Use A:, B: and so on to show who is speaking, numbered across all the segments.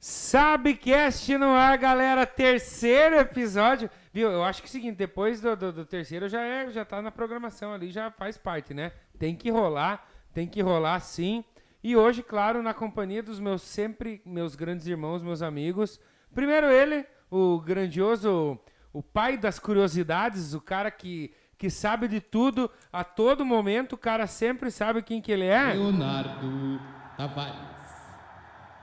A: Sabcast é no ar, galera. Terceiro episódio. Viu? Eu acho que é o seguinte, depois do, do, do terceiro já, é, já tá na programação ali, já faz parte, né? Tem que rolar, tem que rolar sim. E hoje, claro, na companhia dos meus sempre, meus grandes irmãos, meus amigos. Primeiro ele, o grandioso, o pai das curiosidades, o cara que, que sabe de tudo a todo momento, o cara sempre sabe quem que ele
B: Ah.
A: é.
C: Leonardo Tavares.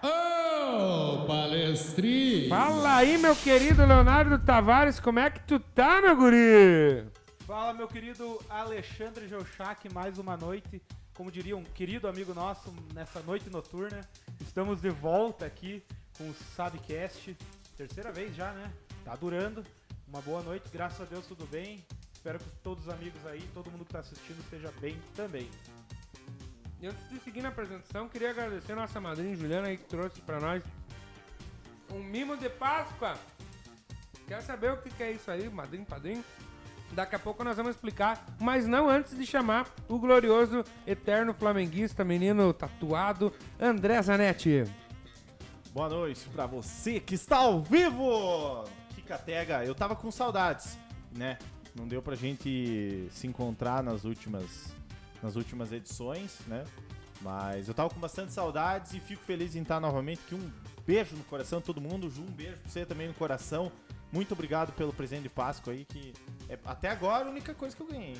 C: Ô, palestri!
A: Fala aí, meu querido Leonardo Tavares, como é que tu tá, meu guri?
D: Fala, meu querido Alexandre Jochak, mais uma noite. Como diria um querido amigo nosso, nessa noite noturna, estamos de volta aqui com o Sabcast. Terceira vez já, né? Tá durando. Uma boa noite, graças a Deus tudo bem. Espero que todos os amigos aí, todo mundo que tá assistindo esteja bem também.
A: E antes de seguir na apresentação, queria agradecer a nossa madrinha Juliana aí que trouxe pra nós um mimo de Páscoa. Quer saber o que que é isso aí, madrinho, padrinho? Daqui a pouco nós vamos explicar, mas não antes de chamar o glorioso, eterno flamenguista, menino tatuado, André Zanetti.
E: Boa noite pra você que está ao vivo! Kikatega, eu tava com saudades, né? Não deu pra gente se encontrar nas últimas, nas últimas edições, né? Mas eu tava com bastante saudades e fico feliz em estar novamente. Que um beijo no coração de todo mundo. Ju, um beijo pra você também no coração. Muito obrigado pelo presente de Páscoa aí, que é até agora a única coisa que eu ganhei.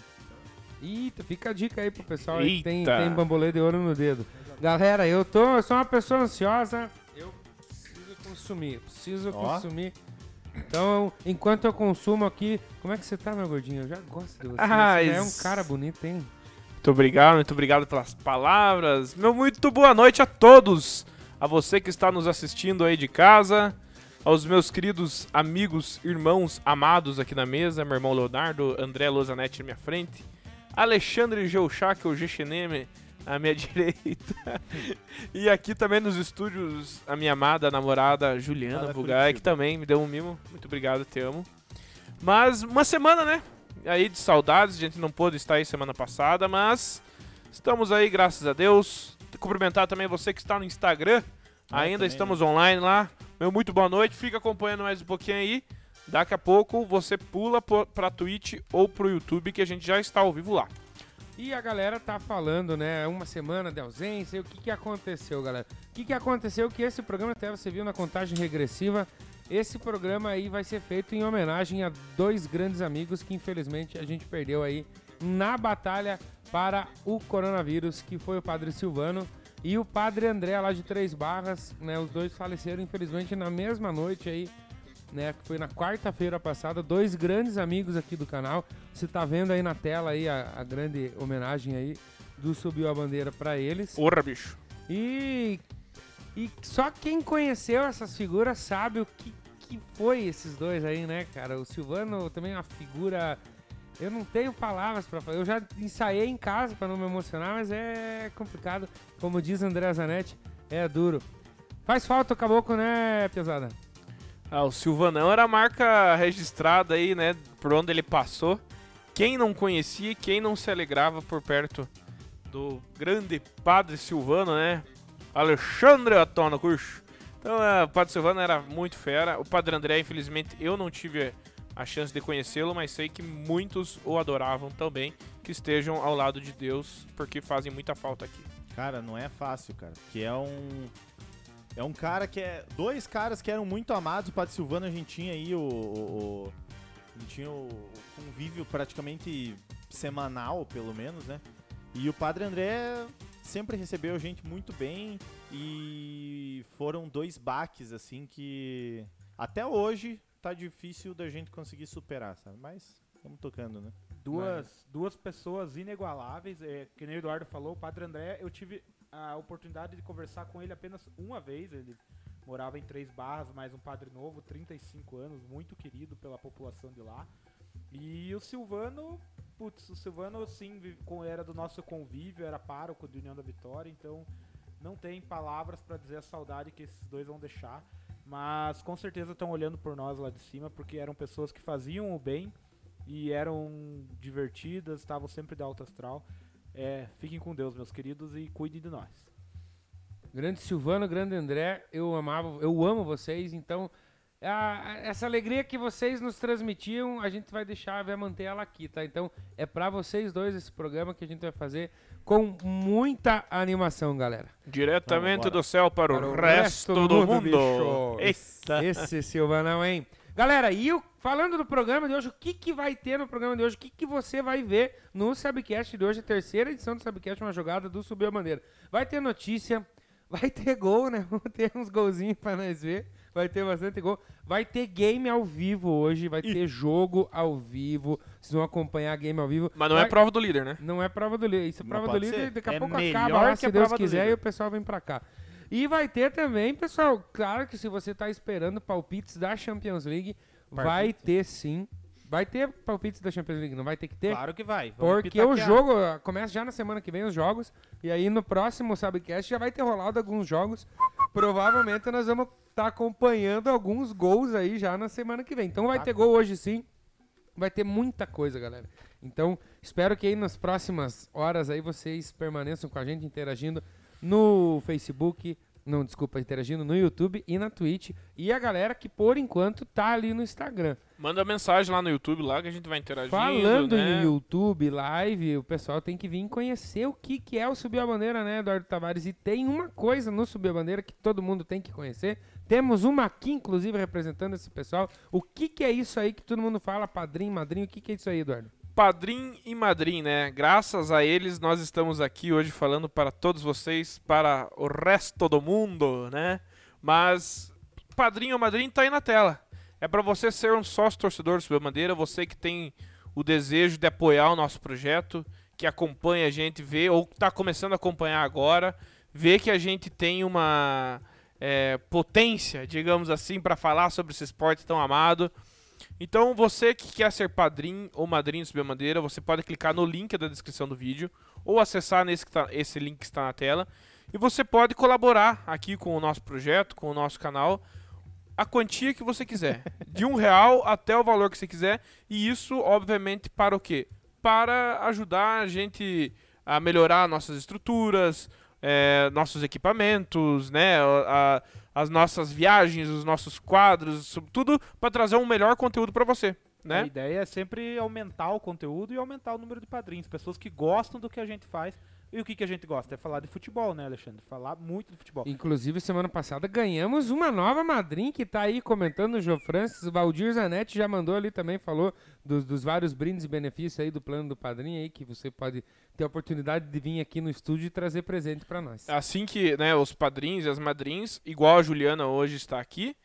A: Eita, fica a dica aí pro pessoal aí que tem,
B: Eita.
A: tem bambolê de ouro no dedo. Galera, eu tô, eu sou uma pessoa ansiosa, eu preciso consumir, preciso
E: Ó.
A: consumir. Então, enquanto eu consumo aqui, como é que você tá, meu gordinho? Eu já gosto de você.
B: Ah,
A: você é um
B: isso.
A: cara bonito, hein?
B: Muito obrigado, muito obrigado pelas palavras. Meu muito boa noite a todos. A você que está nos assistindo aí de casa, aos meus queridos amigos, irmãos amados aqui na mesa, meu irmão Leonardo, André Lozanetti na minha frente, Alexandre Geuchac, o Gecheneme, à minha direita. e aqui também nos estúdios, a minha amada namorada Juliana
E: Lá da
B: Bugai,
E: Curitiba.
B: que também me deu um mimo. Muito obrigado, te amo. Mas uma semana, né? Aí de saudades, a gente não pôde estar aí semana passada, mas estamos aí, graças a Deus. Cumprimentar também você que está no Instagram.
E: Ah,
B: Ainda
E: também,
B: estamos online lá. Meu muito boa noite, fica acompanhando mais um pouquinho aí. Daqui a pouco você pula po- pra Twitch ou pro YouTube que a gente já está ao vivo lá.
A: E a galera tá falando, né? Uma semana de ausência. O que, que aconteceu, galera? O que, que aconteceu? Que esse programa, até você viu na contagem regressiva, esse programa aí vai ser feito em homenagem a dois grandes amigos que infelizmente a gente perdeu aí na batalha para o coronavírus, que foi o Padre Silvano e o Padre André lá de Três Barras, né? Os dois faleceram infelizmente na mesma noite aí né, que foi na quarta-feira passada, dois grandes amigos aqui do canal. Você tá vendo aí na tela aí a, a grande homenagem aí do Subiu a Bandeira para eles.
B: Porra, bicho.
A: E, e só quem conheceu essas figuras sabe o que, que foi esses dois aí, né, cara? O Silvano também é uma figura. Eu não tenho palavras pra falar. Eu já ensaiei em casa pra não me emocionar, mas é complicado. Como diz André Zanetti, é duro. Faz falta o caboclo, né, pesada?
B: Ah, o Silvanão era a marca registrada aí, né? Por onde ele passou. Quem não conhecia, e quem não se alegrava por perto do grande Padre Silvano, né? Alexandre Atona Curso. Então, é, o Padre Silvano era muito fera. O Padre André, infelizmente, eu não tive a chance de conhecê-lo, mas sei que muitos o adoravam também, que estejam ao lado de Deus, porque fazem muita falta aqui.
E: Cara, não é fácil, cara. Que é um. É um cara que é. Dois caras que eram muito amados. O Padre Silvano, a gente tinha aí o. o- o- a gente tinha o o convívio praticamente semanal, pelo menos, né? E o Padre André sempre recebeu a gente muito bem. E foram dois baques, assim, que. Até hoje tá difícil da gente conseguir superar, sabe? Mas vamos tocando, né?
D: Duas, duas pessoas inigualáveis, é, que nem o Eduardo falou, o Padre André, eu tive a oportunidade de conversar com ele apenas uma vez, ele morava em Três Barras, mas um padre novo, 35 anos, muito querido pela população de lá. E o Silvano, putz, o Silvano sim vi- com- era do nosso convívio, era pároco do União da Vitória, então não tem palavras pra dizer a saudade que esses dois vão deixar. Mas com certeza estão olhando por nós lá de cima, porque eram pessoas que faziam o bem e eram divertidas, estavam sempre da alta astral. É, fiquem com Deus, meus queridos, e cuidem de nós.
A: Grande Silvano, grande André, eu amava, eu amo vocês, então a- a- essa alegria que vocês nos transmitiam, a gente vai deixar, vai manter ela aqui, tá? Então é pra vocês dois esse programa que a gente vai fazer com muita animação, galera.
B: Diretamente
E: Vamos embora.
B: do céu para o, resto, do mundo.
A: bicho.
B: Eita.
A: Esse Silvanão, hein? Galera, e o- falando do programa de hoje, o que, que vai ter no programa de hoje? O que, que você vai ver no Subcast de hoje, a terceira edição do Subcast, uma jogada do Subiu a Bandeira. Vai ter notícia, vai ter gol, né? Vamos ter uns golzinhos pra nós ver. Vai ter bastante gol. Vai ter game ao vivo hoje, vai ter jogo ao vivo. Vocês vão acompanhar game ao vivo.
B: Mas não
A: vai...
B: é prova do líder, né?
A: Não é prova do líder. Isso é
E: Não
A: prova do
E: pode
A: líder.
E: ser.
A: Daqui a
E: É
A: pouco
E: melhor
A: acaba lá,
E: que
A: se
E: a
A: Deus
E: prova do
A: quiser,
E: líder.
A: e o pessoal vem pra cá. E vai ter também, pessoal, claro que se você tá esperando palpites da Champions League, vai ter sim. Vai ter palpites da Champions League, não vai ter que ter?
E: Claro que vai. Vamos
A: Porque o
E: pitaquear.
A: jogo ah, começa já na semana que vem os jogos. E aí no próximo Sabcast já vai ter rolado alguns jogos. Provavelmente nós vamos estar acompanhando alguns gols aí já na semana que vem. Então vai ter gol hoje sim. Vai ter muita coisa, galera. Então, espero que aí nas próximas horas aí vocês permaneçam com a gente interagindo no Facebook, não, desculpa, interagindo no YouTube e na Twitch. E a galera que por enquanto tá ali no Instagram.
B: Manda mensagem lá no YouTube lá que a gente vai interagir.
A: Falando
B: né?
A: em YouTube, live, o pessoal tem que vir conhecer o que, que é o Subir a Bandeira, né, Eduardo Tavares? E tem uma coisa no Subir a Bandeira que todo mundo tem que conhecer. Temos uma aqui, inclusive, representando esse pessoal. O que, que é isso aí que todo mundo fala, padrinho, madrinho? O que, que é isso aí, Eduardo?
B: Padrim e Madrim, né? Graças a eles nós estamos aqui hoje falando para todos vocês, para o resto do mundo, né? Mas Padrim ou Madrim tá aí na tela. É para você ser um sócio torcedor do Subir a Bandeira, você que tem o desejo de apoiar o nosso projeto, que acompanha a gente, vê ou está começando a acompanhar agora, vê que a gente tem uma é, potência, digamos assim, para falar sobre esse esporte tão amado. Então, você que quer ser padrinho ou madrinho do Subir a Bandeira, você pode clicar no link da descrição do vídeo ou acessar nesse que tá- esse link que está na tela. E você pode colaborar aqui com o nosso projeto, com o nosso canal, a quantia que você quiser. De um real até o valor que você quiser. E isso, obviamente, para o quê? Para ajudar a gente a melhorar nossas estruturas, eh, nossos equipamentos, né? a- a- as nossas viagens, os nossos quadros, sub- tudo para trazer um melhor conteúdo para você, né?
D: A ideia é sempre aumentar o conteúdo e aumentar o número de padrinhos, pessoas que gostam do que a gente faz. E o que, que a gente gosta? É falar de futebol, né, Alexandre? Falar muito de futebol.
A: Inclusive, semana passada ganhamos uma nova madrinha que tá aí comentando o Jô Francis. O Valdir Zanetti já mandou ali também, falou dos, dos vários brindes e benefícios aí do plano do padrinho aí, que você pode ter a oportunidade de vir aqui no estúdio e trazer presente pra nós.
B: assim que né, os padrinhos e as madrinhas, igual a Juliana hoje está aqui,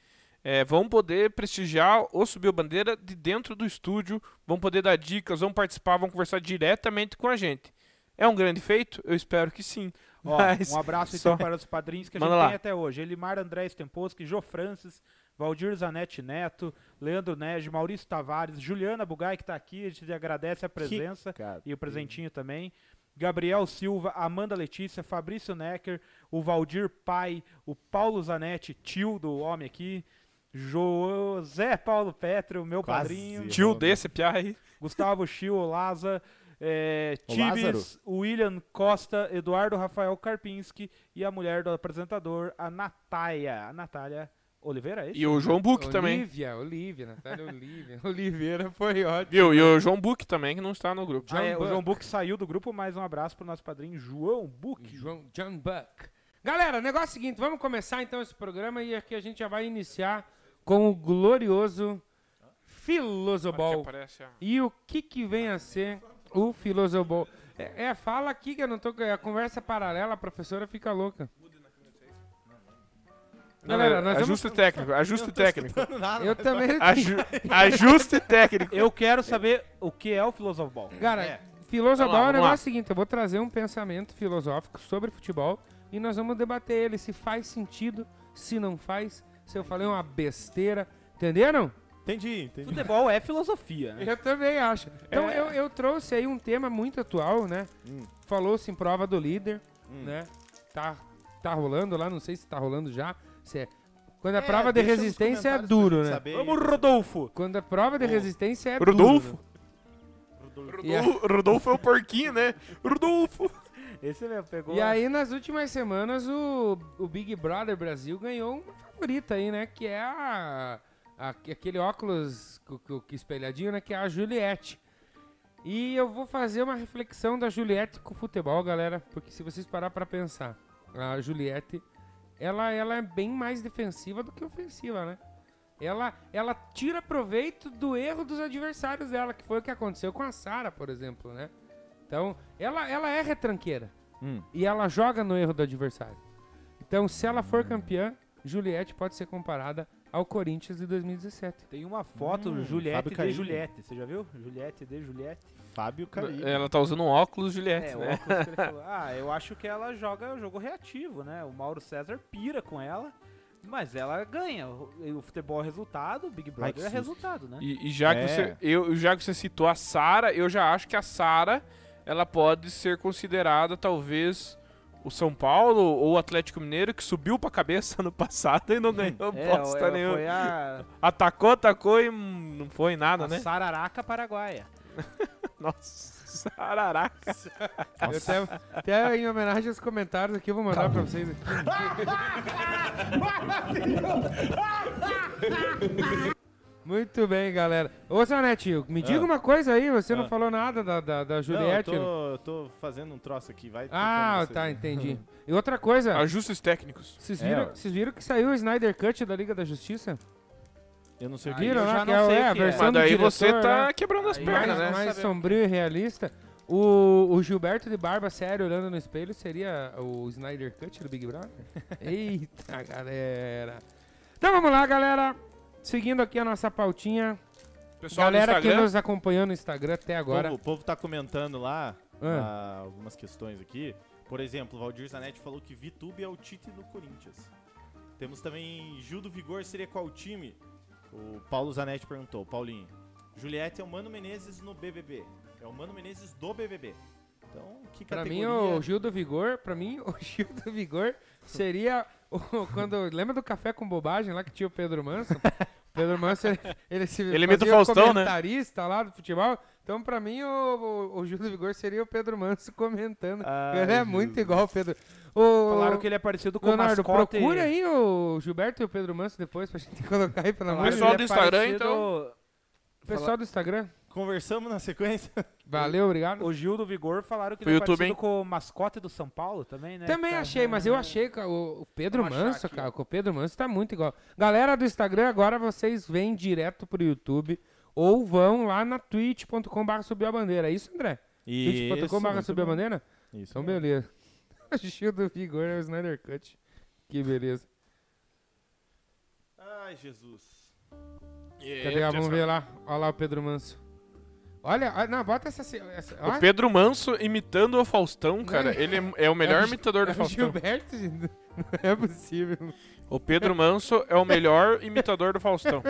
B: eh, vão poder prestigiar ou subir a bandeira de dentro do estúdio, vão poder dar dicas, vão participar, vão conversar diretamente com a gente. É um grande feito? Eu espero que sim.
D: Ó,
B: Mas
D: um abraço
B: só-
D: então para os padrinhos que a
B: Manda
D: gente
B: lá.
D: tem até hoje. Elimar André Stemposki, Jô Francis, Valdir Zanetti Neto, Leandro Nege, Maurício Tavares, Juliana Bugai que está aqui, a gente agradece a presença
E: cara,
D: e o presentinho também. Gabriel Silva, Amanda Letícia, Fabrício Necker, o Valdir Pai, o Paulo Zanetti, tio do homem aqui, José Paulo Petro, meu
E: Quase.
D: padrinho,
B: Tio desse piá aí.
D: Gustavo Chio, Laza, é,
E: O
D: Tibes,
E: Lázaro?
D: William Costa, Eduardo Rafael Karpinski e a mulher do apresentador, a Natália. A Natália Oliveira, é isso?
B: E o João Buck também.
A: Olivia, Olivia, Natália Olivia. Oliveira foi ótimo.
B: Viu? E o João Buck também, que não está no grupo.
D: Ah, é,
A: Buck.
D: o João Buck saiu do grupo, mas um abraço pro nosso padrinho João Buck.
A: João John Buck. Galera, o negócio é o seguinte, vamos começar então esse programa e aqui a gente já vai iniciar com o glorioso
B: Olha que
A: Filosofal.
B: aparece, ó.
A: E o que que vem a ser o Filosofal? É, é, fala aqui que eu não tô. É a conversa paralela, a professora fica louca.
B: Não,
A: Galera,
B: é-
A: nós vamos.
B: ajuste técnico, ajuste técnico.
A: Eu também.
B: Aju- ajuste técnico.
D: Eu quero saber o que é o Philosoph Ball.
A: Cara,
E: É.
A: filosofal
B: Vamos lá,
A: é o
B: vamos
A: negócio
B: lá.
A: seguinte: eu vou trazer um pensamento filosófico sobre futebol e nós vamos debater ele, se faz sentido, se não faz, se eu falei uma besteira. Entenderam?
E: Entendi, entendi.
D: Futebol é filosofia, né?
A: Eu também acho. Então eu, eu trouxe aí um tema muito atual, né?
E: É. Hum.
A: Falou-se em prova do líder, né? Tá, tá rolando lá, não sei se tá rolando já. Se é... Quando a prova de
E: deixa nos
A: resistência é
E: comentários
A: duro,
E: pra
A: né?
E: gente saber.
D: Vamos, Rodolfo!
A: Quando a prova de resistência é
B: Rodolfo?
A: duro. né?
B: Rodolfo é o porquinho, né? Rodolfo.
D: Esse mesmo, pegou.
A: E
D: a-
A: aí, nas últimas semanas, o, o Big Brother Brasil ganhou uma favorita aí, né? Que é a, a- aquele óculos co- co- que espelhadinho, né? Que é a Juliette. E eu vou fazer uma reflexão da Juliette com o futebol, galera. Porque se vocês parar pra pensar, a Juliette, ela, ela é bem mais defensiva do que ofensiva, né? Ela, ela tira proveito do erro dos adversários dela, que foi o que aconteceu com a Sara, por exemplo, né? Então, ela, ela é retranqueira
E: Hum.
A: e ela joga no erro do adversário. Então, se ela for campeã, Juliette pode ser comparada ao Corinthians de 2017.
D: Tem uma foto
E: Hum,
D: Juliette
E: Fábio
D: de
E: Caymmi.
D: Juliette. Você já viu? Juliette de Juliette.
E: Fábio Caí.
A: É,
B: Ela tá usando um óculos Juliette,
D: É, o
B: né?
D: óculos que ele falou. Ah, eu acho que ela joga o jogo reativo, né? O Mauro César pira com ela, mas ela ganha. O o futebol é resultado, o Big
E: Ai,
D: Brother
E: que
D: é
E: susto.
D: resultado, né?
B: E, e já, que
E: É.
B: você, eu, já que você citou a Sara, eu já acho que a Sara ela pode ser considerada talvez o São Paulo ou o Atlético Mineiro que subiu pra cabeça ano passado e não ganhou
D: É,
B: bosta
D: ela
B: nenhuma.
D: foi a,
B: Atacou, atacou e hum, não foi nada,
D: a
B: né?
D: Sararaca Paraguaia.
B: Nossa, Sararaca.
A: Eu até, até em homenagem aos comentários aqui, eu vou mandar pra vocês aqui. Muito bem, galera. Ô, Zanetti, me diga
E: Ah.
A: uma coisa aí, você não
E: Ah.
A: falou nada da, da, da Juliette. né?
E: Não, eu tô- eu tô, fazendo um troço aqui, vai.
A: Ah,
E: tentando
A: tá,
E: vocês.
A: entendi. E outra coisa,
B: Ajustes técnicos.
A: vocês
E: É,
A: viram,
E: ó.
A: vocês viram que saiu o Snyder Cut da Liga da Justiça?
E: Eu não sei o
D: Aí
E: que.
A: Viram,
D: eu
A: né?
D: já
A: Que
D: não
A: é,
D: sei
A: é a
D: o que é.
A: versão
B: Mas
A: do
B: daí
A: diretor,
B: você tá
A: né?
B: quebrando as
D: Aí
B: pernas,
A: mais,
B: né?
A: mais
D: Sabe-
A: sombrio e realista. O, o Gilberto de Barba, sério, olhando no espelho, seria o Snyder Cut do Big Brother? Eita, galera. Então vamos lá, galera. Seguindo aqui a nossa pautinha.
B: Pessoal do
A: galera que
B: Instagram,
A: nos acompanhou no Instagram até agora.
E: O povo, o povo tá comentando lá
A: Ah.
E: ah, algumas questões aqui. Por exemplo, o Valdir Zanetti falou que Vitube é o Tite do Corinthians. Temos também Gil do Vigor seria qual time? O Paulo Zanetti perguntou, Paulinho. Juliette é o Mano Menezes no BBB. É o Mano Menezes do BBB. Então, que
A: Pra mim,
E: categoria?
A: o Gil do Vigor, pra mim, o Gil do Vigor seria o- quando, lembra do Café com Bobagem lá que tinha o Pedro Manso? O Pedro Manso, ele, ele se
B: Ele imita o
A: fazia
B: Faustão, né?
A: comentarista lá do futebol. Então, pra mim, o, o, o Gil do Vigor seria o Pedro Manso comentando.
D: Ai,
A: ele é muito igual o Pedro. O,
D: Falaram que ele é parecido com
A: Leonardo,
D: o mascote.
A: procura aí o Gilberto e o Pedro Manso depois pra gente colocar aí, pelo amor
D: é
A: de
B: Pessoal
A: Deus.
B: do Instagram,
D: então.
A: Pessoal do Instagram,
E: Conversamos na sequência.
A: valeu, obrigado.
D: O Gil do Vigor falaram que
B: Pro
D: ele é
B: YouTube,
D: parecido
B: hein?
D: com o mascote do São Paulo também,
B: É,
D: né?
A: Também
D: Tá-
A: achei, mas eu achei que o, o Pedro
D: Vamos achar
A: Manso,
D: aqui,
A: cara, que o Pedro Manso tá muito igual. Galera do Instagram, agora vocês vêm direto pro YouTube ou vão lá na twitch.com.br subir a bandeira. É isso, André? twitch.com.br
E: muito
A: subir a
E: bem.
A: bandeira?
E: Isso. é.
A: Então, beleza. Gil do Vigor é o Snyder Cut. Que beleza.
E: Ai, Jesus.
B: Yeah,
A: Cadê? Ó, Vamos
B: pessoal.
A: ver lá. Olha lá o Pedro Manso. Olha, ó, não, bota essa... se- essa ah, ó,
B: O Pedro Manso imitando o Faustão, cara. Ele é, é o melhor
A: É o Gi-
B: imitador
A: é
B: do
A: o
B: Faustão.
A: Gilberto, gente. Não é possível.
B: O Pedro Manso é o melhor imitador do Faustão.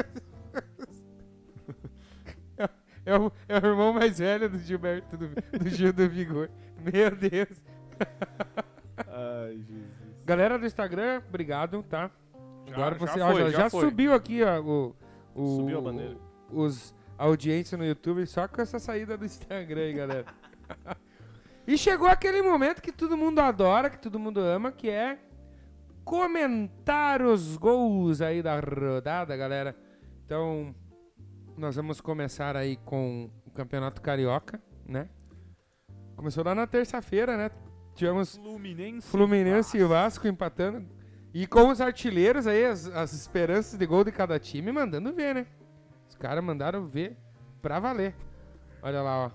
A: É o, é o irmão mais velho do Gilberto, do, do Gil do Vigor. Meu Deus.
E: Ai, Jesus.
A: Galera do Instagram, obrigado, tá?
B: Já-
A: Agora
B: Ah, já
A: você ó,
B: foi,
A: já,
B: já
A: já
B: foi.
A: subiu aqui ó, o, o-
E: Subiu a bandeira.
A: Os a audiência no YouTube só com essa saída do Instagram aí, galera. e chegou aquele momento que todo mundo adora, que todo mundo ama, que é comentar os gols aí da rodada, galera. Então, nós vamos começar aí com o Campeonato Carioca, né? Começou lá na terça-feira, né? Tivemos
D: Fluminense.
A: Fluminense e Vasco empatando. E com os artilheiros aí, as, as esperanças de gol de cada time, mandando ver, né? Os caras mandaram ver pra valer. Olha lá, ó.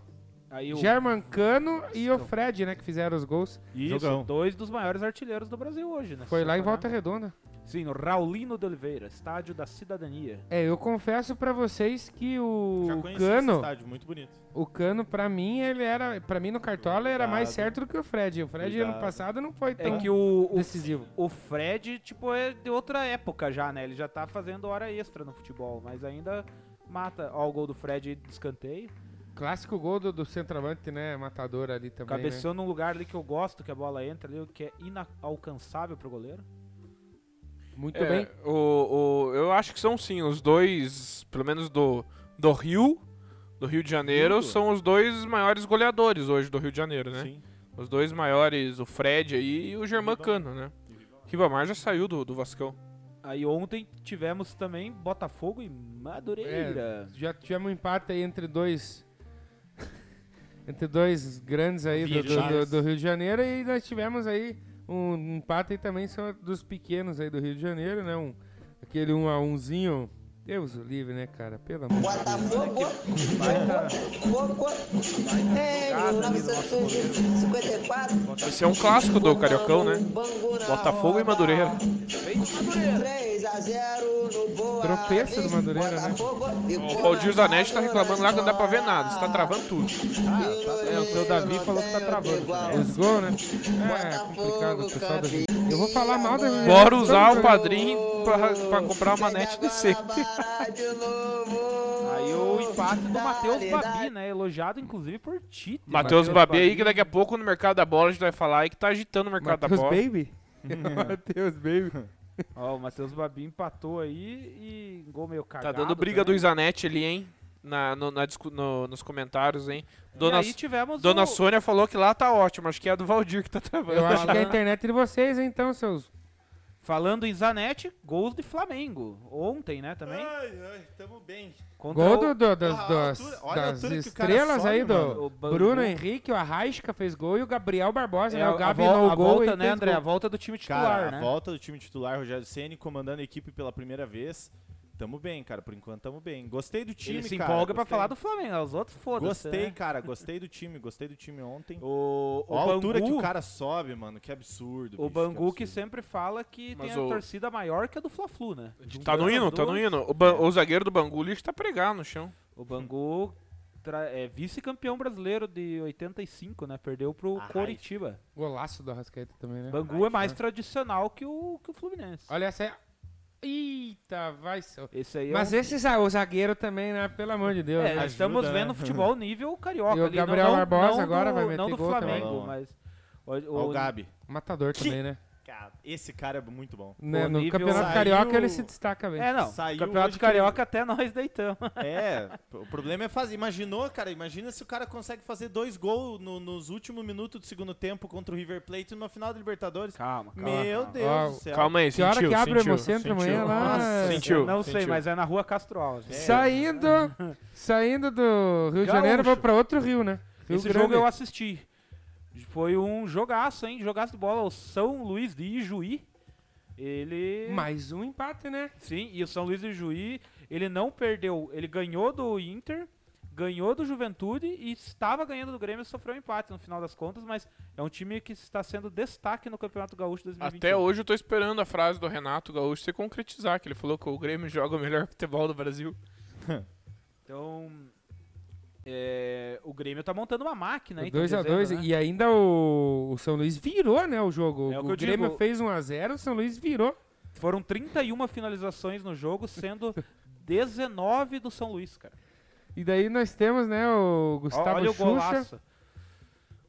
D: Aí o
A: German Cano e o Fred, né, que fizeram os gols.
D: Isso,
E: Jogão.
D: dois dos maiores artilheiros do Brasil hoje, né?
A: Foi
D: Se
A: lá em
D: parar.
A: Volta Redonda.
D: Sim, no Raulino de Oliveira, Estádio da Cidadania.
A: É, eu confesso pra vocês que o
E: Já conheci esse
A: Cano,
E: estádio, muito bonito.
A: o Cano pra mim, ele era, pra mim no Cartola era mais
E: Cuidado.
A: certo do que o Fred. O Fred ano
E: Cuidado.
A: passado não foi
D: É
A: tão
D: que o, o,
A: Então, decisivo.
D: o Fred, tipo, é de outra época já, né? Ele já tá fazendo hora extra no futebol, mas ainda mata. Ó, o gol do Fred aí de escanteio.
A: Clássico gol do, do centroavante, né, matador ali também, né?
D: Cabeceou num lugar ali que eu gosto, que a bola entra ali, o que é inalcançável pro goleiro.
A: Muito
B: É,
A: bem.
B: o, o- eu acho que são sim, os dois, pelo menos do, do Rio, do Rio de Janeiro,
E: Tudo.
B: são os dois maiores goleadores hoje do Rio de Janeiro, né?
E: Sim.
B: Os dois maiores, o Fred aí e o Germán Cano, né? Ribamar já saiu do, do Vascão.
D: Aí ontem tivemos também Botafogo e
A: É,
D: Madureira.
A: Já tivemos um empate aí entre dois. entre dois grandes aí do, do- do- do Rio de Janeiro e nós tivemos aí um empate aí também só dos pequenos aí do Rio de Janeiro, né? Um, aquele um a umzinho. Deus o livre, né, cara? Pelo amor de Deus.
F: Botafogo, Botafogo, é, 1954.
B: Esse é um clássico do Cariocão, né?
F: Bangu na
B: Botafogo e
F: roda.
B: Madureira.
F: 3 a 0 no Boa
A: Tropeço do
F: Vista,
A: Madureira, né?
F: Botafogo
B: O
F: ficou
B: Valdir
F: na
B: Zanetti tá reclamando lá que não dá pra ver nada, está travando tudo.
D: Ah, tá
A: É, o seu Davi falou que tá travando.
F: Igual.
A: Os gols, né? É, complicado o pessoal da Rio. Eu vou falar mal da Rio.
B: Bora usar o padrinho pra, pra comprar uma net
F: Pega
B: decente.
F: Guanabara de novo.
D: Aí o empate do Matheus
F: Realidade.
D: Babi, né? Elogiado inclusive por Tite.
B: Matheus
A: Matheus
B: Babi aí,
A: Babi.
B: que daqui a pouco no mercado da bola a gente vai falar aí que tá agitando o mercado
A: Matheus
B: da bola.
A: Baby? Matheus Baby.
D: Ó, o Matheus Babi empatou aí e gol meio
B: Tá
D: cagado. né?
B: dando
A: né?
B: briga do
D: também.
B: Zanetti ali, hein? Na, no- na discu- no- nos comentários, hein?
D: E
B: Dona,
A: tipo,
D: aí tivemos
B: Dona
D: o...
B: Sônia falou que lá tá ótimo, acho que é a do Valdir que tá travando.
A: Eu acho que é a internet de vocês, então, seus.
D: Falando em Zanetti, gols de Flamengo. Ontem, né, também.
E: Ai, ai, tamo bem.
D: Contra
A: Gol
D: o-
A: do, do- das,
E: Ah, a
A: das-
E: altura- olha a
A: das
E: altura que o cara
A: estrelas
E: sobe,
A: aí
E: mano.
A: do
D: O Bangu.
A: Bruno Henrique, o Arrasca fez gol e o Gabriel Barbosa,
D: É,
A: né? O Gabi
D: a, vol-
A: no
D: a
A: gol
D: volta,
A: e
D: né,
A: fez
D: André?
A: gol.
D: A volta do time titular,
E: Cara,
D: né?
E: a volta do time titular, Rogério Ceni comandando a equipe pela primeira vez. Tamo bem, cara. Por enquanto tamo bem. Gostei do time,
D: Ele se
E: cara.
D: empolga pra
E: gostei.
D: falar do Flamengo. Os outros, foda-se.
E: Gostei,
D: né?
E: cara. Gostei do time. Gostei do time ontem.
D: O, o
E: Ó a altura que
D: Bangu-
E: o cara sobe, mano. Que absurdo.
D: O
E: bicho,
D: Bangu que
E: absurdo.
D: sempre fala que
B: Mas
D: tem a
B: o-
D: torcida maior que a do Fla-Flu, né?
B: Tá no hino, tá no hino. O, ban- o zagueiro do Bangu lixo tá pregado no chão.
D: O Bangu tra- é vice-campeão brasileiro de 85, né? Perdeu pro
E: Ai.
D: Coritiba.
A: Golaço do Arrascaeta também, né?
D: Bangu é mais tradicional que o, que o Fluminense.
A: Olha essa aí. Eita, vai, seu.
D: Esse aí
A: Mas
D: é um...
A: esse za- o zagueiro também, né? Pelo amor de Deus.
D: É,
A: né?
D: estamos
E: ajuda, né?
D: vendo futebol nível carioca.
A: E o
D: ali, não-
A: Gabriel
D: não,
A: Barbosa
D: não
A: agora
D: do,
A: vai meter
D: Não do
A: gol
D: Flamengo,
E: também.
D: mas... O,
E: Ó,
D: o-
E: o Gabi.
A: Matador também, né?
E: Cara, esse cara é muito bom.
A: Né, No
D: nível-
A: Campeonato
E: Saiu-
A: Carioca ele se destaca bem.
D: É, não.
E: Saiu
D: Campeonato
E: hoje que ele-
D: Carioca até nós deitamos.
E: É, o problema é fazer. Imaginou, cara? Imagina se o cara consegue fazer dois gols no- nos últimos minutos do segundo tempo contra o River Plate numa final da Libertadores.
D: Calma,
E: Meu Deus
A: Ó,
E: do céu.
B: Calma aí,
A: É. Que hora
B: sentiu,
A: que abre o
B: sentiu,
A: Hemocentro
B: sentiu.
A: amanhã lá?
E: Nossa,
B: Sentiu,
D: Não sei,
B: sentiu.
D: mas é na rua Castro Alves.
A: Saindo, saindo do Rio de Janeiro,
D: Gaúcho.
A: vai pra outro rio, né? Rio
D: Esse
A: Grande.
D: jogo eu assisti. Foi um jogaço, hein? Jogaço de bola. O São Luís de Ijuí. Ele.
A: Mais um empate, né?
D: Sim, e o São Luís de Ijuí, ele não perdeu. Ele ganhou do Inter, ganhou do Juventude e estava ganhando do Grêmio e sofreu um empate no final das contas, mas é um time que está sendo destaque no Campeonato Gaúcho 2021.
B: Até hoje eu tô esperando a frase do Renato Gaúcho se concretizar, que ele falou que o Grêmio joga o melhor futebol do Brasil.
D: Então. é, o Grêmio tá montando uma máquina aí.
A: 2x2 e ainda o, o São Luís virou, né, o jogo.
D: né? É
A: o
D: o que eu
A: Grêmio
D: digo.
A: fez 1x0, o São Luís virou.
D: Foram 31 finalizações no jogo, sendo 19 do São Luís, cara.
A: E daí nós temos, né, o
D: Ó,
A: Gustavo
D: Olha o
A: Xuxa.
D: golaço.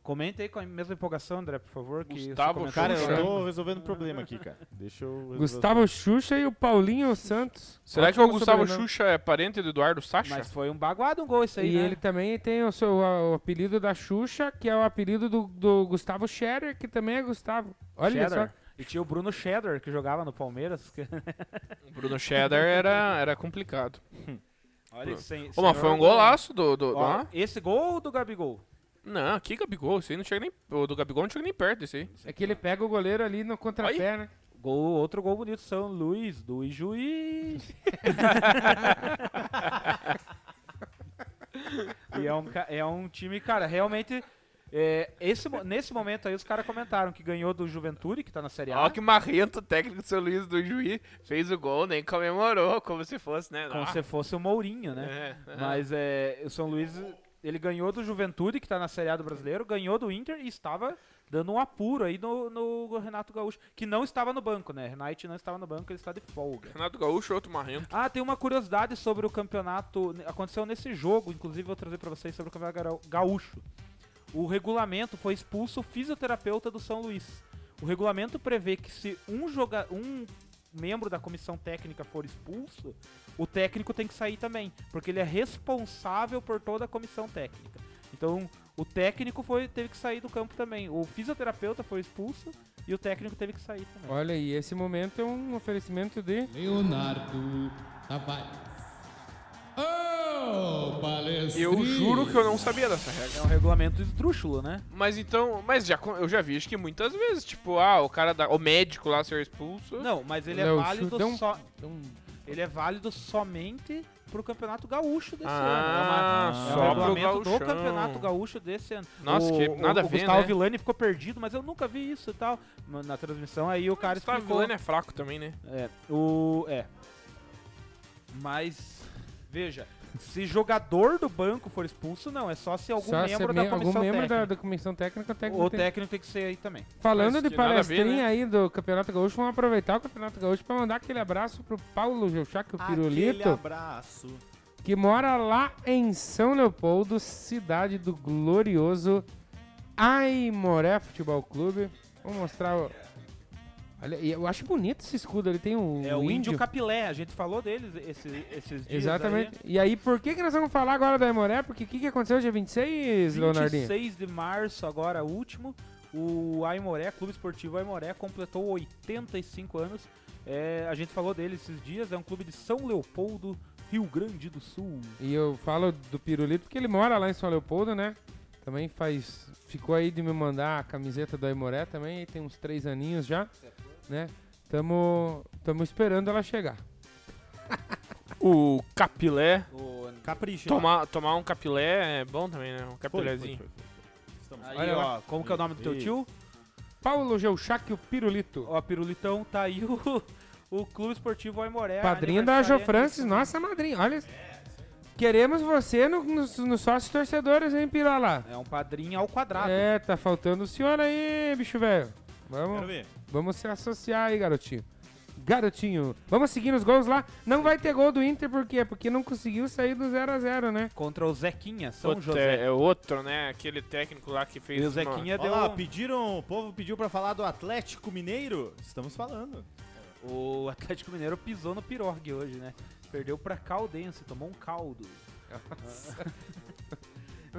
D: Comenta aí com a mesma empolgação, André, por favor. Que seu
B: Gustavo
E: Cara,
D: comentário-
E: eu tô resolvendo o problema aqui, cara. Deixa eu resolver.
A: Gustavo Xuxa e o Paulinho Santos.
B: Será que o
A: Ótimo
B: Gustavo
D: né?
A: sobrenome.
B: Xuxa é parente do Eduardo Sacha?
D: Mas foi um baguado um gol isso aí,
A: E
D: né?
A: ele também tem o seu a- o apelido da Xuxa, que é o apelido do, do Gustavo Scherer, que também é Gustavo. Olha
D: Cheddar.
A: só.
D: E tinha o Bruno Cheddar, que jogava no Palmeiras. que-
B: O Bruno Cheddar era, era complicado.
D: Olha, esse sen-
B: Ô, mas
D: senhor
B: foi um
D: gol.
B: golaço né? do. do, do
D: Ó,
B: lá.
D: esse gol ou do Gabigol?
B: Não, que Gabigol? Isso aí não chega nem. O do Gabigol não chega nem perto desse aí.
A: É que ele pega o goleiro ali no contrapé, né?
D: Gol, outro gol bonito, São Luís, do Ijuí. e é um, ca- é um time, cara, realmente. é, esse, mo- nesse momento aí, os caras comentaram que ganhou do Juventude, que tá na Série A.
B: Ó, que marrento o técnico do São Luís do Juiz fez o gol, nem comemorou, como se fosse, né?
D: Como
B: Ah,
D: se fosse o Mourinho, né?
B: é, é.
D: Mas é, o São Luís, ele ganhou do Juventude, que tá na Série A do Brasileiro, ganhou do Inter e estava dando um apuro aí no, no Renato Gaúcho, que não estava no banco, né? Renate não estava no banco, ele está de folga.
B: Renato Gaúcho, outro marrento.
D: Ah, tem uma curiosidade sobre o campeonato. Aconteceu nesse jogo, inclusive vou trazer pra vocês sobre o campeonato garau- gaúcho. O regulamento foi expulso o fisioterapeuta do São Luís. O regulamento prevê que se um, joga... um membro da comissão técnica for expulso, o técnico tem que sair também, porque ele é responsável por toda a comissão técnica. Então, O técnico foi, teve que sair do campo também. O fisioterapeuta foi expulso e o técnico teve que sair também.
A: Olha aí, esse momento é um oferecimento de.
C: Leonardo Tavares. Oh, palestrinha!
B: Eu juro que eu não sabia dessa regra.
D: É um regulamento esdrúxulo, né?
B: Mas então, mas já, con- eu já vi acho que muitas vezes, tipo, ah, o cara da, o médico lá ser expulso.
D: Não, mas ele
A: Léo,
D: é válido
A: chutão.
D: só.
A: Então,
D: Ele é válido somente pro Campeonato Gaúcho desse
B: Ah,
D: ano. É, uma,
E: só
D: é um
E: pro
D: regulamento do
B: gauchão.
D: Campeonato Gaúcho desse ano.
B: Nossa,
D: o,
B: que nada a
D: o,
B: ver,
D: O Gustavo
B: né?
D: Villani ficou perdido, mas eu nunca vi isso e tal. Ma- Na transmissão aí o cara
B: Gustavo
D: explicou.
B: Villani é fraco também, né?
D: É, o... É. Mas, veja, se jogador do banco for expulso, não. É só se algum
A: só se
D: membro
A: é
D: da
A: me- algum
D: comissão
A: membro da,
D: técnica.
A: da comissão técnica, o técnico
D: O
A: tem-
D: técnico tem que ser aí também.
A: Falando
B: Mas
A: de
B: que nada a ver,
A: palestrinha
B: né?
A: aí do Campeonato Gaúcho, vamos aproveitar o Campeonato Gaúcho pra mandar aquele abraço pro Paulo Geuchac, o
E: Aquele
A: Pirulito,
E: abraço.
A: que mora lá em São Leopoldo, cidade do glorioso Aimoré Futebol Clube. Vou mostrar o... Olha, e eu acho bonito esse escudo, ele tem um
D: É o Índio Capilé, a gente falou deles esse- esses dias
A: Exatamente. E aí, por que, que nós vamos falar agora da Aimoré? Porque o que, que aconteceu dia 26,
D: aí.
A: Leonardinho?
D: 26 de março, agora último, o Aimoré, Clube Esportivo Aimoré, completou 85 anos. É, a gente falou dele esses dias, é um clube de São Leopoldo, Rio Grande do Sul.
A: E eu falo do Pirulito porque ele mora lá em São Leopoldo, né? Também faz. Ficou aí de me mandar a camiseta do Aimoré também, tem uns três aninhos já, né? Tamo, tamo esperando ela chegar.
B: O capilé.
D: O-
E: Capricha.
B: Tomar, tomar um capilé é bom também, né? Um
E: Foi, foi,
B: capilézinho.
E: foi, foi. Estamos
D: Aí,
E: aí.
A: Olha
D: ó,
A: lá.
D: como que é o nome do teu
E: Isso.
D: tio?
A: Paulo Geuchac, o Pirulito.
D: Ó, Pirulitão, tá aí o, o Clube Esportivo Aimoré.
A: Padrinho da Jo
D: aniversariante.
A: Francis, nossa madrinha. Olha. Queremos você no- nos nos sócios torcedores, hein, Pirala?
D: É um padrinho ao quadrado.
A: É, tá faltando o senhor aí, bicho velho. Vamos.
E: Quero ver.
A: Vamos se associar aí, garotinho. Garotinho. Vamos seguir nos gols lá. Não vai ter gol do Inter, por quê? Porque não conseguiu sair do 0x0, né?
D: Contra o Zequinha, São
B: Outro
D: um José. é
B: é- é outro, né? Aquele técnico lá que fez.
D: E o
B: uma-
D: Zequinha
E: Olha
D: deu.
E: lá, pediram, o povo pediu pra falar do Atlético Mineiro. Estamos falando.
D: O Atlético Mineiro pisou no pirogue hoje, né? Perdeu pra Caldense, tomou um caldo.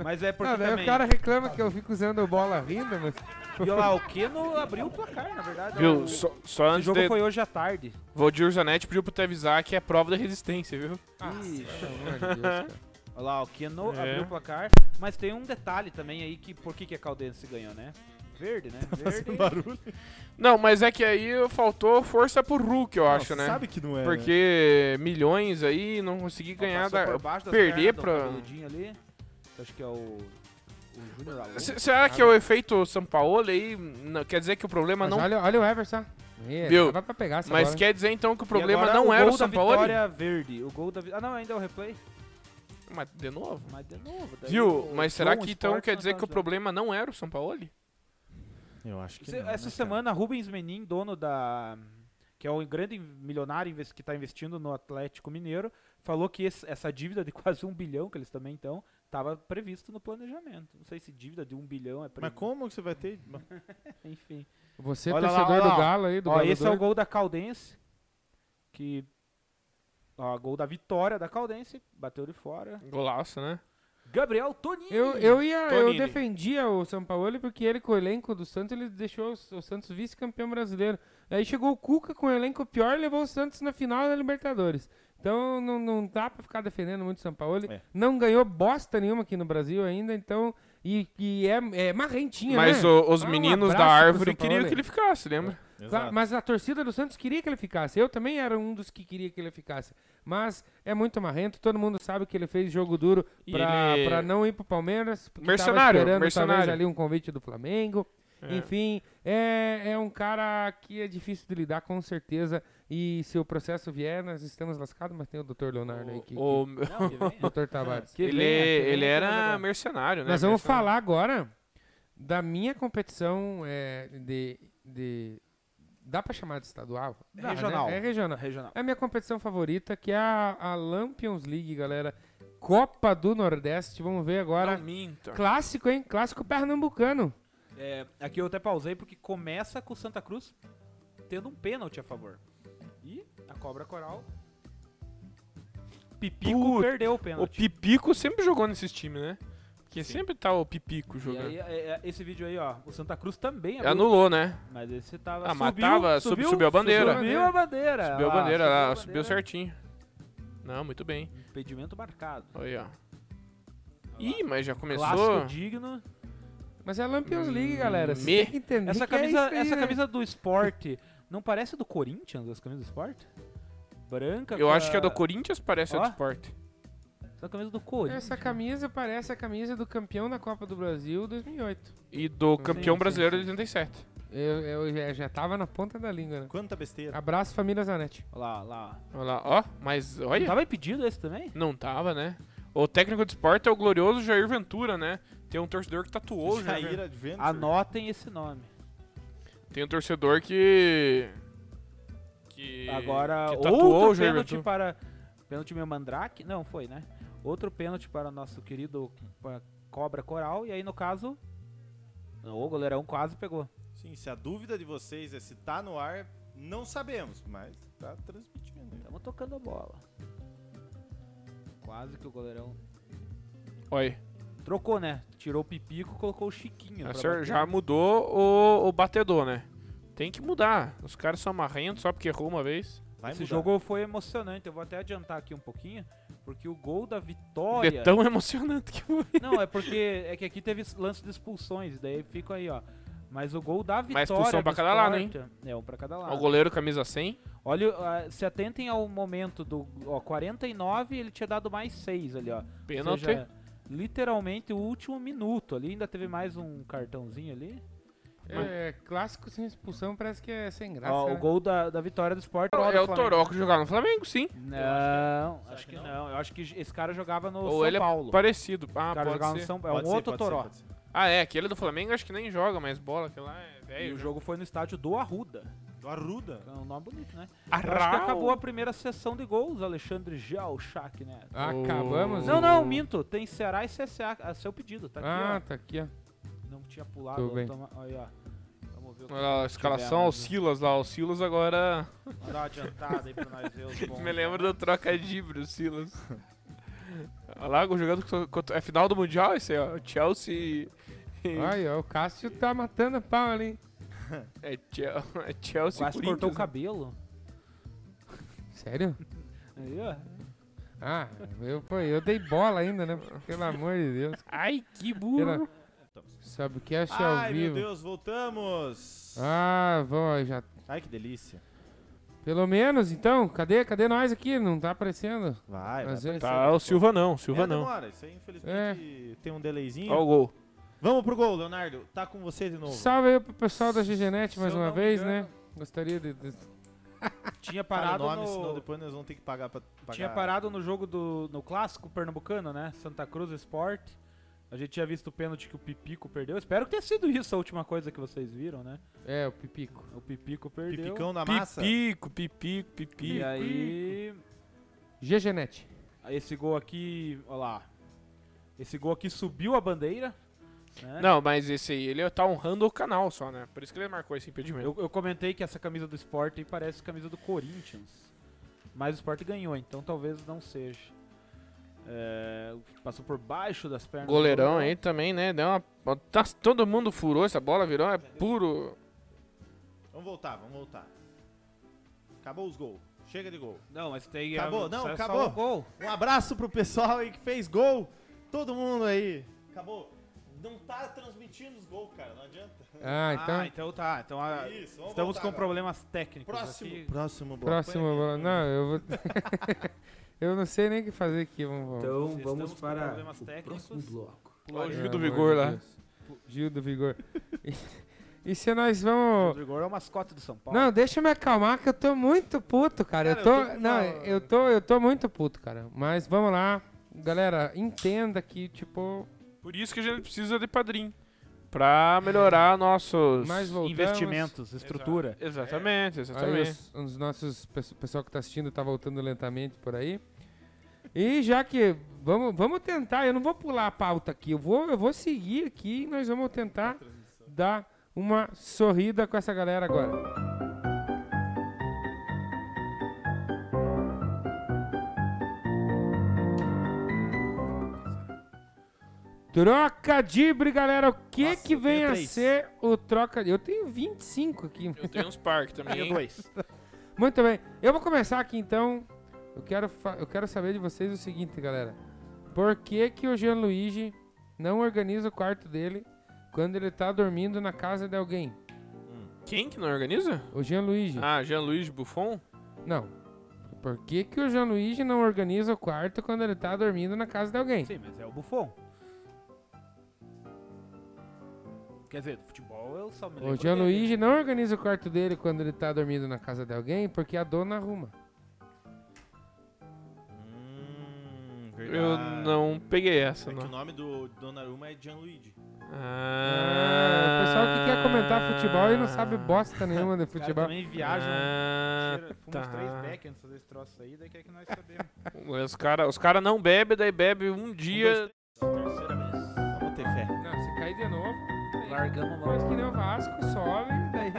D: Mas é porque
A: Ah, daí
D: também...
A: o cara reclama que eu fico usando bola rindo, mas.
D: E olha lá, o Keno abriu o placar, na verdade.
B: Viu?
D: O...
B: Só, só
D: Esse
B: antes
D: jogo
B: de.
D: foi hoje à tarde.
B: Valdir Zanetti pediu pra te avisar que é prova da resistência, viu?
A: Ah,
D: Ixi.
A: Deus,
D: Olha lá, o Keno
B: É.
D: abriu o placar. Mas tem um detalhe também aí, que por que, que a Caldense ganhou, né? Verde, né? Verde.
E: Barulho.
B: Não, mas é que aí faltou força pro Hulk, eu acho,
E: Não,
B: né?
E: Sabe que não é. né?
B: Porque milhões aí não consegui ganhar
D: Passou
B: da.
D: por baixo das pernas
B: perder
D: do
B: pra-
D: cabeludinho ali. Acho que é o... O Júnior Alonso.
B: Se- Será que é o efeito São Paulo aí? Não, quer dizer que o problema
A: Mas
B: não.
A: olha, olha o Everson. Ih,
B: Viu?
A: Vai pra pegar essa
B: Mas
A: bola.
B: quer dizer então que o
D: E
B: problema
D: agora
B: não
D: o
B: era
D: gol
B: o
D: da
B: São Paulo?
D: Vitória é verde. O gol da vi- Ah, não, ainda é o replay?
B: Mas de novo.
D: Mas de novo. daí
B: Viu?
D: o
B: Mas será
D: João
B: que então
D: Sport
B: quer dizer
D: tá
B: que o
D: atrasado.
B: problema não era o São Paulo?
E: Eu acho que
D: Se-
E: não,
D: Essa
E: né, cara?
D: semana, Rubens Menin, dono da. que é um grande milionário inves- que está investindo no Atlético Mineiro, falou que esse- essa dívida de quase um bilhão, que eles também estão, estava previsto no planejamento. Não sei se dívida de um bilhão é
E: Mas
D: prevista.
E: como que você vai ter.
D: Enfim.
A: Você,
E: Olha lá,
A: torcedor
E: olha lá,
A: do
E: ó.
A: Galo aí, do
D: Ó,
A: Galo
D: esse é o
A: doido.
D: gol da Caldense. Que. Ó, gol da vitória da Caldense. Bateu de fora.
B: Golaço, né?
D: Gabriel Toninho.
A: Eu, eu, ia, eu
B: Tonini.
A: defendia o São Paulo porque ele, com o elenco do Santos, ele deixou o o Santos vice-campeão brasileiro. Aí chegou o Cuca com o elenco pior e levou o Santos na final da Libertadores. Então não, não dá pra ficar defendendo muito o São Paulo.
E: É.
A: Não ganhou bosta nenhuma aqui no Brasil ainda, então. E, e é, é marrentinha,
B: Mas
A: né?
B: o- os
A: Ah, um
B: meninos
A: abraço
B: da
A: pro
B: árvore
A: São
B: queriam
A: Paulo.
B: que ele ficasse, lembra?
A: Claro,
E: Exato.
A: mas a torcida do Santos queria que ele ficasse. Eu também era um dos que queria que ele ficasse. Mas é muito marrento, todo mundo sabe que ele fez jogo duro
B: E
A: pra,
B: ele-
A: pra não ir pro Palmeiras. Porque
B: Mercenário,
A: tava esperando talvez
B: mercenário.
A: ali um convite do Flamengo. Enfim, é, é um cara que é difícil de lidar, com certeza. E se o processo vier, nós estamos lascados, mas tem o Dr. Leonardo aí. Que,
B: O- o-
D: Não, que vem.
A: Dr. Tavares.
D: Que
B: ele é,
D: vem, que vem,
B: ele
D: que vem
B: era
D: agora.
B: mercenário, né?
A: Nós vamos
B: Mercenário.
A: falar agora da minha competição é, de, de. Dá pra chamar de estadual? Dá, né?
D: Regional.
A: É regional.
D: Regional.
A: É a minha competição favorita, que é a, a Lampions League, galera. Copa do Nordeste. Vamos ver agora.
B: Não minta.
A: Clássico, hein? Clássico pernambucano.
D: É, aqui eu até pausei porque começa com o Santa Cruz tendo um pênalti a favor. E a Cobra Coral. Pipico
B: Puta,
D: perdeu o
B: O
D: pênalti.
B: Pipico sempre jogou nesses times, né? Porque sempre tá o Pipico
D: E
B: jogando.
D: aí, é, é, esse vídeo aí, ó, o Santa Cruz também
B: Anulou, né?
D: Mas esse tava.
B: Ah, mas tava, sub- subiu a bandeira.
D: Subiu a bandeira.
B: Subiu a
D: tá lá,
B: bandeira lá, subiu
D: bandeira. né?
B: certinho. Não, muito bem.
D: Impedimento marcado.
B: Aí, ó. Ih, mas já começou.
D: Clássico digno.
A: Mas é a Lampions League, galera. Você
B: Me.
A: tem que entender
D: Hum, Essa
A: que é
D: camisa,
A: isso aí,
D: essa
A: né?
D: camisa do esporte não parece do Corinthians, as camisas do esporte? Branca.
B: Eu
D: com
B: acho que a do Corinthians parece a do
D: Ó.
B: Sport.
D: Essa é a camisa do Corinthians.
A: Essa camisa parece a camisa do campeão da Copa do Brasil 2008.
B: E do campeão
A: sim,
B: brasileiro
A: sim.
B: de 87.
A: Eu, eu já, já tava na ponta da língua, né?
E: Quanta besteira.
A: Abraço, família Zanetti.
D: Olha lá, olha lá.
B: Olha lá, ó. Mas olha,
D: Tava impedido esse também?
B: não tava, né? O técnico de esporte é o glorioso Jair Ventura, né? Tem um torcedor que tatuou o Jair.
E: Jair
B: Ventura.
E: é Adventure.
D: Anotem esse nome.
B: Tem um torcedor que. que
D: Agora,
B: que tatuou o
D: outro
B: Jair
D: pênalti
B: Ventura.
D: para. Pênalti meio mandrake? Não, foi, né? Outro pênalti para o nosso querido eh, Cobra Coral. E aí, no caso. O goleirão quase pegou.
E: Sim, se a dúvida de vocês é se tá no ar, não sabemos, mas tá transmitindo.
D: Estamos tocando a bola. Quase que o goleirão.
B: Olha,
D: Trocou, né? Tirou o pipico, colocou o Chiquinho.
B: a
D: pra
B: senhora
D: bater.
B: É, já mudou o, o batedor, né? Tem que mudar. Os caras são amarrentos só porque errou uma vez.
E: Vai
D: Esse
E: mudar.
D: jogo foi emocionante. Eu vou até adiantar aqui um pouquinho, porque o gol da vitória.
B: É tão emocionante que foi.
D: Não, é porque é que aqui teve esse lance de expulsões, e daí fica aí, ó. Mas o gol da vitória.
B: expulsão
D: do
B: pra cada lado, hein?
D: Sport- É, um pra cada
B: O
D: lado.
B: goleiro camisa 100.
D: Olha, ah, se atentem ao momento do ó, 49, ele tinha dado mais 6 ali, ó. Ou
B: Pênalti.
D: seja, literalmente o último minuto ali. Ainda teve mais um cartãozinho ali.
A: É, clássico sem expulsão parece que é sem graça.
D: Ó, o
A: né?
D: gol da, da vitória do Sport.
B: é o Toró que jogava no Flamengo, sim.
D: Não, acho
B: é.
D: que, não. Eu acho que esse cara jogava no
B: Ou
D: São
B: ele
D: Paulo.
B: é parecido. Ah,
D: O cara jogava
B: pode
D: no
B: ser.
D: São Paulo. É
E: Pode
D: um
E: ser,
D: outro
E: pode ser,
D: Toró.
E: pode ser.
B: Ah, é. Aquele do Flamengo acho que nem joga mais bola. Aquele lá é
D: E
B: velho.
D: o
B: já.
D: jogo foi no estádio do Arruda.
E: Do Arruda.
D: É um nome bonito, né? Eu acho que
B: Arrau.
D: acabou a primeira sessão de gols, Alexandre Gel, Shaq, né?
B: Tá
A: Acabamos.
D: Não, não, minto. Tem Ceará e CSA a seu pedido. Tá aqui,
A: Ah, tá aqui, ó.
D: ó. Não tinha pulado.
A: tudo bem.
D: toma- Aí, ó. Vamos ver o que
B: Olha lá, a
D: tiver
B: escalação ao
D: mais, né?
B: Silas lá. O Silas agora.
D: Vamos dar uma adiantada aí pra nós ver os bons.
B: Me lembro do trocadilho, o Silas. Olha lá, jogando co- contra- É final do Mundial esse aí, ó. Chelsea.
A: Aí, ó, o Cássio tá matando a pau ali.
B: É, Chel... é Chelsea
D: Quase cortou
B: e Corinthians. né?
D: o cabelo.
A: Sério?
D: Aí, ó.
A: Ah, eu, pô, eu dei bola ainda, né? Pelo amor de Deus.
B: Ai, que
A: Pela...
B: burro.
A: Subcast ao
E: Ai, meu
A: vivo.
E: Deus, voltamos.
A: Ah, vó, já.
E: Ai, que delícia.
A: Pelo menos, então, cadê? Cadê nós aqui? Não tá aparecendo.
E: Vai,
A: Mas
E: vai.
A: é-
B: Tá, o Silva não, o Silva
E: é,
B: não.
E: demora. Isso aí, infelizmente, tem um delayzinho.
B: Ó o gol.
E: Vamos pro gol, Leonardo. Tá com você de novo.
A: Salve aí pro pessoal da GGNet mais
E: eu
A: uma
E: não
A: vez,
E: me engano-
A: né? Gostaria de. de-
D: Tinha
E: Fala o
D: parado
E: nome,
D: no...
E: senão depois nós vamos ter que pagar pra pagar.
D: Tinha parado no jogo do no clássico pernambucano, né? Santa Cruz Sport. A gente tinha visto o pênalti que o Pipico perdeu. Espero que tenha sido isso a última coisa que vocês viram, né?
A: É, o Pipico.
D: O Pipico perdeu.
E: Pipicão na massa.
B: Pipico, pipico,
D: E
B: pipico.
D: aí,
A: GGNet.
D: esse gol aqui, olha lá. Esse gol aqui subiu a bandeira. né?
B: Não, mas esse aí, ele tá honrando o canal só, né? Por isso que ele marcou esse impedimento.
D: Eu, eu comentei que essa camisa do Sport aí parece camisa do Corinthians. Mas o Sport ganhou, então talvez não seja. É, passou por baixo das pernas. do
B: Goleirão
D: goleirão.
B: aí também, né? Deu uma... tá- todo mundo furou essa bola, virou, é puro...
E: Vamos voltar, vamos voltar. Acabou os gols. Chega de gol.
D: Não, mas tem.
E: Acabou, não,
D: só- só
E: acabou.
D: o gol.
E: Um abraço pro pessoal aí que fez gol. Todo mundo aí. Acabou. Não tá transmitindo os gols, cara. Não adianta.
A: Ah, então.
D: Ah, então tá. Então ah,
E: Isso, vamos
D: estamos
E: voltar
D: com
E: agora.
D: problemas técnicos.
E: Próximo.
D: aqui. Então,
E: Próximo bloco.
A: Próximo.
E: Põe aqui.
A: bola. Não, eu vou. eu não sei nem o que fazer aqui. Vamos, vamos.
G: Então
D: Estamos
G: vamos
D: com
G: para
D: problemas
G: o
D: técnicos.
G: próximo bloco.
B: Olha o Gil
A: Pelo
B: do
A: amor
B: Vigor
A: de
B: lá.
A: Deus. Gil do Vigor. E, e se nós vamos.
D: Rodrigo é o mascote do São Paulo.
A: Não, deixa eu me acalmar que eu tô muito puto, cara. eu tô, não, eu tô, eu tô muito puto, cara. Mas vamos lá. Galera, entenda que tipo,
B: Por isso que a gente precisa de padrinho. Pra melhorar nossos...
A: mais voltamos.
D: Investimentos, estrutura.
B: Exatamente,
A: Aí
B: exatamente.
A: os, os Um nossos pesso- pessoal que tá assistindo tá voltando lentamente por aí. E já que vamos, vamos tentar, eu não vou pular a pauta aqui. Eu vou, eu vou seguir aqui e nós vamos tentar dar uma sorrida com essa galera agora. Troca dibre, galera. O que
E: Nossa,
A: que
E: eu
A: vem
E: tenho
A: a
E: três.
A: ser o troca Eu tenho 25 aqui.
B: Eu tenho uns parques também. hein?
E: dois.
A: Muito bem. Eu vou começar aqui então. Eu quero, fa- eu quero saber de vocês o seguinte, galera. Por que que o Gianluigi não organiza o quarto dele quando ele tá dormindo na casa de alguém?
B: Quem que não organiza?
A: O Gianluigi.
B: Ah, Jean-Louis Buffon?
A: Não. Por que que o Gianluigi não organiza o quarto quando ele tá dormindo na casa de alguém?
D: Sim, mas é o Buffon. Quer dizer, do futebol eu só me
A: O
D: lembro. dele.
A: Gianluigi não organiza o quarto dele quando ele tá dormindo na casa de alguém porque a dona arruma.
E: Hum,
B: Eu
E: verdade.
B: não peguei essa,
E: É que o
B: não.
E: nome do Donnarumma é Gianluigi.
A: Ah, o pessoal que quer comentar futebol e não sabe né?
B: bosta.
A: bosta nenhuma de
D: Os caras
A: futebol.
D: também
B: Ah,
D: viajam. Cheira, fuma uns três beck antes de fazer esse troço aí, daí que é que nós sabemos.
B: Os caras os cara não bebem, daí bebe um dia.
E: Terceira vez. Vamos ter fé.
A: Não, se cair de novo,
D: Largamos
A: depois que nem o Vasco, sobe, daí.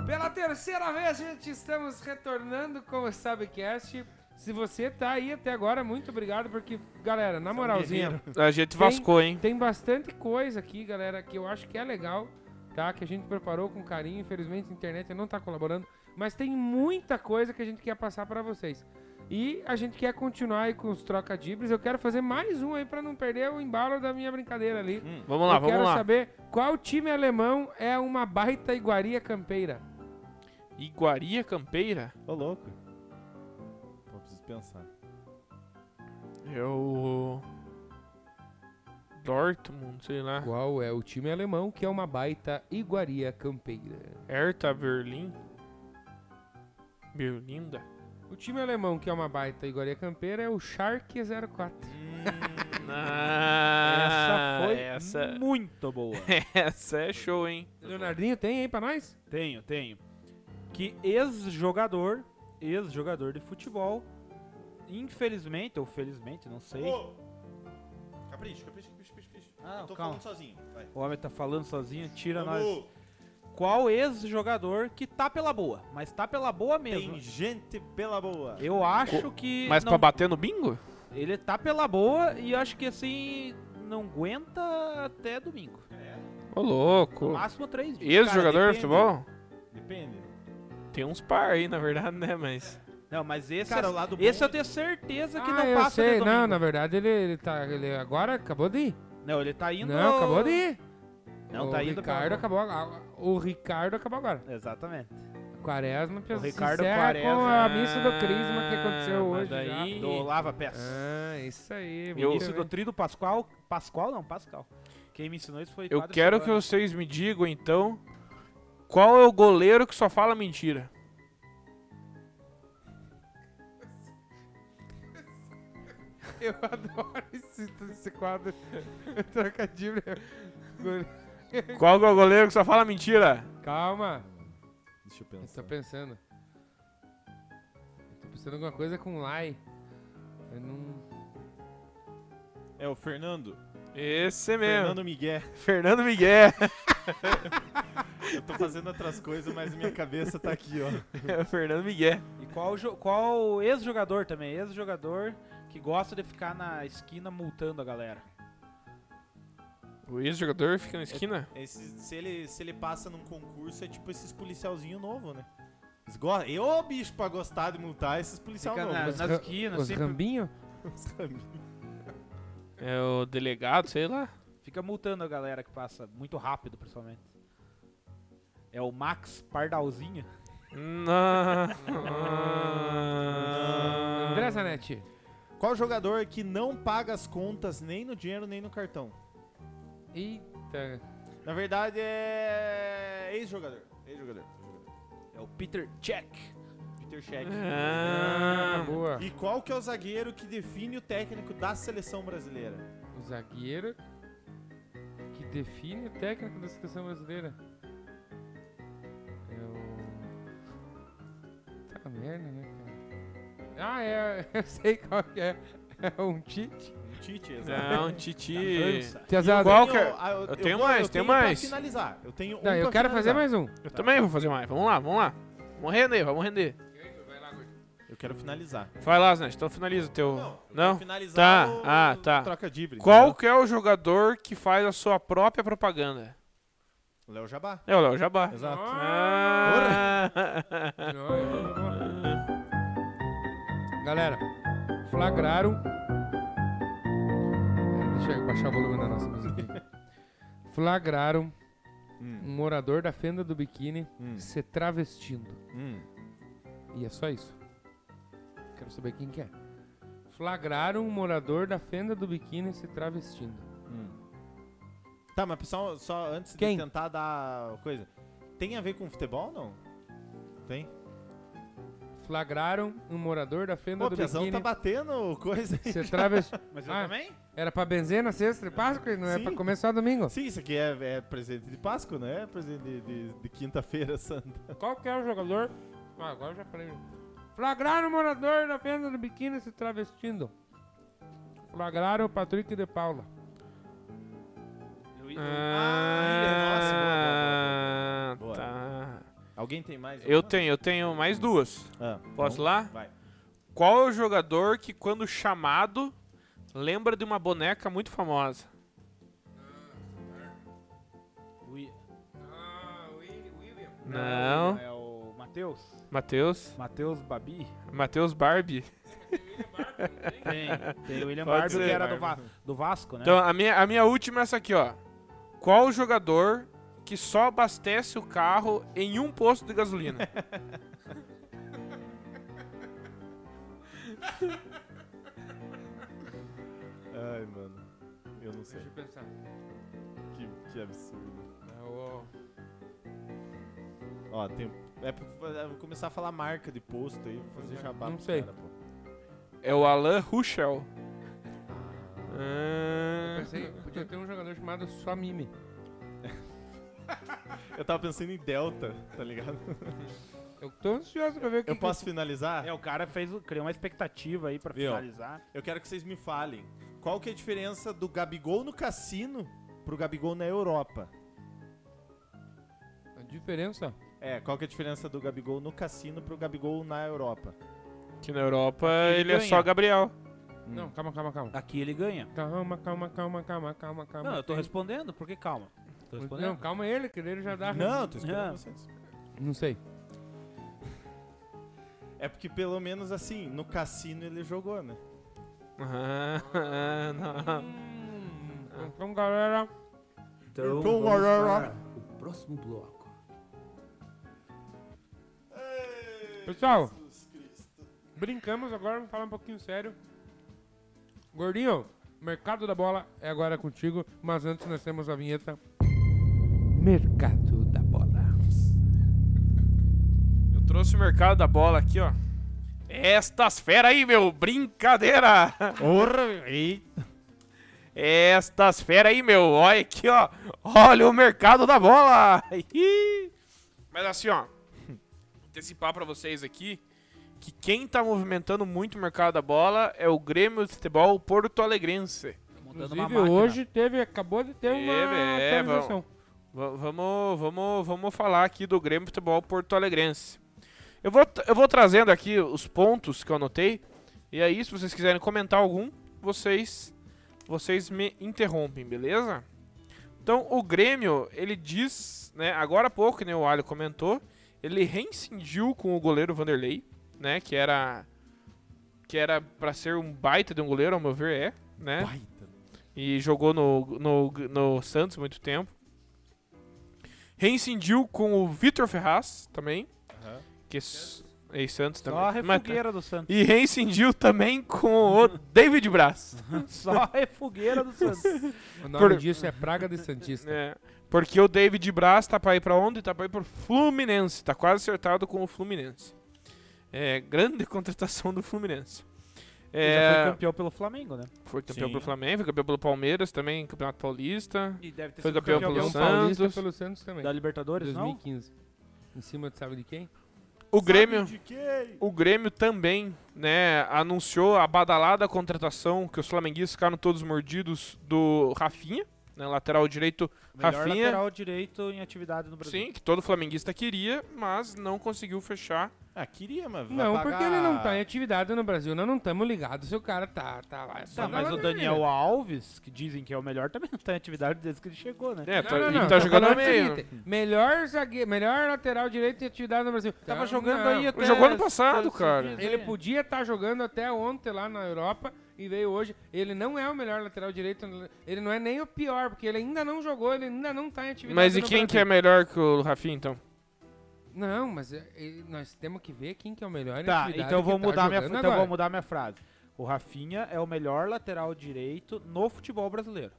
A: Ó, Pela terceira vez, gente, estamos retornando com o Sabcast. Se você tá aí até agora, muito obrigado, porque, galera, na moralzinha,
B: A gente vascou, hein?
A: tem bastante coisa aqui, galera, que eu acho que é legal, tá? Que a gente preparou com carinho. Infelizmente, a internet não tá colaborando, mas tem muita coisa que a gente quer passar pra vocês. E a gente quer continuar aí com os trocadibres. Eu quero fazer mais um aí pra não perder o embalo da minha brincadeira ali.
B: Vamos lá,
A: Eu quero
B: vamos lá.
A: saber qual time alemão é uma baita iguaria campeira.
B: Iguaria campeira?
E: Ô, louco. Pô, preciso pensar.
B: É Eu. Dortmund, sei lá.
A: Qual é o time alemão que é uma baita iguaria campeira?
B: Hertha Berlim. Berlinda.
A: O time alemão que é uma baita iguaria campeira é o Schalke 04.
B: Ah,
D: essa foi
B: essa,
D: muito boa.
B: essa é show, hein?
D: Hum.
A: Leonardinho tem aí pra nós?
D: tenho, tenho. Que ex-jogador, ex-jogador de futebol, infelizmente ou felizmente, não sei.
E: Capricho, capricho, capricho, capricho.
D: Ah,
E: Eu tô
D: calma.
E: falando sozinho. Vai.
D: O homem tá falando sozinho, tira nós.
E: Vamos.
D: Qual ex-jogador que tá pela boa, mas tá pela boa mesmo.
E: Tem gente pela boa.
D: Eu acho que
B: Mas
D: não
B: pra bater no bingo?
D: Ele tá pela boa e eu acho que assim não aguenta até domingo.
B: Ô, louco.
D: Máximo três dias.
B: Ex-jogador de
E: depende.
B: futebol?
E: Depende.
B: né? Tem uns par aí, na verdade, né? Mas.
D: Não, mas esse,
E: Cara,
D: é-
E: o lado bom-
D: esse eu tenho certeza que
A: ah,
D: não
A: eu
D: passa
A: sei.
D: de domingo.
A: não, na verdade ele, ele tá. Ele agora acabou de ir.
D: Não, ele tá indo.
A: Não, acabou de ir.
D: Não,
A: o
D: tá indo. pra-
A: Ricardo acabou agora. Ah, O Ricardo acabou agora.
D: Exatamente.
A: Quaresma
D: O
A: se
D: Ricardo
A: encerra
D: Quaresma.
A: com a
B: é
A: missa do Crisma que aconteceu
B: Ah, mas
A: hoje. já.
B: daí-
D: Do Lava Pés.
A: Ah, isso aí.
B: Eu-
A: bonito,
D: Isso do
A: né?
D: trio do Pascoal. Pascoal não, Pascal. Quem me ensinou isso foi
B: Eu
D: Padre
B: quero que
D: Silvano.
B: vocês me digam, então, qual é o goleiro que só fala mentira?
A: Eu adoro esse, esse quadro. Trocadilho.
B: Qual que é o goleiro que só fala mentira?
A: Calma.
E: Deixa eu
A: Eu tô
E: pensar.
A: pensando. Eu tô pensando em alguma coisa com Lai. Eu não...
E: É o Fernando.
B: Esse mesmo.
E: Fernando Miguel.
B: Fernando Miguel.
E: Eu tô fazendo outras coisas, mas minha cabeça tá aqui, ó.
B: É o Fernando Miguel.
D: E qual, jo- qual ex-jogador também? Ex-jogador que gosta de ficar na esquina multando a galera.
B: O ex-jogador fica na esquina?
E: Esse- se, ele, se ele passa num concurso, é tipo esses policialzinho novo, né? Eles go- Eu, ô, bicho, pra gostar de multar esses policial
D: Fica
E: novo.
D: na-
E: Mas-
D: nas esquinas,
A: Os
D: sempre-
A: Rambinho?
B: É o delegado, sei lá.
D: Fica multando a galera que passa muito rápido, principalmente. É o Max Pardalzinho.
B: Não.
A: André Zanetti.
E: Qual jogador que não paga as contas nem no dinheiro nem no cartão?
A: Eita.
E: Na verdade é. Ex-jogador. Ex-jogador. ex-jogador.
D: É o Peter Check.
E: Peter Check.
A: Ah,
B: Ah,
A: boa.
E: E qual que é o zagueiro que define o técnico da seleção brasileira?
A: O zagueiro que define o técnico da seleção brasileira. É o. Tá merda, né, cara? Ah, é. Eu sei qual que é. É um Tite.
E: Tite,
B: Não, Titi.
A: Tiazada.
B: Qual
E: Eu
B: que é?
E: tenho- ah,
B: Eu tenho
E: vou-
B: mais, tenho
E: pra
B: mais.
E: finalizar. Eu tenho um
A: Não, eu
E: pra
A: quero fazer
E: finalizar.
A: mais um.
B: Eu também vou fazer mais. Vamos lá, vamos lá. Vamos render, vamos render.
E: Eu quero finalizar.
B: Vai lá, Zanetti, então finaliza o teu. Não?
E: Finalizar
B: Tá,
E: no-
B: ah, tá.
E: Troca dívida.
B: Qual que é o jogador que faz a sua própria propaganda?
E: O Léo Jabá.
B: É o Léo Jabá.
E: Exato. É
B: Ah.
A: Não, eu vou- Galera, flagraram. Pera, Deixa eu baixar o volume da nossa música. aqui. Flagraram um morador da fenda do biquíni se travestindo.
E: Hum.
A: E é só isso. Quero saber quem que é. Flagraram um morador da fenda do biquíni se travestindo.
E: Tá, mas pessoal, só antes
A: Quem?
E: de tentar dar coisa. Tem a ver com futebol ou não? Tem.
A: Flagraram um morador da fenda
E: Pô, o
A: do
E: Piazão
A: biquíni
E: tá batendo coisa aí.
A: se travestindo.
D: Mas eu
A: Ah,
D: também?
A: Era pra benzer na sexta e Páscoa e não é
E: Sim.
A: pra começar domingo.
E: Sim, isso aqui é, é presente de Páscoa, não é presente de, de- de quinta-feira santa.
A: Qual que é o jogador? Ah, agora eu já falei. Flagraram o morador da venda do biquíni se travestindo. Flagraram o Patrick de Paula.
D: Eu,
B: Ah,
E: nossa, boa, boa, boa.
B: tá.
E: Alguém tem mais?
B: Eu
E: alguma?
B: tenho, eu tenho mais duas.
E: Ah,
B: Posso
E: então,
B: lá?
E: Vai.
B: Qual é o jogador que, quando chamado, lembra de uma boneca muito famosa? Não.
D: É o Matheus.
B: Matheus?
D: Matheus Babi.
B: Matheus Barbie.
D: Tem. Tem o William
B: Pode
D: Barbie,
B: ser,
D: que era do, Va- do Vasco, né?
B: Então, a minha, a minha última é essa aqui, ó. Qual jogador que só abastece o carro em um posto de gasolina?
E: Ai, mano. Eu não sei.
A: eu pensar.
E: Que, que absurdo.
A: É o-
E: Ó, tem. É, pra- eu vou começar a falar marca de posto aí, vou fazer jabá
A: Não
E: pros
A: sei.
E: cara, pô.
B: É o Alan Ruschel.
A: Eu
B: Ah,
A: pensei, podia ter um jogador chamado Só Mimi.
E: Eu tava pensando em Delta, tá ligado?
A: Eu tô ansioso pra ver o que
E: Eu
A: que-
E: posso finalizar?
D: É, o cara fez, o- criou uma expectativa aí pra
E: Viu?
D: finalizar.
E: Eu quero que vocês me falem. Qual que é a diferença do Gabigol no cassino pro Gabigol na Europa?
A: A diferença?
E: É, qual que é a diferença do Gabigol no cassino pro Gabigol na Europa?
B: que na Europa
D: ele
B: ele é
D: ganha.
B: só Gabriel.
E: Hum.
A: Não, calma, calma, calma.
D: Aqui ele ganha.
A: Calma, calma, calma, calma, calma, calma.
D: Não, eu tô
A: Tem-
D: respondendo, porque calma. Tô
A: Não,
D: respondendo.
A: calma ele, que ele já dá.
E: Não, tô esperando
A: É.
D: Ah.
E: vocês.
A: Não sei.
E: É porque pelo menos assim, no cassino ele jogou, né?
B: Ah,
E: Hum,
B: não.
E: ah.
A: Então, galera.
G: Então,
E: Então,
G: vamos
E: agora-
G: para o próximo bloco.
A: Pessoal, brincamos agora, vamos falar um pouquinho sério. Gordinho, mercado da bola é agora contigo, mas antes nós temos a vinheta.
G: Mercado da Bola.
B: Eu trouxe o mercado da bola aqui, ó. Estas fera aí, meu, brincadeira! Estas fera aí, meu, olha aqui, ó. Olha o mercado da bola! Ih! Mas assim, ó, antecipar pra vocês aqui que quem tá movimentando muito o mercado da bola é o Grêmio de Futebol Porto Alegrense.
D: Tá montando uma
A: Inclusive,
D: máquina.
A: hoje teve, acabou de ter uma
B: Teve, é,
A: atualização.
B: Va- Vamos, vamos, vamos falar aqui do Grêmio Futebol Porto Alegrense. Eu vou, eu vou trazendo aqui os pontos que eu anotei. E aí, se vocês quiserem comentar algum, vocês, vocês me interrompem, beleza? Então, o Grêmio, ele diz, né, agora há pouco, né, o Alho comentou, ele reincindiu com o goleiro Vanderlei, né, que era que era para ser um baita de um goleiro, ao meu ver, é, né?
E: Baita.
B: e jogou no, no, no Santos muito tempo. Reincindiu com o Vitor Ferraz também,
E: Aham.
B: que é s- e Santos
D: Só
B: também.
D: a
B: Mas- tá-
D: refogueira do Santos.
B: e reincindiu também com o David Braz.
D: Só a refogueira do Santos.
A: O nome
B: Por-
A: disso é Praga de Santista.
B: É, porque o David Braz tá pra ir pra onde? Tá pra ir pro Fluminense. Tá quase acertado com o Fluminense. É, grande contratação do Fluminense.
D: Ele já foi
B: É,
D: campeão pelo Flamengo, né?
B: foi campeão
E: Sim.
B: pelo Flamengo, foi campeão pelo Palmeiras também, Campeonato Paulista.
D: E deve ter
B: Foi
D: sido
B: campeão
D: campeão,
B: pelo
A: Campeão É
B: Santos.
A: um paulista pelo Santos também.
D: da Libertadores, não?
A: 2015. Em cima, de sabe de quem?
B: O Grêmio.
E: Sabe de quem?
B: O Grêmio também, né, anunciou a badalada contratação que os flamenguistas ficaram todos mordidos do Rafinha, né, lateral direito
D: Melhor
B: Rafinha.
D: lateral direito em atividade no Brasil.
B: Sim, que todo flamenguista queria, mas não conseguiu fechar.
E: Ah, queria, mas vai
A: Não,
E: pagar...
A: porque ele não tá em atividade no Brasil. Nós não estamos ligados se o cara tá, tá lá.
D: Tá, mas o
B: é.
D: Daniel Alves, que dizem que é o melhor, também não tá em atividade desde que ele chegou, né?
B: É,
A: Não,
B: tá,
A: não,
B: ele
A: não,
B: tá
A: tô
B: jogando
A: falando assim,
B: no
A: o
B: meio.
A: seguinte, melhor, zague... melhor lateral direito em atividade no Brasil.
D: Tava
A: Então,
D: jogando
A: não.
D: aí até...
B: tá, Jogou ano passado,
D: esses
B: cara.
D: dias aí.
A: Ele podia estar jogando até ontem lá na Europa e veio hoje. Ele não é o melhor lateral direito, ele não é nem o pior, porque ele ainda não jogou, ele ainda não tá em atividade.
B: Mas e
A: no
B: quem
A: Brasil.
B: que é melhor que o Rafinha, então?
A: Não, mas é, é, nós temos que ver quem que é o melhor em
D: Tá,
A: atividade
D: então eu
A: que
D: vou
A: tá
D: mudar minha,
A: jogando
D: então eu vou
A: agora.
D: mudar minha frase. O Rafinha é o melhor lateral direito no futebol brasileiro.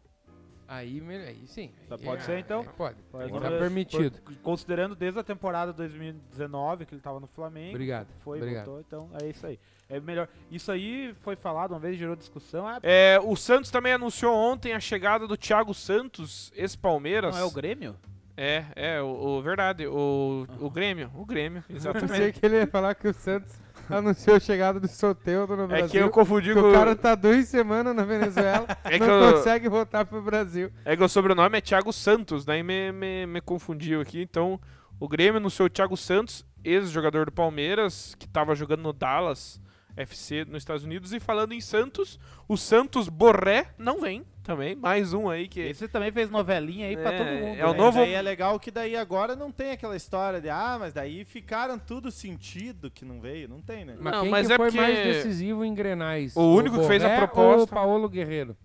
A: Aí, me- aí sim.
D: Tá,
A: Aí,
D: pode
A: ah,
D: ser, então?
A: aí Pode.
D: Pode
A: tá
D: ser.
A: permitido.
D: Por- Considerando desde a temporada 2019 que ele tava no Flamengo.
A: Obrigado.
D: Foi,
A: obrigado.
D: voltou, então é isso aí. É melhor. Isso aí foi falado uma vez, gerou discussão. Ah,
B: É, o Santos também anunciou ontem a chegada do Thiago Santos, ex-Palmeiras.
D: não é o Grêmio?
B: É, é, o, o- verdade, o, o Grêmio, o Grêmio, É exatamente.
A: que ele ia falar que o Santos anunciou a chegada do Soteldo no
B: É que eu
A: Que
B: confundi com...
A: o cara tá duas semanas na Venezuela,
B: É que
A: não
B: eu-
A: consegue voltar pro Brasil.
B: É que o sobrenome é Thiago Santos, daí me, me, me confundiu aqui. Então, o Grêmio anunciou o Thiago Santos, ex-jogador do Palmeiras, que estava jogando no Dallas FC nos Estados Unidos. E falando em Santos, o Santos Borré não vem também. Mais um aí que.
D: Esse também fez novelinha aí pra
B: É,
D: todo mundo.
B: é o
D: né?
E: Daí-
B: novo-
E: Daí é legal que daí agora não tem aquela história de ah, mas daí ficaram tudo sentido que não veio. Não tem, né?
A: Mas
B: Não,
A: quem
B: mas
A: que
B: é
A: foi
B: porque-
A: mais decisivo em Grenais?
B: O único que fez a
A: Borré
B: proposta-
A: Ou o Paulo Guerreiro?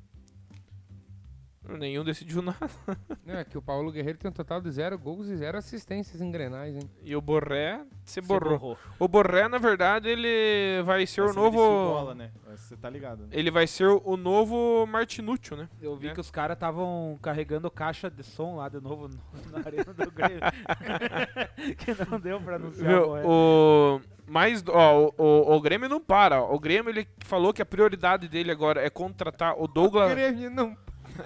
B: Nenhum decidiu nada.
A: Não, é que o Paulo Guerreiro tem um total de zero gols e zero assistências em Grenais, hein?
B: E o Borré
D: Se
B: se borrou. O Borré, na verdade, ele vai ser o
E: Essa merecia
B: novo.
E: bola, né? Essa Você tá ligado, né?
B: Ele vai ser o novo Martinútil, né?
D: Eu vi
B: É.
D: que os caras estavam carregando caixa de som lá de novo no- na arena do Grêmio. que não deu pra anunciar
B: Viu,
D: correto.
B: o mais ó, o, o, o Grêmio não para. ó. O Grêmio ele falou que a prioridade dele agora é contratar o
A: O
B: Douglas.
A: Grêmio não...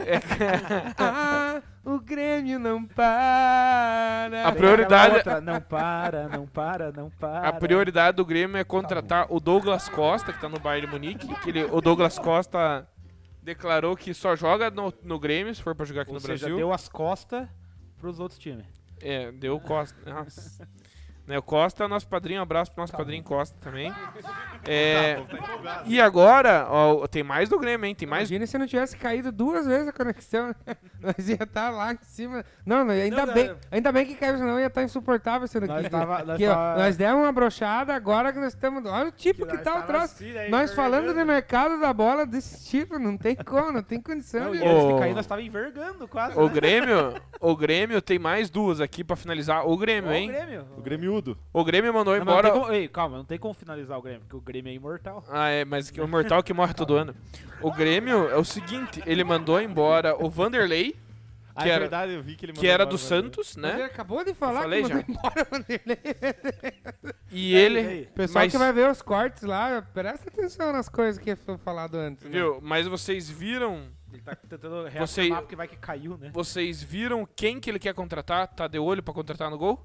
B: É.
A: ah, o Grêmio não para.
B: A
D: Tem aquela
B: prioridade-
D: outra, não para, não para, não para.
B: A prioridade do Grêmio é contratar o Douglas Costa, que tá no Bayern de Munique. Que ele, o Douglas Costa declarou que só joga no, no Grêmio, se for pra jogar aqui
D: Ou
B: no
D: seja,
B: Brasil.
D: deu as costas pros outros times.
B: É, deu o Costa. Nossa. Né, o Costa é o nosso padrinho, um abraço pro nosso padrinho Costa também.
D: Tá
B: É, e agora, ó, tem mais do Grêmio, hein? Tem mais
A: Imagina se não tivesse caído duas vezes a conexão. Nós ia estar lá em cima. Não, não, ainda,
D: Não,
A: bem,
D: não.
A: ainda bem que caiu, senão ia estar insuportável sendo aqui.
D: Nós tava- nós
A: Aqui, ó,
D: tava-
A: nós demos uma brochada, agora que nós estamos. Olha o tipo que, tá o troço. Nós falando do mercado da bola desse tipo, não tem como, não tem condição.
D: Não,
A: de...
D: e antes
B: Ô.
D: de cair, nós tava envergando quase.
B: O
D: né?
B: Grêmio, o Grêmio tem mais duas aqui pra finalizar. O Grêmio,
D: Ô,
B: hein?
D: Grêmio.
E: O Grêmiudo.
B: O Grêmio mandou
D: Não, mas não
B: embora.
D: tem como- ei, calma, não tem como finalizar o Grêmio, porque o Grêmio é imortal.
B: Ah, é, mas que o mortal que morre todo ano. O Grêmio é o seguinte, ele mandou embora o Vanderlei,
E: Ah,
B: Que
E: é
B: era-
E: verdade, eu vi que ele
B: que
E: mandou
B: era
E: embora
B: do
E: o Vanderlei.
B: Santos,
A: Ele
B: né?
A: acabou de falar
B: falei
A: que
B: já.
A: mandou embora o Vanderlei.
B: E ele,
D: aí.
A: Pessoal
B: mas,
A: que vai ver os cortes lá, presta atenção nas coisas que foi falado antes. né?
B: viu? Mas vocês viram,
D: Ele tá tentando reafirmar
B: Você-
D: porque vai que caiu, né?
B: vocês viram quem que ele quer contratar? Tá de olho pra contratar no gol?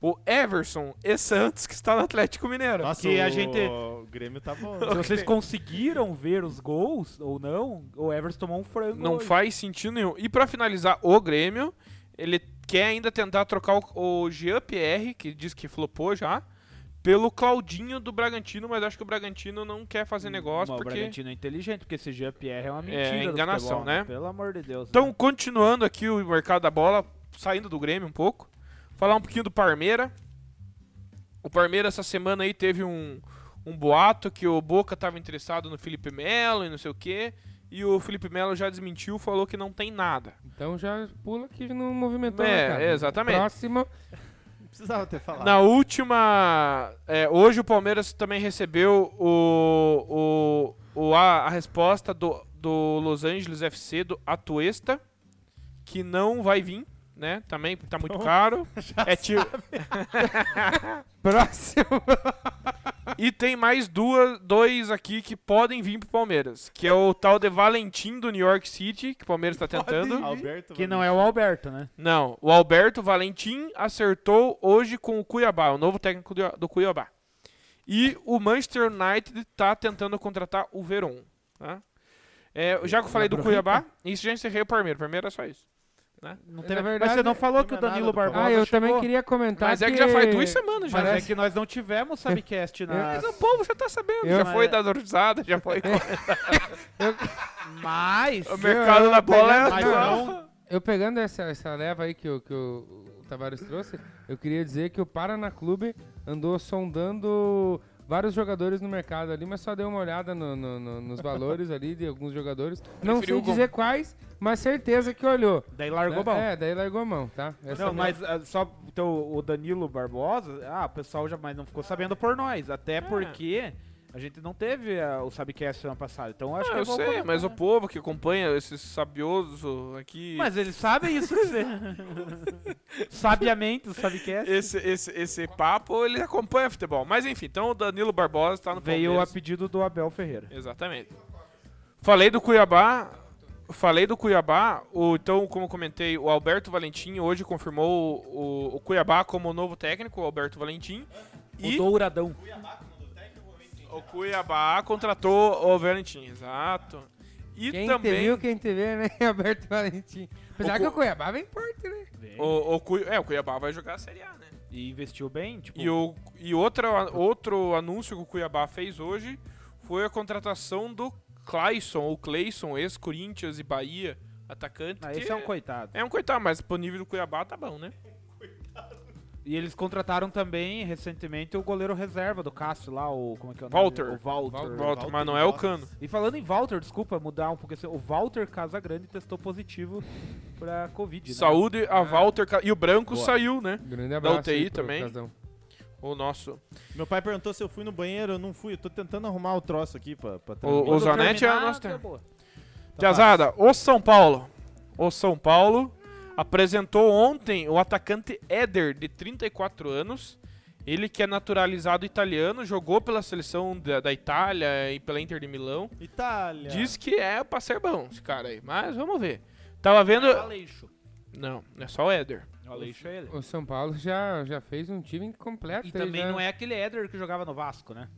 B: O Everson e Santos que está no Atlético Mineiro.
E: Nossa,
D: Que a
E: o-
D: gente-
E: o Grêmio tá bom.
D: Se vocês conseguiram ver os gols ou não, o Everson tomou um frango.
B: Não
D: hoje.
B: faz sentido nenhum. E pra finalizar, o Grêmio, ele quer ainda tentar trocar o, o Jean Pierre, que diz que flopou já, pelo Claudinho do Bragantino, mas acho que o Bragantino não quer fazer negócio
D: Hum, Mas O
B: porque.
D: Bragantino é inteligente, porque esse GPR é uma mentira. do
B: enganação,
D: futebol,
B: né?
D: Pelo amor de Deus.
B: Então,
D: né?
B: continuando aqui o mercado da bola, saindo do Grêmio um pouco, falar um pouquinho do Parmeira. O Parmeira essa semana aí teve um, um boato que o Boca estava interessado no Felipe Melo e não sei o quê. E o Felipe Melo já desmentiu, falou que não tem nada.
A: Então já pula que não movimentou.
B: É,
A: né, cara?
B: exatamente.
A: Próximo.
E: Não precisava ter falado.
B: Na última. é, hoje o Palmeiras também recebeu o, o, o- a, a resposta do, do Los Angeles FC, do Atuesta, que não vai vir, né? Também tá muito caro. É tipo-
A: Próximo.
B: e tem mais duas, dois aqui que podem vir pro Palmeiras. Que é o tal de Valentim do New York City, que o Palmeiras tá tentando.
E: Alberto
D: Que não é o Alberto, né?
B: Não, o Alberto Valentim acertou hoje com o Cuiabá, o novo técnico do, do Cuiabá. E o Manchester United tá tentando contratar o Verón. Tá? É, já que eu falei do Cuiabá, isso já encerrei o Palmeiras. Palmeiras é só isso.
A: Na
D: Não teve- mas
A: verdade,
D: você não falou que o
E: lembra nada
D: Danilo
E: do
D: Barbosa
E: programa.
A: Ah, eu
D: chegou?
A: também queria comentar
B: Mas
A: que...
B: é que já faz duas semanas já.
D: Tá Mas
B: né?
D: é que nós não tivemos subcast né? na...
B: Mas o povo já tá sabendo.
A: Eu-
B: já foi dado risada, já
D: É
B: foi.
D: Mas... né?
B: o mercado da bola é
D: Mas
B: atual.
D: não...
A: Eu pegando essa, essa leva aí que, o- que o, o Tavares trouxe, eu queria dizer que o Paraná Clube andou sondando vários jogadores no mercado ali, mas só deu uma olhada no- no- no- nos valores ali de alguns jogadores. Não
B: Preferiu
A: sei
B: o gol.
A: dizer quais, mas certeza que olhou.
D: Daí largou bom.
A: É, daí largou a mão, tá? Essa
D: Não,
A: minha-
D: mas ah, só então, o Danilo Barbosa, ah, o pessoal já mas não ficou sabendo por nós,
B: É.
D: até porque a gente não teve ah, o Subcast ano passado. Então acho
B: Ah,
D: que é
B: eu
D: bom
B: sei,
D: comentar.
B: mas o povo que acompanha esses sabiosos aqui.
D: Mas eles sabem isso que você. Sabiamente o Subcast
B: Esse, é esse, esse papo, ele acompanha futebol. Mas enfim, então o Danilo Barbosa tá no
D: veio a
B: Palmeiras.
D: pedido do Abel Ferreira.
B: Exatamente. Falei do Cuiabá. Falei do Cuiabá. O, então, como comentei, o Alberto Valentim hoje confirmou o, o Cuiabá como novo técnico, o Alberto Valentim. E
D: O Douradão.
B: o Cuiabá contratou o Valentim, exato. E
A: Quem te
B: também.
A: viu, quem te vê, né? Alberto Valentim. Apesar
B: O
A: que
B: Cu-
A: o Cuiabá vem forte, né?
B: O, o, Cui- é, o Cuiabá vai jogar a Série A, né?
D: E investiu bem, tipo,
B: E, o, e outra, outro anúncio que o Cuiabá fez hoje foi a contratação do Clayson, ou Clayson, ex-Corinthians e Bahia, atacante.
D: ah,
B: que
D: esse é um coitado.
B: é um coitado, mas pro nível do Cuiabá tá bom, né?
D: E eles contrataram também recentemente o goleiro reserva do Cássio lá, o como é que é o
B: Walter.
D: nome? O Walter.
B: Volta, mas não é o Cano.
D: E falando em Walter, desculpa mudar um pouco. assim, O Walter Casagrande testou positivo pra Covid. Né?
B: Saúde a Walter Ca- e o Branco
E: Boa.
B: saiu, né?
A: Grande abraço.
B: UTI
A: aí pro
B: também.
A: Casão.
B: O nosso.
E: Meu pai perguntou se eu fui no banheiro, eu não fui. Eu tô tentando arrumar o troço aqui pra, pra
B: O,
E: transmitir.
B: o Zanetti é a
D: terminar,
B: nossa. terra.
D: acabou.
B: Piazada, o São Paulo. O São Paulo apresentou ontem o atacante Éder, de 34 anos. Ele que é naturalizado italiano, jogou pela seleção da, da Itália e pela Inter de Milão.
E: Itália.
B: Diz que é pra ser bom esse cara aí, mas vamos ver. Tava vendo...
D: Aleixo.
B: Não, não é só o Éder.
D: O Aleixo é ele.
A: O São Paulo já, já fez um time completo.
D: E
A: aí,
D: também
A: já...
D: não é aquele Éder que jogava no Vasco, né?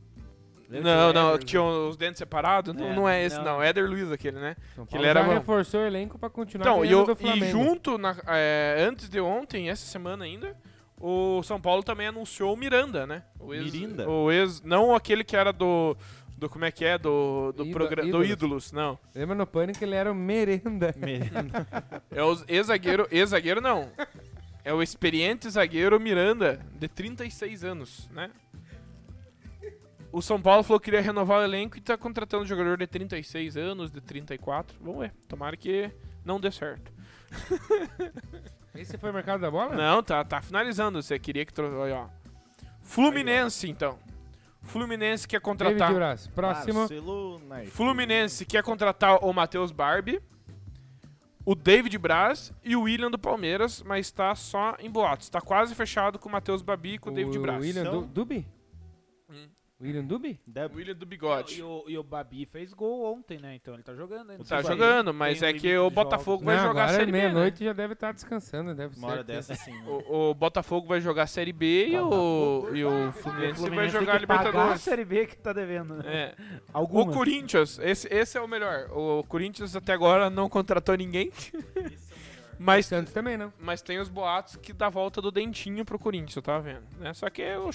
D: Lembra
B: Não,
D: que o
B: não,
D: Éder-
B: tinha os dentes separados. Não,
D: É,
B: não é esse,
D: não.
B: não. Éder Luiz aquele, né?
A: São
B: que
A: Paulo
B: ele era
A: já
B: bom.
A: reforçou o elenco pra continuar
B: Então, e,
A: ganhando
B: eu-
A: do
B: e
A: Flamengo.
B: junto, na- é, antes de ontem, essa semana ainda, o São Paulo também anunciou o Miranda, né? O ex,
E: Mirinda?
B: O ex, não aquele que era do, do como é que é, do, do,
A: Ído-
B: progra- do
A: Ídolos.
B: Ídolos, não.
A: Lembra no Pânico ele era o merenda.
B: É o ex-zagueiro, ex-zagueiro não. É o experiente zagueiro Miranda, de 36 anos, né? O São Paulo falou que queria renovar o elenco e tá contratando um jogador de 36 anos, de 34. Vamos ver, tomara que não dê certo.
A: Esse foi o mercado da
D: É.
A: bola?
B: Não, tá, tá finalizando. Você queria que trouxe. Olha, ó. Fluminense, então. Fluminense quer
A: David
B: contratar.
A: Braz, próximo.
E: Marcelo Nair.
B: Fluminense quer contratar o Matheus Barbie, o David Braz e o William do Palmeiras, mas tá só em boatos. Tá quase fechado com o Matheus Babi e com o David Braz.
A: William
E: São- Hum.
A: Du- Dubi? William Dubi?
E: Deb-
B: William do
D: E
B: Bigode.
D: o, e o Babi fez gol ontem, né? Então ele tá jogando ainda.
B: Tá
D: Tem-
B: jogando, mas
D: tem um
B: é que
D: limite
B: o
D: de
B: Botafogo
A: Não,
B: vai jogar a
A: agora
B: Série B. né?
A: meia-noite já deve estar descansando, deve
E: Uma hora
A: ser.
E: dessa assim. né?
B: O, o Botafogo vai jogar a Série B e o, e o
D: jogos.
B: Fluminense,
D: né? O
B: vai
D: Fluminense
B: jogar a
D: tem que pagar A
B: Libertadores.
D: Série B que tá devendo, né?
B: É. O
D: Algumas.
B: Corinthians, esse, esse é o melhor. O Corinthians até agora não contratou ninguém. mas,
D: é
A: Santos também, não.
B: mas tem os boatos que dá volta do dentinho pro Corinthians, eu tava vendo. Né? Só que eu-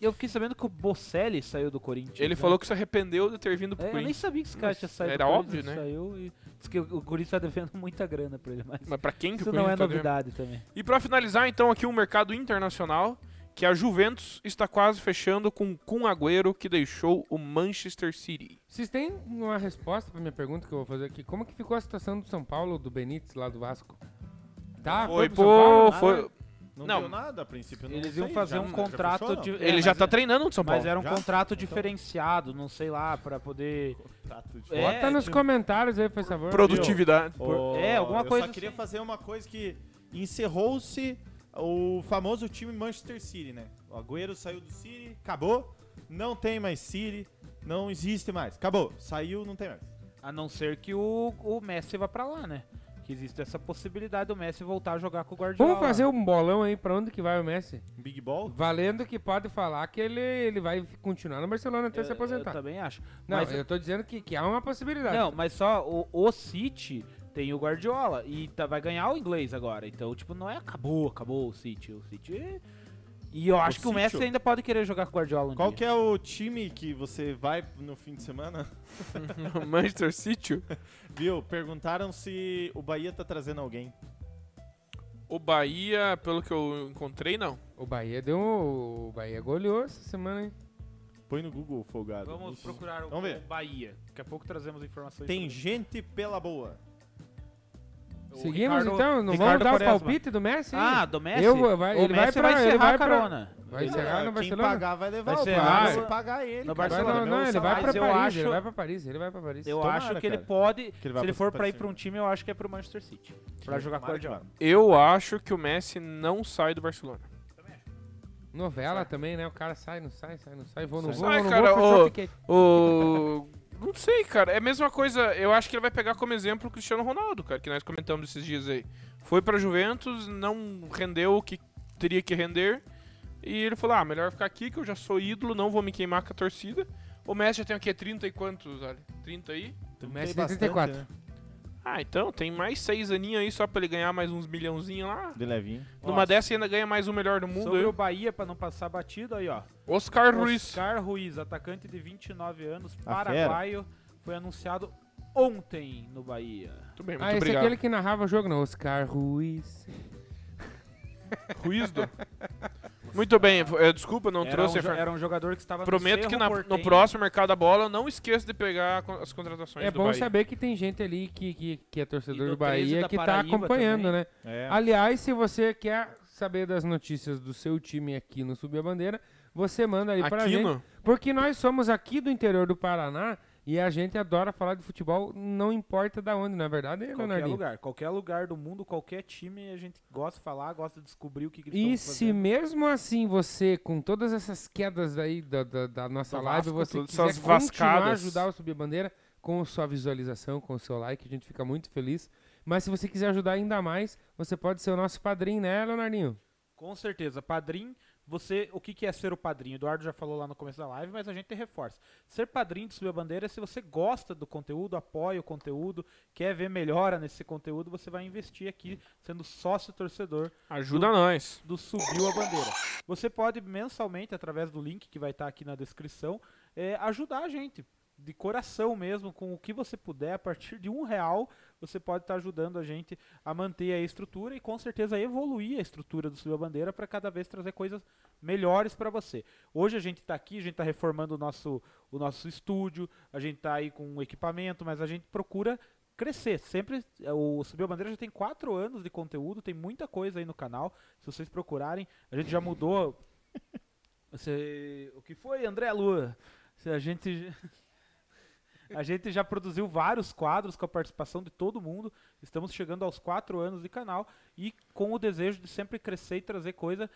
D: Eu fiquei sabendo que o Bocelli saiu do Corinthians.
B: ele
D: né?
B: falou que se arrependeu de ter vindo pro
D: É, eu nem
B: Corinthians.
D: sabia que esse cara
B: Mas
D: tinha saído.
B: era
D: do
B: óbvio,
D: Corinthians,
B: né?
D: Saiu e diz que o o Corinthians tá devendo muita grana pra ele, mas
B: Mas pra quem que
D: isso
B: o
D: não é
B: Corinthians tá devendo?
D: novidade também.
B: E pra finalizar, então, aqui o mercado internacional, que a Juventus está quase fechando com Kun Agüero, que deixou o Manchester City.
A: Vocês têm uma resposta pra minha pergunta que eu vou fazer aqui? Como que ficou a situação do São Paulo, do Benítez, lá do Vasco?
D: Ah,
A: Tá,
B: Foi,
A: pro São Paulo?
B: pô, foi...
E: Não,
B: Não.
E: deu nada a princípio. não
D: Eles
E: sei,
D: iam fazer
E: já-
D: um
E: já
D: contrato
E: fechou, não?
D: de. é,
B: Ele
D: mas
B: já
D: é-
B: tá treinando no São Paulo.
D: Mas era um
E: Já?
D: contrato
E: Então.
D: diferenciado, não sei lá, pra poder.
E: um Contrato de-
D: É,
A: Bota nos
D: tipo-
A: comentários aí, por favor.
B: Produtividade.
E: Ô,
D: é, alguma
E: eu
D: coisa
E: só queria
D: assim.
E: fazer uma coisa que encerrou-se o famoso time Manchester City, né? O Agüero saiu do City, acabou. Não tem mais City, não existe mais. Acabou, saiu, não tem mais.
D: A não ser que o, o Messi vá pra lá, né? Que existe essa possibilidade do Messi voltar a jogar com o Guardiola.
A: Vamos fazer um bolão aí pra onde que vai o Messi?
E: Big Ball?
A: Valendo que pode falar que ele, ele vai continuar no Barcelona até
D: É, Eu-
A: se aposentar.
D: Eu também acho.
A: Não,
D: mas, é,
A: eu tô dizendo que, que há uma possibilidade.
D: não, mas só o, o City tem o Guardiola. E tá- vai ganhar o inglês agora. Então, tipo, não é acabou, acabou o City. O City. E eu acho que o
E: City?
D: Messi ainda pode querer jogar com o Guardiola um
E: Qual
D: dia.
E: que é o time que você vai no fim de semana?
B: Manchester City?
E: Viu? Perguntaram se o Bahia tá trazendo alguém.
B: O Bahia, pelo que eu encontrei, não.
A: O Bahia deu. O Bahia goleou essa semana, hein?
E: Põe no Google, folgado.
D: Vamos
E: Isso.
D: procurar o,
E: Vamos ver.
D: o Bahia. Daqui a pouco trazemos informações.
E: Tem
D: sobre
E: gente pela boa.
D: isso. O
A: Seguimos
D: Ricardo-
A: então? Não
D: Ricardo
A: vamos dar
D: Quaresma.
A: os palpites do Messi?
D: Ah, do Messi?
A: Eu vou- vai-
D: o
A: ele vai
D: Messi
A: pra-
D: vai
A: ele
D: encerrar
A: vai
D: a
A: pra-
D: carona.
A: Vai
D: Ele-
A: encerrar no
E: Ah, Quem
A: Barcelona?
E: pagar vai levar
D: Vai
E: o
D: ser
E: cara.
A: errado.
E: Se pagar ele.
D: No
E: cara.
A: Vai, não,
D: Barcelona,
A: não, ele vai pra
D: Mas eu
A: Paris, ele
D: acho-
A: vai pra Paris, ele vai pra Paris.
D: Eu
E: Tomara,
D: acho que ele
E: cara.
D: pode.
E: ele vai
D: se ele
E: pra-
D: for
E: pra
D: pra ir pra
E: cima.
D: um time, eu acho que é pro Manchester City. Pra jogar com o
E: Tomara que
D: Guardiola.
E: vá.
B: Eu acho que o Messi não sai do Barcelona.
A: Novela também, né? O cara sai, não sai, sai, não sai, vou, não
E: Sai.
A: vou,
B: Sai,
A: não vou,
B: cara,
A: fechou,
B: ô.
D: é
A: fiquei.
B: O. Não sei, cara. É a mesma coisa. Eu acho que ele vai pegar como exemplo o Cristiano Ronaldo, cara, que nós comentamos esses dias aí. Foi pra Juventus, não rendeu o que teria que render. E ele falou: ah, melhor ficar aqui que eu já sou ídolo, não vou me queimar com a torcida. O Messi já tem o quê? 30 e quantos, olha? 30 aí?
E: Tem
A: Messi tem
E: bastante,
A: 34.
E: né?
B: Ah, então tem mais seis aninhos aí só pra ele ganhar mais uns milhãozinhos lá.
E: De levinho.
B: Numa dessa ainda ganha mais um melhor do mundo.
D: Sobre
B: aí.
D: o Bahia, pra não passar batido, aí ó.
B: Oscar Ruiz.
D: Oscar Ruiz, atacante de 29 anos,
E: A fera.
D: paraguaio, foi anunciado ontem no Bahia.
B: Muito bem, muito
A: Ah, esse
B: obrigado.
A: é aquele que narrava o jogo, não. Oscar Ruiz.
B: Ruiz do. Muito bem, eh, desculpa, não
D: era,
B: trouxe
D: um,
B: a
D: jo-
B: informação.
D: era um jogador que estava
B: Prometo
D: no Cerro
B: que na- no
D: Porteño.
B: próximo mercado da bola eu não esqueço de pegar co- as contratações
A: É
B: do
A: bom
B: Bahia.
A: saber que tem gente ali que, que, que é torcedor
D: E
A: do,
D: do 13
A: Bahia
D: da
A: que tá
D: Paraíba
A: acompanhando,
D: também.
A: né?
E: É.
A: Aliás, se você quer saber das notícias do seu time aqui no Subir a Bandeira, você manda ali pra gente.
B: Aquino,
A: Porque nós somos aqui do interior do Paraná e a gente adora falar de futebol, não importa da onde, na verdade, né,
D: Qualquer
A: Leonardinho?
D: lugar, qualquer lugar do mundo, qualquer time, a gente gosta de falar, gosta de descobrir o que, que eles
A: E
D: estão
A: se
D: fazendo.
A: mesmo assim você, com todas essas quedas aí da, da, da nossa
B: Do
A: live,
B: Vasco,
A: você
B: todas
A: quiser
B: essas
A: continuar
B: vascadas.
A: ajudar o Subir a Bandeira com a sua visualização, com o seu like, a gente fica muito feliz. Mas se você quiser ajudar ainda mais, você pode ser o nosso padrinho, né, Leonardinho?
D: Com certeza, padrinho, você, o que, que é ser o padrinho? Eduardo já falou lá no começo da live, mas a gente reforça. Ser padrinho de Subir a Bandeira é se você gosta do conteúdo, apoia o conteúdo, quer ver melhora nesse conteúdo, você vai investir aqui sendo sócio torcedor
B: ajuda nós.
D: do Subiu a Bandeira. Você pode mensalmente, através do link que vai estar aqui na descrição, eh, ajudar a gente. De coração mesmo, com o que você puder, a partir de um real, você pode estar ajudando a gente a manter a estrutura e com certeza evoluir a estrutura do Subiu a Bandeira para cada vez trazer coisas melhores para você. Hoje a gente está aqui, a gente está reformando o nosso, o nosso estúdio, a gente está aí com um equipamento, mas a gente procura crescer. Sempre eh, o Subiu a Bandeira já tem quatro anos de conteúdo, tem muita coisa aí no canal. Se vocês procurarem, a gente já mudou. Você, o que foi, André Lua? Se A gente, a gente já produziu vários quadros com a participação de todo mundo. Estamos chegando aos quatro anos de canal e com o desejo de sempre crescer e trazer coisa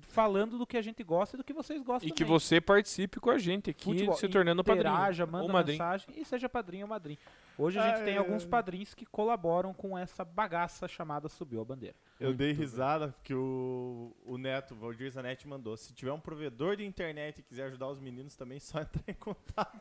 D: falando do que a gente gosta e do que vocês gostam
B: E que
D: também.
B: você participe com a gente aqui,
D: Futebol,
B: se tornando
D: interaja,
B: padrinho.
D: manda
B: ou madrinho.
D: mensagem e seja padrinho ou madrinho. Hoje a gente
G: É.
D: tem alguns padrinhos que colaboram com essa bagaça chamada Subiu a Bandeira.
E: Eu dei risada porque o, o Neto, o Valdir Zanetti, mandou. Se tiver um provedor de internet e quiser ajudar os meninos também, só entrar em contato.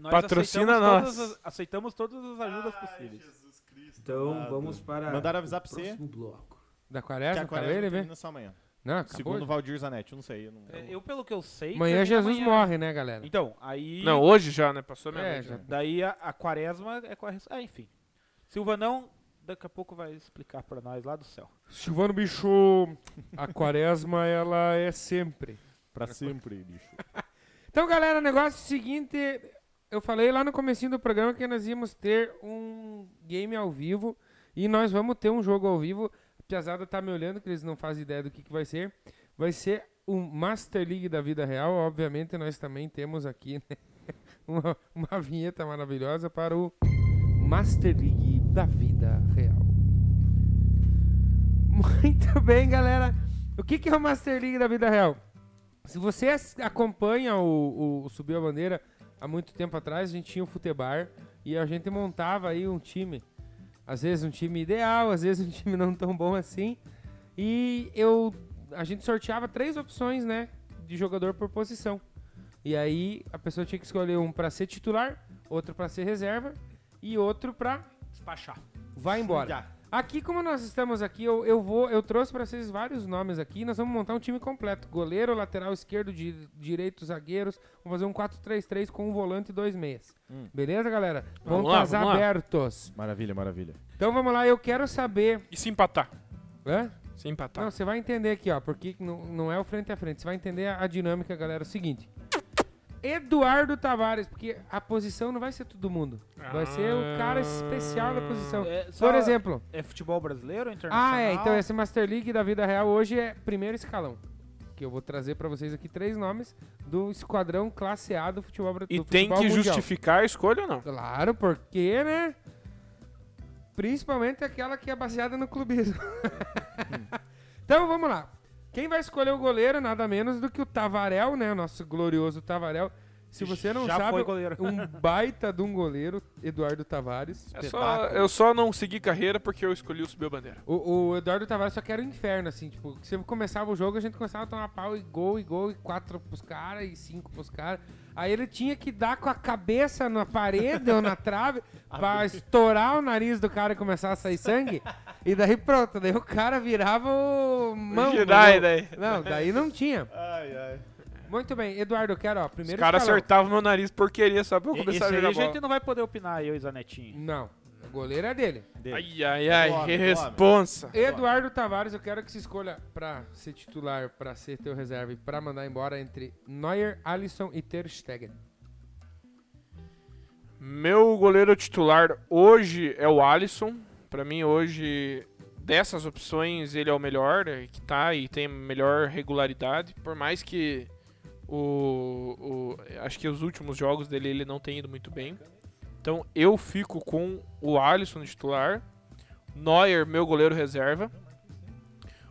D: Nós
B: Patrocina
D: aceitamos
B: nós.
D: todas as- aceitamos todas as ajudas possíveis.
E: Jesus Cristo.
G: Ah, Então
E: amado.
G: vamos para
E: Mandaram avisar
G: o
E: pra você.
G: próximo bloco.
A: Da
E: Que
A: quaresma,
E: a
A: acabei de
E: quaresma
A: ver.
E: termina só amanhã.
A: Não, acabou.
E: Segundo o Valdir Zanetti, eu não sei. Eu não...
D: É, Eu, pelo que eu sei.
A: Amanhã
D: termina
A: Jesus
D: é amanhã.
A: morre, né, galera?
D: Então, aí.
B: Não, hoje já, né? Passou a minha
A: É,
B: noite,
A: já-
B: né?
D: Daí a, a quaresma é com a res- Ah, enfim. Silvanão, daqui a pouco vai explicar pra nós lá do céu.
A: Silvano Bicho, a quaresma, ela é sempre.
E: Pra sempre, bicho.
A: Então, galera, o negócio é o seguinte. Eu falei lá no comecinho do programa que nós íamos ter um game ao vivo. E nós vamos ter um jogo ao vivo. A Piazada tá me olhando, que eles não fazem ideia do que, que vai ser. Vai ser um Master League da vida real. Obviamente, nós também temos aqui né, uma, uma vinheta maravilhosa para o Master League da vida real. Muito bem, galera. O que, que é o Master League da vida real? Se você as- acompanha o, o Subiu a Bandeira há muito tempo atrás, a gente tinha o Futebar e a gente montava aí um time. Às vezes um time ideal, às vezes um time não tão bom assim. E eu a gente sorteava três opções, né, de jogador por posição. E aí a pessoa tinha que escolher um pra ser titular, outro pra ser reserva e outro pra
D: Despachar.
A: vai embora.
D: Já.
A: Aqui, como nós estamos aqui, eu, eu vou, eu trouxe pra vocês vários nomes aqui. Nós vamos montar um time completo: goleiro, lateral esquerdo, di- direito, zagueiros. Vamos fazer um 4-3-3 com um volante e dois meias. Beleza, galera?
B: Vamos
A: Vamos
B: lá,
A: casar
B: vamos lá.
A: abertos.
E: Maravilha, maravilha.
A: Então vamos lá, eu quero saber.
B: E se empatar.
A: Hã?
B: Se empatar.
A: Não, você vai entender aqui, ó, porque não, não é o frente a frente. Você vai entender a, a dinâmica, galera. É o seguinte. Eduardo Tavares, porque a posição não vai ser todo mundo. Vai ser o cara especial da
B: Então,
A: posição.
D: É, só-
A: Por exemplo.
D: É futebol brasileiro ou internacional?
A: Ah, é. Então
B: assim,
A: esse Master League da vida real hoje é primeiro escalão. Que eu vou trazer pra vocês aqui três nomes do esquadrão classe A do futebol
B: E
A: brasileiro.
B: tem que justificar a escolha ou não?
A: Claro, porque, né? Principalmente aquela que é baseada no clubismo. então vamos lá. Quem vai escolher o goleiro, nada menos do que o Tavarel, né? O nosso glorioso Tavarel. Se você não
D: Já
A: sabe,
D: foi goleiro.
A: um baita de um goleiro, Eduardo Tavares.
B: É só, eu só não segui carreira porque eu escolhi o Subiu Bandeira.
A: O, o Eduardo Tavares só que era o inferno, assim, tipo, sempre começava o jogo, a gente começava a tomar pau e gol, e gol, e quatro pros caras, e cinco pros caras. Aí ele tinha que dar com a cabeça na parede ou na trave pra estourar o nariz do cara e começar a sair sangue. E daí pronto, daí o cara virava o mão.
B: Jirai,
A: entendeu?
B: daí.
A: Não, daí não tinha.
E: Ai, ai.
A: Muito bem, Eduardo, eu quero, ó,
B: Os
A: primeiro
B: caras
A: escalão.
B: acertavam meu nariz porqueria só pra eu
D: E-
B: começar a
D: esse aí
B: jogar
D: a gente
B: bola.
D: não vai poder opinar, eu e Zanetinho.
A: Não, o goleiro é dele.
B: Ai, ai, ai,
E: Tome,
B: que
E: tome.
B: responsa.
A: Eduardo Tavares, eu quero que se escolha pra ser titular, pra ser teu reserva e pra mandar embora entre Neuer, Alisson e Ter Stegen.
B: Meu goleiro titular hoje é o Alisson. Pra mim, hoje, dessas opções, ele é o melhor é, que tá e tem melhor regularidade. Por mais que o, o- Acho que os últimos jogos dele ele não tem ido muito bem. Então eu fico com o Alisson no titular. Neuer, meu goleiro reserva.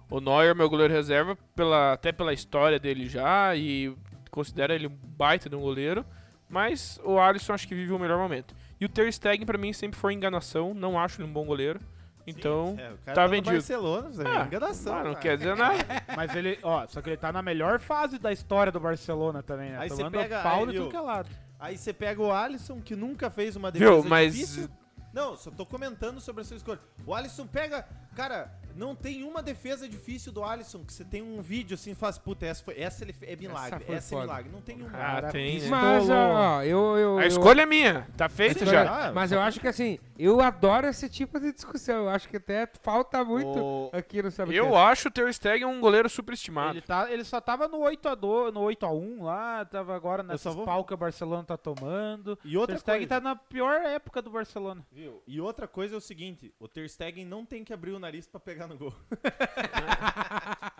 B: O Neuer, meu goleiro reserva, pela, até pela história dele já, e considera ele um baita de um goleiro. Mas o Alisson acho que vive o melhor momento. E o Ter Stegen pra mim sempre foi enganação, não acho ele um bom goleiro. Então,
E: É, o cara
B: tá
E: no
B: vendido.
E: Barcelona, você
B: Ah,
E: é enganação.
B: ah, não
E: cara.
B: quer dizer nada.
D: Mas ele, ó, só que ele tá na melhor fase da história do Barcelona também, né?
E: Aí você
D: Tomando
E: pega-
D: pau
E: aí,
D: de tudo
E: Liu.
D: que é lado.
E: Aí você pega o Alisson, que nunca fez uma defesa
B: Viu, mas-
E: difícil. Não, só tô comentando sobre a sua escolha. O Alisson pega... Cara, não tem uma defesa difícil do Alisson que você tem um vídeo assim faz... Puta, essa, foi, essa ele- é milagre.
A: Essa
E: Essa,
A: foi foda.
E: é milagre. Não tem uma.
D: Tá
B: Ah, tem, né?
A: Mas,
D: Pistolou.
A: ó, ó, eu... eu
B: A
A: eu-
B: escolha é minha, tá
A: a
B: feita
A: escolha-
B: já.
E: já.
A: Mas eu acho que, assim, eu adoro esse tipo de discussão. Eu acho que até falta muito
E: O-
A: aqui no Sabe
B: Eu acho o Ter Stegen um goleiro superestimado.
D: Ele, tá, ele só tava no 8x2, no 8x1 lá, tava agora nessa
E: só vou-
D: pau que o Barcelona tá tomando.
E: E outra
D: o Ter Stegen
E: coisa.
D: tá na pior época do Barcelona.
E: Viu? E outra coisa é o seguinte, o Ter Stegen não tem que abrir o nariz pra pegar no gol.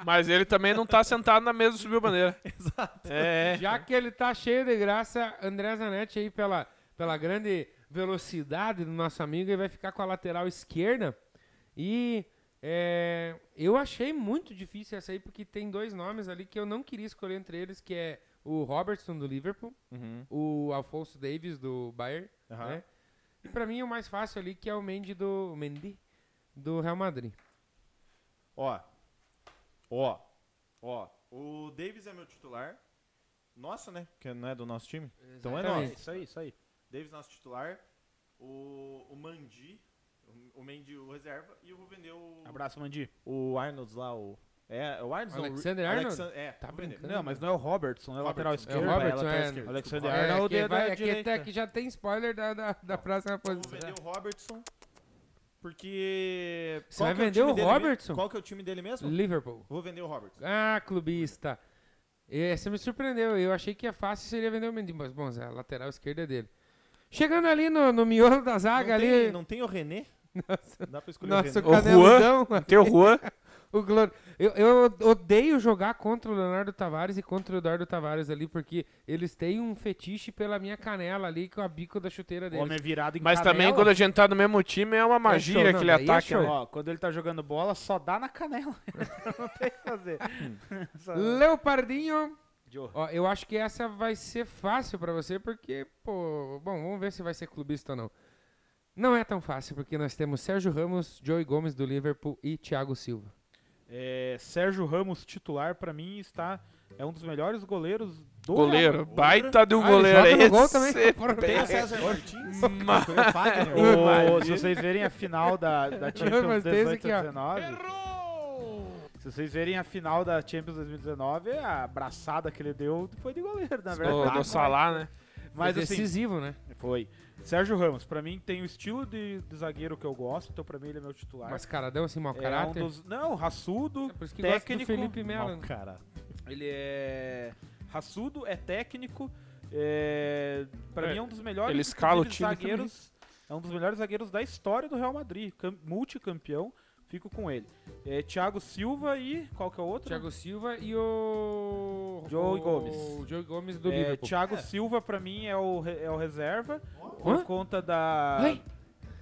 B: Mas ele também não tá sentado na mesa do Subiu Bandeira. Exato. É.
A: Já que ele tá cheio de graça, André Zanetti aí pela, pela grande velocidade do nosso amigo, ele vai ficar com a lateral esquerda. E é, eu achei muito difícil essa aí, porque tem dois nomes ali que eu não queria escolher entre eles, que é o Robertson do Liverpool, o Alfonso Davis do Bayern,
E: Uhum. Aham.
A: né? E pra mim o mais fácil ali que é o Mendy do Mendy do Real Madrid.
E: Ó. Ó. Ó. O Davis é meu titular. Nossa, né? Porque não é do nosso time. Então é
A: Exatamente.
E: nosso.
A: Isso.
D: Isso aí, isso aí.
E: Davis, nosso titular. O, o Mandi. O, o Mendy, o reserva. E o Rubeneu. o-
D: Abraço, Mandi.
E: O Arnolds lá, o. É, o Arnolds. não, o Ru-
A: Alexander Arnold?
E: Alexan- é,
A: Tá
E: o Rubeneu.
A: brincando.
D: Não, mas não é o Robertson, é o lateral
E: Robertson.
A: É o
D: esquerdo.
A: Robertson,
E: lateral
A: é,
E: esquerdo.
D: Alexander
A: é,
D: Arnold
A: que
D: é
A: vai-
D: da
A: é que
D: direita.
A: até que já tem spoiler da, da, da próxima
E: Vou
A: posição.
E: vender o é um Robertson. Porque.
A: é. Você
E: qual
A: vai
E: que é
A: vender
E: time
A: o
E: dele mesmo?
A: Robertson?
E: Qual que é o time dele mesmo?
A: Liverpool.
E: Vou vender o Robertson.
A: Ah, clubista. É, Você me surpreendeu. Eu achei que é fácil seria vender o Mendy, mas bom, a lateral esquerda é dele. Chegando ali no, no miolo da zaga
E: não,
A: ali,
E: tem, não tem o René? Dá pra escolher
A: nosso
E: o René.
B: Renan. O
A: caneludão,
B: Tem o Juan.
A: o Glória. Eu, eu odeio jogar contra o Leonardo Tavares e contra o Eduardo Tavares ali, porque eles têm um fetiche pela minha canela ali, com a bico da chuteira
D: O
A: deles.
D: homem virado em
B: Mas também
D: canela.
B: quando a gente tá no mesmo time é uma magia
A: show, não,
B: aquele
A: daí é
B: ataque.
A: show.
B: né?
D: Ó, quando ele tá jogando bola, só dá na canela. não tem o que fazer.
A: Hum.
D: Só-
A: Leopardinho.
D: Tá. Joe.
A: Ó, eu acho que essa vai ser fácil pra você, porque, pô, bom, vamos ver se vai ser clubista ou não. Não é tão fácil, porque nós temos Sérgio Ramos, Joey Gomes do Liverpool e Thiago Silva.
D: É, Sérgio Ramos titular pra mim está é um dos melhores goleiros do
B: Goleiro. Baita de um
A: Ah, ele
B: goleiro
A: joga
B: aí.
A: no gol também?
B: Esse
A: Porra,
B: pé.
E: Tem o César Martins?
B: Mas-
E: Tem o Fagner?
D: Real Madrid. Ô, se vocês verem a final da, da Champions
A: mas tem esse
D: 18
A: aqui, ó.
D: 19 Se vocês verem a final da Champions 2019, a abraçada que ele deu foi de goleiro, na verdade.
B: Do, do Salah, né?
D: Mas
A: Foi
D: assim,
A: decisivo, né?
D: foi. Sérgio Ramos, pra mim, tem o estilo de, de zagueiro que eu gosto, então pra mim ele é meu titular.
A: Mas caradão assim, mau
D: É um
A: caráter.
D: dos- não, raçudo,
A: É por isso que gosta do
D: técnico.
A: Felipe Melo.
E: Ó,
A: né?
E: cara.
D: Ele é raçudo, é técnico. É, pra
B: É,
D: mim é um dos melhores
B: ele escala o
D: inclusive,
B: time também.
D: zagueiros. É um dos melhores zagueiros da história do Real Madrid, cam- multicampeão. Fico com ele. É, Thiago Silva e qual que é o outro?
A: Thiago Silva e o...
D: Joey
A: o-
D: Gomes.
A: O Joey Gomes do
D: É,
A: Liverpool.
D: Thiago Silva pra mim é o, re- é o reserva por
A: Hã?
D: conta da
A: Ué?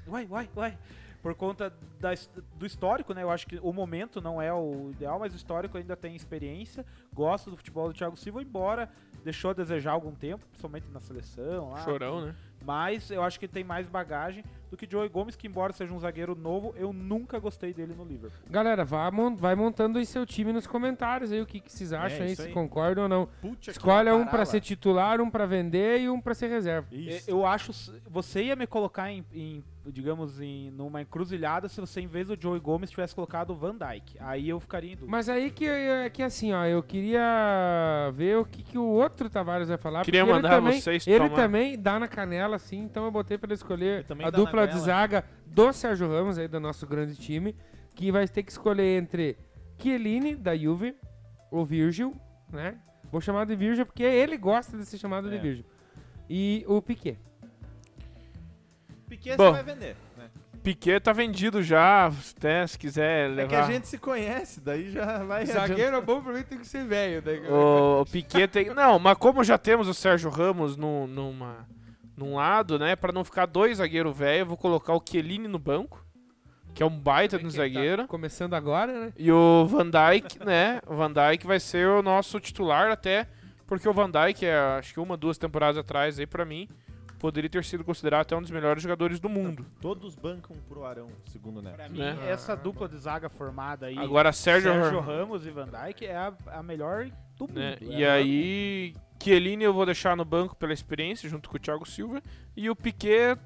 D: Uai, uai, uai. Por conta da his- do histórico, né? Eu acho que o momento não é o ideal, mas o histórico ainda tem experiência. Gosto do futebol do Thiago Silva, embora deixou a desejar algum tempo, principalmente na seleção.
A: Ah.
D: Lá.
B: Chorão, né?
D: Mas eu acho que tem mais bagagem do que Joey Gomes, que embora seja um zagueiro novo, eu nunca gostei dele no Liverpool.
A: Galera, vá mon- vai montando aí seu time nos comentários aí, o que, que
D: É
A: vocês acham aí,
E: isso
A: se
E: aí.
A: concordam ou não.
E: Puta que
A: Escolha um pra
E: parala.
A: ser titular, um pra vender e um pra ser reserva.
E: Isso.
D: Eu acho. Você ia me colocar em, em, digamos, em numa encruzilhada se você, em vez do Joey Gomes, tivesse colocado o Van Dyke. Aí eu ficaria em dúvida.
A: Mas aí que, é que assim, ó, eu queria ver o que, que o outro Tavares vai falar.
B: Queria
A: porque
B: mandar
A: ele também,
B: vocês
A: Ele
B: tomar.
A: também dá na canela, assim, então eu botei pra ele escolher
E: Ele também
A: a
E: dá na
A: dupla de
E: canela.
A: zaga do Sérgio Ramos, aí do nosso grande time, que vai ter que escolher entre Chiellini, da Juve, ou Virgil, né? Vou chamar de Virgil porque ele gosta de ser chamado de
E: É.
A: Virgil. E o Piquet.
E: Piquet
B: Bom.
E: você vai vender, né?
B: Piquet tá vendido já, né? Se
E: É
B: quiser levar.
E: que a gente se conhece, daí já vai... adiantar.
A: bom pra mim tem que ser velho.
B: né? O Piquet tem. Não, mas como já temos o Sérgio Ramos no, numa, num lado, né? Pra não ficar dois zagueiro velho, eu vou colocar o Chiellini no banco, que é um baita de um
A: tá
B: zagueiro.
A: começando agora, né?
B: E o Van Dijk, né? O Van Dijk vai ser o nosso titular até, porque o Van Dijk, é, acho que uma, duas temporadas atrás aí, pra mim, poderia ter sido considerado até um dos melhores jogadores do mundo.
E: Todos bancam pro Arão, segundo o Neto.
D: Pra mim,
B: Né?
D: essa dupla de zaga formada aí.
B: Agora, Sérgio, Ramos.
D: Ramos e Van Dijk é a, a melhor do mundo.
B: né?
D: É
B: E
D: a-
B: aí, Chiellini eu vou deixar no banco pela experiência, junto com o Thiago Silva. E o Piquet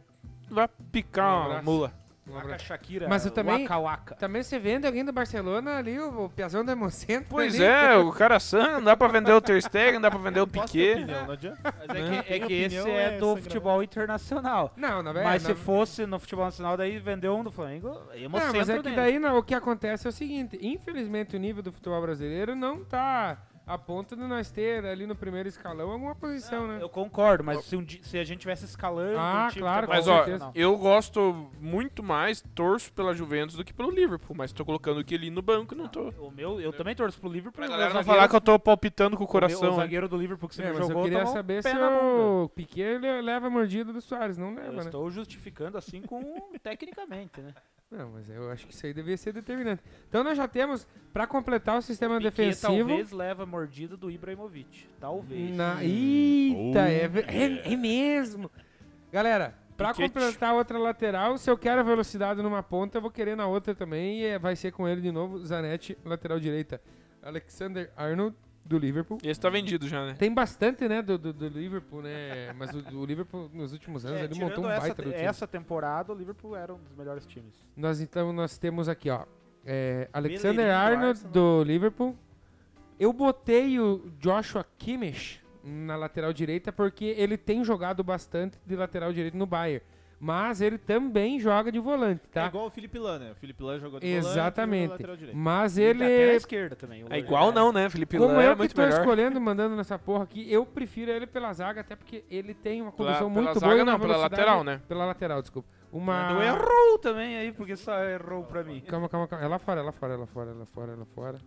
B: vai
A: Um
B: picar uma
A: abraço.
B: mula.
D: Waka Shakira,
A: Mas eu também-
D: Waka Waka.
A: Também você vende alguém do Barcelona ali, o, o Piazão da Hemocentro.
B: Pois
A: ali.
B: é, o cara san, não dá pra vender o Ter Stegen, não dá pra vender o
E: Posso ter
B: Piquet.
E: opinião, não adianta.
D: Mas é que, é
E: Minha
D: que esse
E: opinião
D: é,
E: é
D: do
E: essa,
D: futebol internacional.
A: É, Não, na verdade.
D: Mas se
A: na-
D: fosse no futebol nacional, daí vendeu um do Flamengo.
A: Não,
D: Eu
A: mas é que
D: dele.
A: daí não, o que acontece é o seguinte: infelizmente o nível do futebol brasileiro não tá a ponto de nós ter ali no primeiro escalão alguma posição, né?
D: Eu concordo, mas se, um di- se a gente tivesse escalando.
A: Ah,
D: um time
A: claro,
D: de
B: Mas
D: futebol
B: ó,
A: certeza.
D: nacional.
B: eu gosto muito mais, torço pela Juventus do que pelo Liverpool, mas tô colocando o Chiellini no banco, não tô.
D: O meu, eu também torço pro Liverpool.
B: Pra
D: o
B: galera não
D: zagueiro-
B: falar que eu tô palpitando com o
D: meu- O
B: coração. né? hein?
D: zagueiro do Liverpool que você
A: É,
D: me
A: mas
D: jogou
A: eu queria
D: tomou um
A: saber
D: pé
A: se
D: na bunda.
A: o Piquet le- leva a mordida do Soares. Não
D: Eu
A: leva, né?
D: estou justificando assim com tecnicamente, né?
A: Não, mas eu acho que isso aí devia ser determinante. Então nós já temos, pra completar o sistema
D: Piquet
A: defensivo.
D: talvez leva a mordida do Ibrahimovic. Talvez.
A: Na... Eita, é, ve- é, é mesmo. Galera, pra
B: Piquete.
A: completar a outra lateral, se eu quero a velocidade numa ponta, eu vou querer na outra também. E é- vai ser com ele de novo, Zanetti, lateral direita. Alexander Arnold, do Liverpool.
B: Esse tá vendido já, né?
A: Tem bastante, né, do, do, do Liverpool, né? Mas o, o Liverpool, nos últimos anos,
D: É,
A: ele
D: tirando
A: montou um
D: essa,
A: baita do time.
D: essa temporada, o Liverpool era um dos melhores times.
A: Nós, então, nós temos aqui, ó. é, Alexander
E: Bellerin do
A: Arnold,
E: Arsenal.
A: do Liverpool. Eu botei o Joshua Kimmich na lateral direita porque ele tem jogado bastante de lateral direito no Bayern. Mas ele também joga de volante,
E: É
A: tá?
E: igual o Felipe Lan, né? O Felipe Lan jogou de
A: Exatamente.
E: volante e jogou lateral direito.
A: Mas
D: tá até na
A: ele...
D: esquerda também. o
B: É igual
D: Lorenzini.
B: não, né? Felipe
A: Como
B: Lan
A: eu
B: era
A: que
B: muito
A: tô
B: melhor.
A: escolhendo, mandando nessa porra aqui, eu prefiro ele pela zaga, até porque ele tem uma
B: Pela-
A: condução
B: pela
A: muito
B: zaga
A: boa. e
B: não,
A: uma
B: pela
A: velocidade-
B: lateral, né?
A: Pela lateral, desculpa. Uma...
D: Mas não errou também aí, porque só errou pra mim.
A: Calma, calma, calma. É lá fora, é lá fora, é lá fora, é lá fora, é lá fora.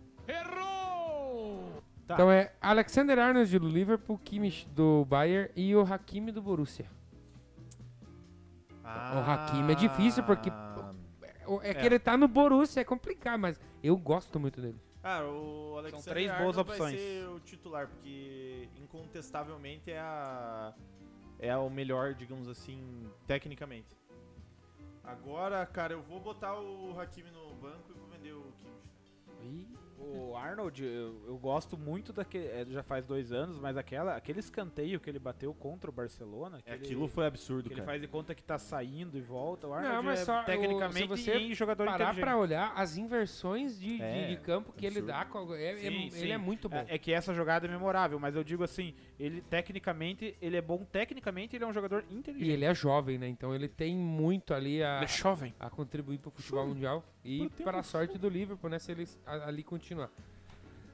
E: Tá.
A: Então é Alexander Arnold do Liverpool, Kimmich do Bayern e o Hakimi do Borussia.
E: Ah.
A: O Hakimi é difícil porque- O- É que ele tá no Borussia, é complicado, mas eu gosto muito dele.
E: Cara, o Alexander
D: São três
E: Arnold
D: boas opções.
E: vai ser o titular, porque incontestavelmente é a... É o melhor, digamos assim, tecnicamente. Agora, cara, eu vou botar o Hakimi no banco e vou vender o Kimmich.
A: Ih,
D: o Arnold, eu, eu gosto muito daquele. é, Já faz dois anos, mas aquela, aquele escanteio que ele bateu contra o Barcelona.
E: É,
D: aquele-
E: Aquilo foi absurdo,
D: que ele
E: cara.
D: faz de conta que tá saindo e volta. O Arnold
A: Não, mas
D: é
A: só o-
D: tecnicamente
A: se você
D: e jogador
A: Parar
D: inteligente.
A: pra olhar as inversões de, de-
E: É,
A: de campo que ele
E: absurdo.
A: dá. com a- é- é-
D: Sim, sim.
A: Ele é muito bom.
D: É, é que essa jogada é memorável, mas eu digo assim, ele tecnicamente, ele é bom tecnicamente, ele é um jogador
A: E
D: inteligente.
A: ele é jovem, né? Então ele tem muito ali a,
B: Ele é jovem.
A: a contribuir para o futebol mundial e para a sorte do Liverpool, né? Se ele a- ali continuar.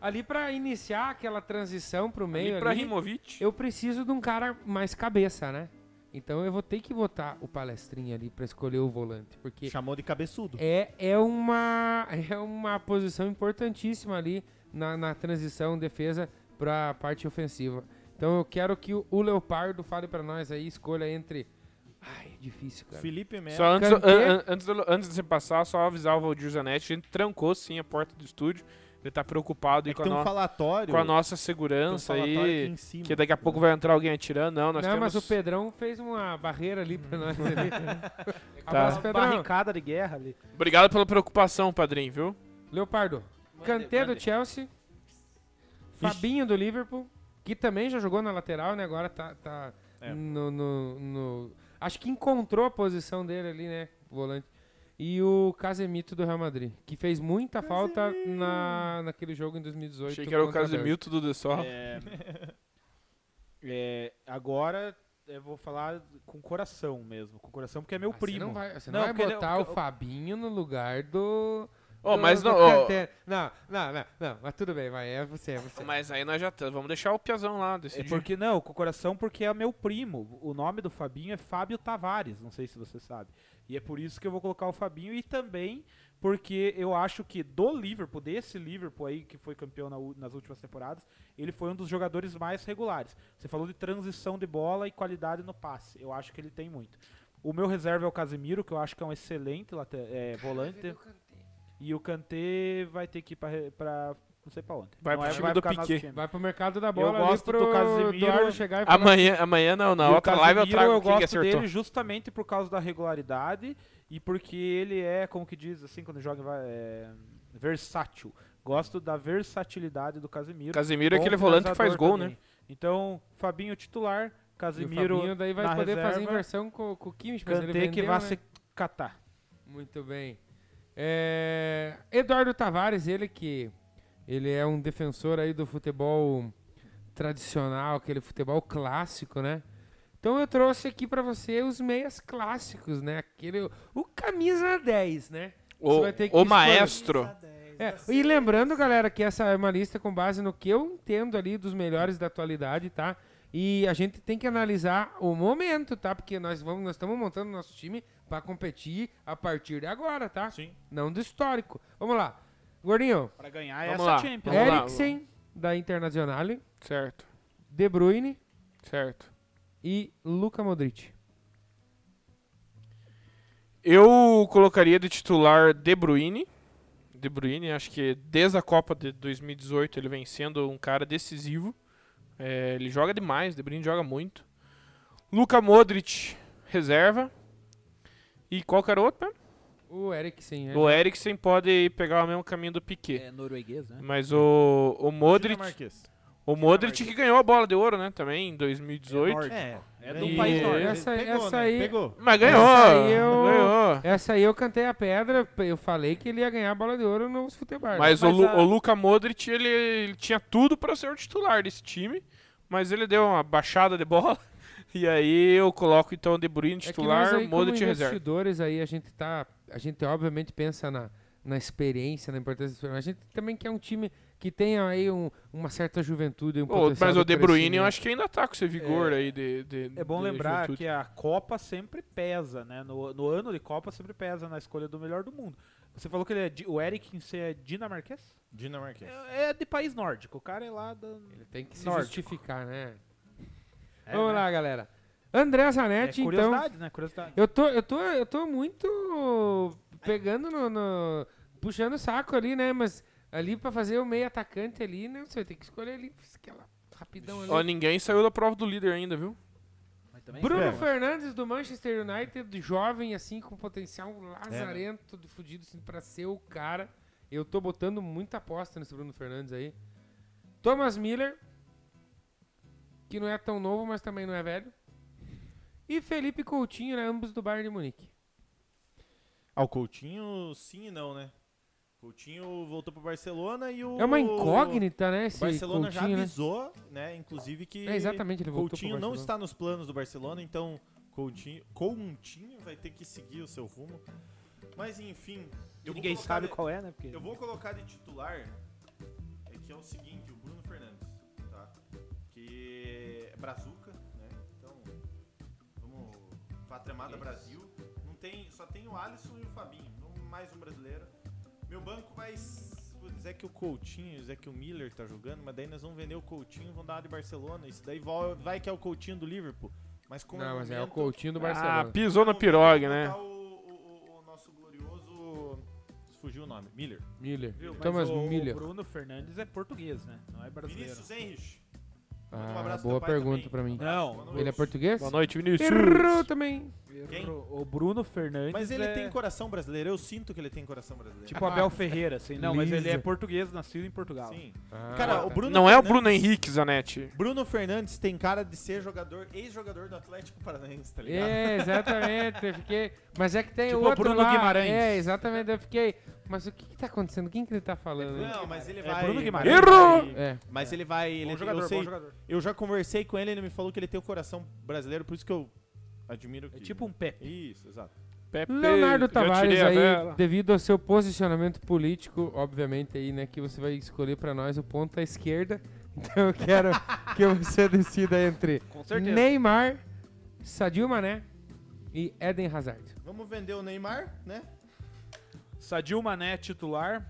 A: Ali para iniciar aquela transição para o meio,
B: E pra
A: ali,
B: Rimovic.
A: eu preciso de um cara mais cabeça, né? Então eu vou ter que botar o palestrinha ali para escolher o volante, porque
E: Chamou de cabeçudo.
A: é, é, uma, é uma posição importantíssima ali na, na transição defesa para a parte ofensiva. Então eu quero que o, o Leopardo fale para nós aí, escolha entre... Ai, é difícil, cara.
E: Felipe Melo.
B: Só antes,
A: Kanté.
B: an- an- antes, do- antes de você passar, só avisar o Valdir Zanetti, a gente trancou sim a porta do estúdio. Ele tá preocupado
E: É
B: aí
E: que
B: com, a
E: tem um
B: no-
E: falatório.
B: com a nossa
E: tem um
B: segurança
E: falatório aqui
B: aí.
E: em cima.
B: Que daqui a pouco vai entrar alguém atirando. Não, nós
A: não,
B: temos...
A: mas o Pedrão fez uma barreira ali pra nós ali.
B: Tá.
A: Abraço, Pedrão.
D: barricada de guerra ali.
B: Obrigado pela preocupação, padrinho, viu?
A: Leopardo. Kanté do Chelsea. Fabinho do Liverpool. Que também já jogou na lateral, né? Agora tá, tá
E: É.
A: no, no- no- Acho que encontrou a posição dele ali, né? Volante. E o Casemiro do Real Madrid. Que fez muita falta na, naquele jogo em 2018.
B: Achei que era o
A: contra a
B: Casemiro tudo de só.
D: É, é, agora eu vou falar com coração mesmo, com coração porque é meu
A: Ah, Você
D: primo.
A: não vai, você
D: Não,
A: não, vai
D: porque ele- é
A: botar
D: o
A: o
D: ca- o-
A: Fabinho no lugar do.
B: Ó,
A: do-
B: mas
A: do
B: não, ó.
A: Kanté. não, não, não, não, mas tudo bem, vai, é você, é você.
B: Mas aí nós já estamos. Vamos deixar o Piazão lá
D: É
B: decidir.
D: porque não, com coração porque é meu primo. O nome do Fabinho é Fábio Tavares, não sei se você sabe. E é por isso que eu vou colocar o Fabinho e também porque eu acho que do Liverpool, desse Liverpool aí que foi campeão na u- nas últimas temporadas, ele foi um dos jogadores mais regulares. Você falou de transição de bola e qualidade no passe. Eu acho que ele tem muito. O meu reserva é o Casemiro, que eu acho que é um excelente late- é, volante. E o Kanté vai ter que ir pra, re- pra- não sei pra onde.
B: Vai
D: não
B: pro
D: é,
B: time
D: vai
B: do
D: ficar no nosso
B: Piquet.
D: time.
A: Vai pro mercado da bola ali
D: gosto do
A: pro
D: Casemiro.
A: Eduardo chegar e falar.
B: Amanhã, amanhã não, na
D: É E o
B: outra live eu
D: Casemiro,
B: trago
D: eu
B: quem que
D: gosto
B: acertou.
D: dele justamente por causa da regularidade e porque ele é, como que diz assim, quando joga, vai, é, versátil. Gosto da versatilidade do Casemiro.
B: Casemiro é
D: Bom
B: aquele volante que faz
D: finalizador
B: gol,
D: também.
B: né?
D: Então, Fabinho titular,
A: E o
D: Casemiro
A: Fabinho daí vai
D: na
A: poder
D: reserva,
A: fazer inversão com, com o Kimmich, mas ele
D: Kanté
A: vendeu,
D: que vai
A: né?
D: se catar.
A: Muito bem. É, Eduardo Tavares, ele que ele é um defensor aí do futebol tradicional, aquele futebol clássico, né? Então eu trouxe aqui pra você os meias clássicos, né? Aquele o camisa 10, né? Você vai ter que
B: O, o
A: escolher.
B: maestro.
D: né?
A: É, e lembrando, galera, que essa é uma lista com base no que eu entendo ali dos melhores da atualidade, tá? E a gente tem que analisar o momento, tá? Porque nós vamos, nós estamos montando nosso time pra competir a partir de agora, tá?
E: Sim.
A: Não do histórico. Vamos lá. Gordinho,
D: Pra ganhar é
B: Vamos
D: Ah, essa
B: lá.
D: Champions. né?
B: Vamos lá.
A: Eriksen da Internazionale,
B: Certo,
A: De Bruyne
B: certo.
A: e Luka Modric.
B: Eu colocaria de titular De Bruyne. De Bruyne, acho que desde a Copa de 2018 ele vem sendo um cara decisivo. É, ele joga demais, De Bruyne joga muito. Luka Modric, reserva. E qual que era o outro? né? mesmo?
A: O Eriksen, né?
B: O Eriksen pode pegar o mesmo caminho do
A: É,
B: Piquet.
G: norueguês, né?
B: Mas o, o Modric,
E: Dinamarquês.
B: o Modric que ganhou a bola de ouro, né, também em 2018.
E: É, é
B: E-
E: do país norte.
A: Essa-
E: Pegou,
A: essa
E: né?
A: aí-
E: Pegou.
B: Mas ganhou.
A: Essa aí eu-
B: Ganhou.
A: Essa aí eu cantei a pedra, eu falei que ele ia ganhar a bola de ouro nos futebol.
B: Mas, o,
D: Mas
B: Lu,
D: a-
B: o Luka Modric, ele, ele tinha tudo pra ser o titular desse time, mas ele deu uma baixada de bola. E aí eu coloco então De Bruyne
A: É que nós
B: titular,
A: aí, como
B: Modric reserva.
A: investidores aí a gente tá, a gente obviamente pensa na, na experiência, na importância da experiência. A gente também quer um time que tenha aí um- uma certa juventude, um
B: Ô,
A: potencial
B: mas o De Bruyne eu
A: crescimento.
B: acho que ainda tá com esse vigor
D: É.
B: aí de, de-
D: É bom
B: de
D: lembrar
B: juventude.
D: que a Copa sempre pesa, né? No, no ano de Copa sempre pesa na escolha do melhor do mundo. Você falou que ele é di- o Eriksen é dinamarquês?
E: Dinamarquês.
D: É, é de país nórdico. O cara é lá da.
A: ele tem que se
D: Nórdico.
A: justificar, né?
D: É,
A: Vamos
D: né?
A: lá, galera. André
D: É
A: Zanetti, então.
D: curiosidade, né? Curiosidade.
A: Eu tô, eu tô, eu tô muito pegando no, no- puxando o saco ali, né? Mas ali pra fazer o meio atacante ali, né? Você vai ter que escolher ali aquela rapidão ali.
B: Ó, ninguém saiu da prova do líder ainda, viu?
G: Mas também
A: Bruno
E: É.
A: Fernandes do Manchester United, jovem assim, com potencial lazarento, de fudido assim, pra ser o cara. Eu tô botando muita aposta nesse Bruno Fernandes aí. Thomas Miller, que não é tão novo, mas também não é velho. E Felipe Coutinho, né? Ambos do Bayern de Munique.
E: Ah, o Coutinho, sim e não, né? Coutinho voltou pro Barcelona e o.
A: É uma incógnita, né?
E: O
A: Esse
E: Barcelona já
A: Coutinho, né?
E: avisou, né? Inclusive que.
A: É, exatamente, ele voltou pro
E: Coutinho não
A: Barcelona.
E: está nos planos do Barcelona, então Coutinho, Coutinho vai ter que seguir o seu rumo. Mas enfim. eu vou
D: Ninguém
E: colocar
D: sabe
E: de-
D: qual é, né? Porque
E: Eu vou colocar de titular, é que é o seguinte, o Bruno Fernandes, tá? Que é brazuca, né? Então, vamos, pátria amada Brasil. Não tem, só tem o Alisson e o Fabinho, não mais um brasileiro. Meu banco vai... s- Putz, é que o Coutinho, é que o Miller tá jogando, mas daí nós vamos vender o Coutinho, vão dar uma de Barcelona, isso daí vol- vai que é o Coutinho do Liverpool. Mas como
A: Não, mas é o
E: argumento-
A: Coutinho do
B: Ah,
A: Barcelona.
B: pisou na
E: como
B: piroga,
E: argumento,
B: né?
E: tá O, o- o- o nosso glorioso... Fugiu o nome, Miller.
A: Miller.
D: Viu? Mas
A: Thomas
D: o,
A: Miller.
D: o Bruno Fernandes é português, né? Não é brasileiro.
E: Vinícius Henrich. Manda um
A: Ah,
E: abraço pro
A: boa
E: teu pai
A: pergunta
E: também.
A: pra mim.
E: Boa
D: Não,
E: noite.
A: Ele é português?
B: Boa noite, Vinícius.
A: Errou também.
E: Quem?
D: o o Bruno Fernandes
E: Mas ele
D: é
E: tem coração brasileiro, eu sinto que ele tem coração brasileiro.
D: tipo Abel Ferreira, assim. Não, mas ele é
A: Lisa.
D: português, nascido em Portugal.
E: Sim.
A: Ah,
E: Cara,
A: tá.
E: o Bruno
B: Não é o
E: Fernandes-
B: Bruno Henrique, Zanetti.
E: Bruno Fernandes tem cara de ser jogador, ex-jogador do Atlético Paranaense, tá ligado?
A: É, exatamente. Eu fiquei. Mas é que tem
D: Tipo
A: outro
D: Bruno
A: lá.
D: Guimarães.
A: É, exatamente. Eu fiquei. Mas o que que tá acontecendo? Quem que ele tá falando? né?
E: Não, mas ele
D: É
E: vai.
D: Bruno Guimarães.
B: Errou!
A: É.
E: Mas ele vai. Ele,
D: Bom jogador,
E: eu, sei-
D: bom jogador.
E: eu já conversei com ele, ele me falou que ele tem o coração brasileiro, por isso que eu admiro.
D: É
E: Que...
D: tipo um Pepe.
E: Isso, exato.
B: Pepe,
A: Leonardo
B: já
A: Tavares
B: tirei a
A: aí,
B: vela.
A: devido ao seu posicionamento político, obviamente aí, né, que você vai escolher pra nós o ponto à esquerda. Então eu quero que você decida entre
D: Com certeza.
A: Neymar, Sadio Mané e Eden Hazard.
E: Vamos vender o Neymar, né?
D: Sadio Mané titular.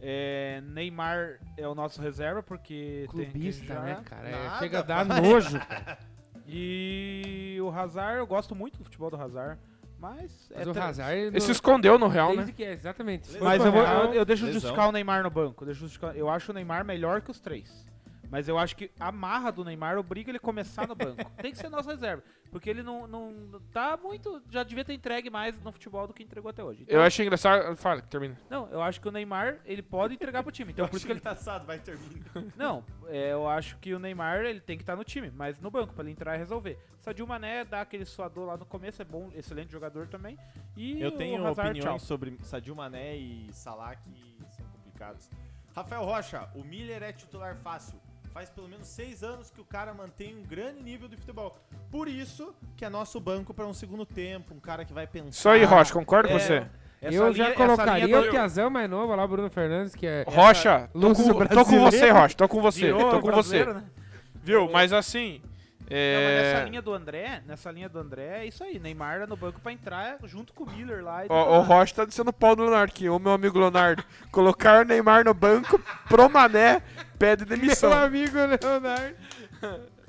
D: É, Neymar é o nosso reserva, porque tem que
A: Clubista,
D: já-
A: né, cara? É,
E: Nada,
A: chega a dar
E: pai.
A: nojo, cara.
D: E o Hazard, eu gosto muito do futebol do Hazard, mas...
A: Mas
D: é
A: o
D: tra-
A: Hazard...
B: Ele se
A: no-
B: escondeu no Real,
A: desde
B: né?
A: que é, exatamente. se for
D: Mas
A: pro
D: eu, vou,
A: Real-
D: eu, eu deixo
E: Lesão.
D: justificar o Neymar no banco. Deixo justificar, eu acho o Neymar melhor que os três. Mas eu acho que a marra do Neymar obriga ele a começar no banco. Tem que ser nossa reserva. Porque ele não, não tá muito. Já devia ter entregue mais no futebol do que entregou até hoje.
B: Eu achei engraçado. Fala, termina.
D: Não, eu acho que o Neymar ele pode entregar pro time. Então por isso que ele tá.
E: engraçado, vai terminar.
D: Não, é, eu acho que o Neymar ele tem que estar no time, mas no banco, pra ele entrar e resolver. Sadio Mané né, dá aquele suador lá no começo, é bom, excelente jogador também. E
E: Eu tenho
D: o Hazard,
E: opiniões
D: tchau.
E: sobre Sadio Mané e Salah que são complicadas. Rafael Rocha, o Miller é titular fácil. Faz pelo menos seis anos que o cara mantém um grande nível de futebol. Por isso que é nosso banco para um segundo tempo, um cara que vai pensar.
B: Isso
A: Ah,
B: aí, Rocha, concordo
E: É,
B: com você.
E: essa
A: eu
E: linha-
A: já
E: essa linha
A: colocaria
E: do-
A: o Piazão mais novo lá, o Bruno Fernandes, que é...
B: Rocha, tô
A: Lúcio
B: com, tô com você,
A: brasileiro.
B: Rocha, tô com você,
D: Virou
B: tô com você.
D: brasileiro, né?
B: Viu? Mas assim,
D: Não, mas nessa
B: é...
D: linha do André, nessa linha do André, é isso aí. Neymar era no banco pra entrar junto com o Miller lá. e
B: O,
A: né?
D: tudo
B: o
D: mais.
B: Rocha tá dizendo pau do Leonardo aqui, o meu amigo Leonardo. Colocar o Neymar no banco pro Mané pede demissão.
A: Meu amigo Leonardo.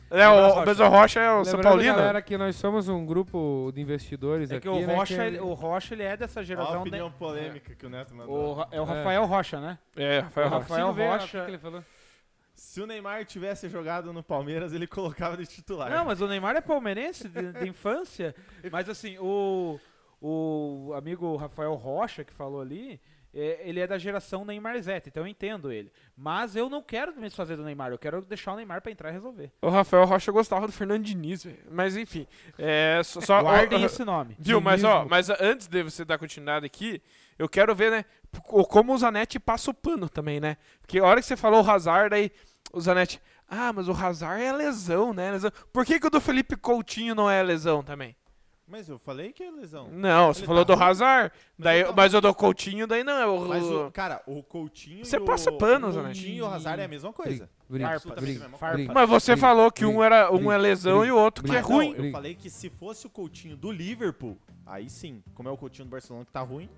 B: É, o, mas o Rocha é o São
A: Lembrando,
B: Paulino.
A: galera, que nós somos um grupo de investidores
D: é
A: aqui,
D: que o
A: né,
D: Rocha,
A: que-
D: ele- o Rocha ele é dessa
E: Olha a
D: geração. né?
E: opinião polêmica que o Neto mandou.
D: O Ra- é o Rafael Rocha, né?
B: É, Rafael
D: O
B: Rocha.
D: Rafael
A: Consigo ver o
D: Rocha-
A: que ele falou?
E: Se o Neymar tivesse jogado no Palmeiras, ele colocava de titular.
D: Não, mas o Neymar é palmeirense de, de infância. Mas assim, o, o amigo Rafael Rocha que falou ali, é, ele é da geração Neymar Zete, então eu entendo ele. Mas eu não quero me desfazer do Neymar, eu quero deixar o Neymar pra entrar e resolver.
B: O Rafael Rocha gostava do Fernando Diniz, velho. Mas enfim, é só... só
D: Guardem
B: ó,
D: esse nome.
B: Viu, mas ó, mas antes de você dar continuidade aqui, eu quero ver, né, co- como o Zanetti passa o pano também, né? Porque a hora que você falou o Hazard, aí o Zanetti, ah, mas o Hazard é lesão, né? Lesão. Por que, que o do Felipe Coutinho não é lesão também?
E: Mas eu falei que é lesão.
B: Não, você
E: Ele
B: falou
E: tá
B: do
E: ruim.
B: Hazard, daí,
E: ele tá
B: mas o do Coutinho daí não, é o...
E: Mas, o, cara, o Coutinho
B: Você
E: e o-
B: passa pano,
E: o
B: Zanetti.
E: Coutinho e o Hazard é a mesma coisa.
A: Briga,
E: Absolutamente
A: briga,
E: a mesma
D: farpa.
A: briga.
B: Mas você
A: Briga,
B: falou que um,
A: briga,
B: era, um
A: briga,
B: é lesão
A: briga.
B: e o outro que
E: Mas
B: é
E: não,
B: ruim.
E: eu
A: Briga.
E: falei que se fosse o Coutinho do Liverpool, aí sim. Como é o Coutinho do Barcelona que tá ruim,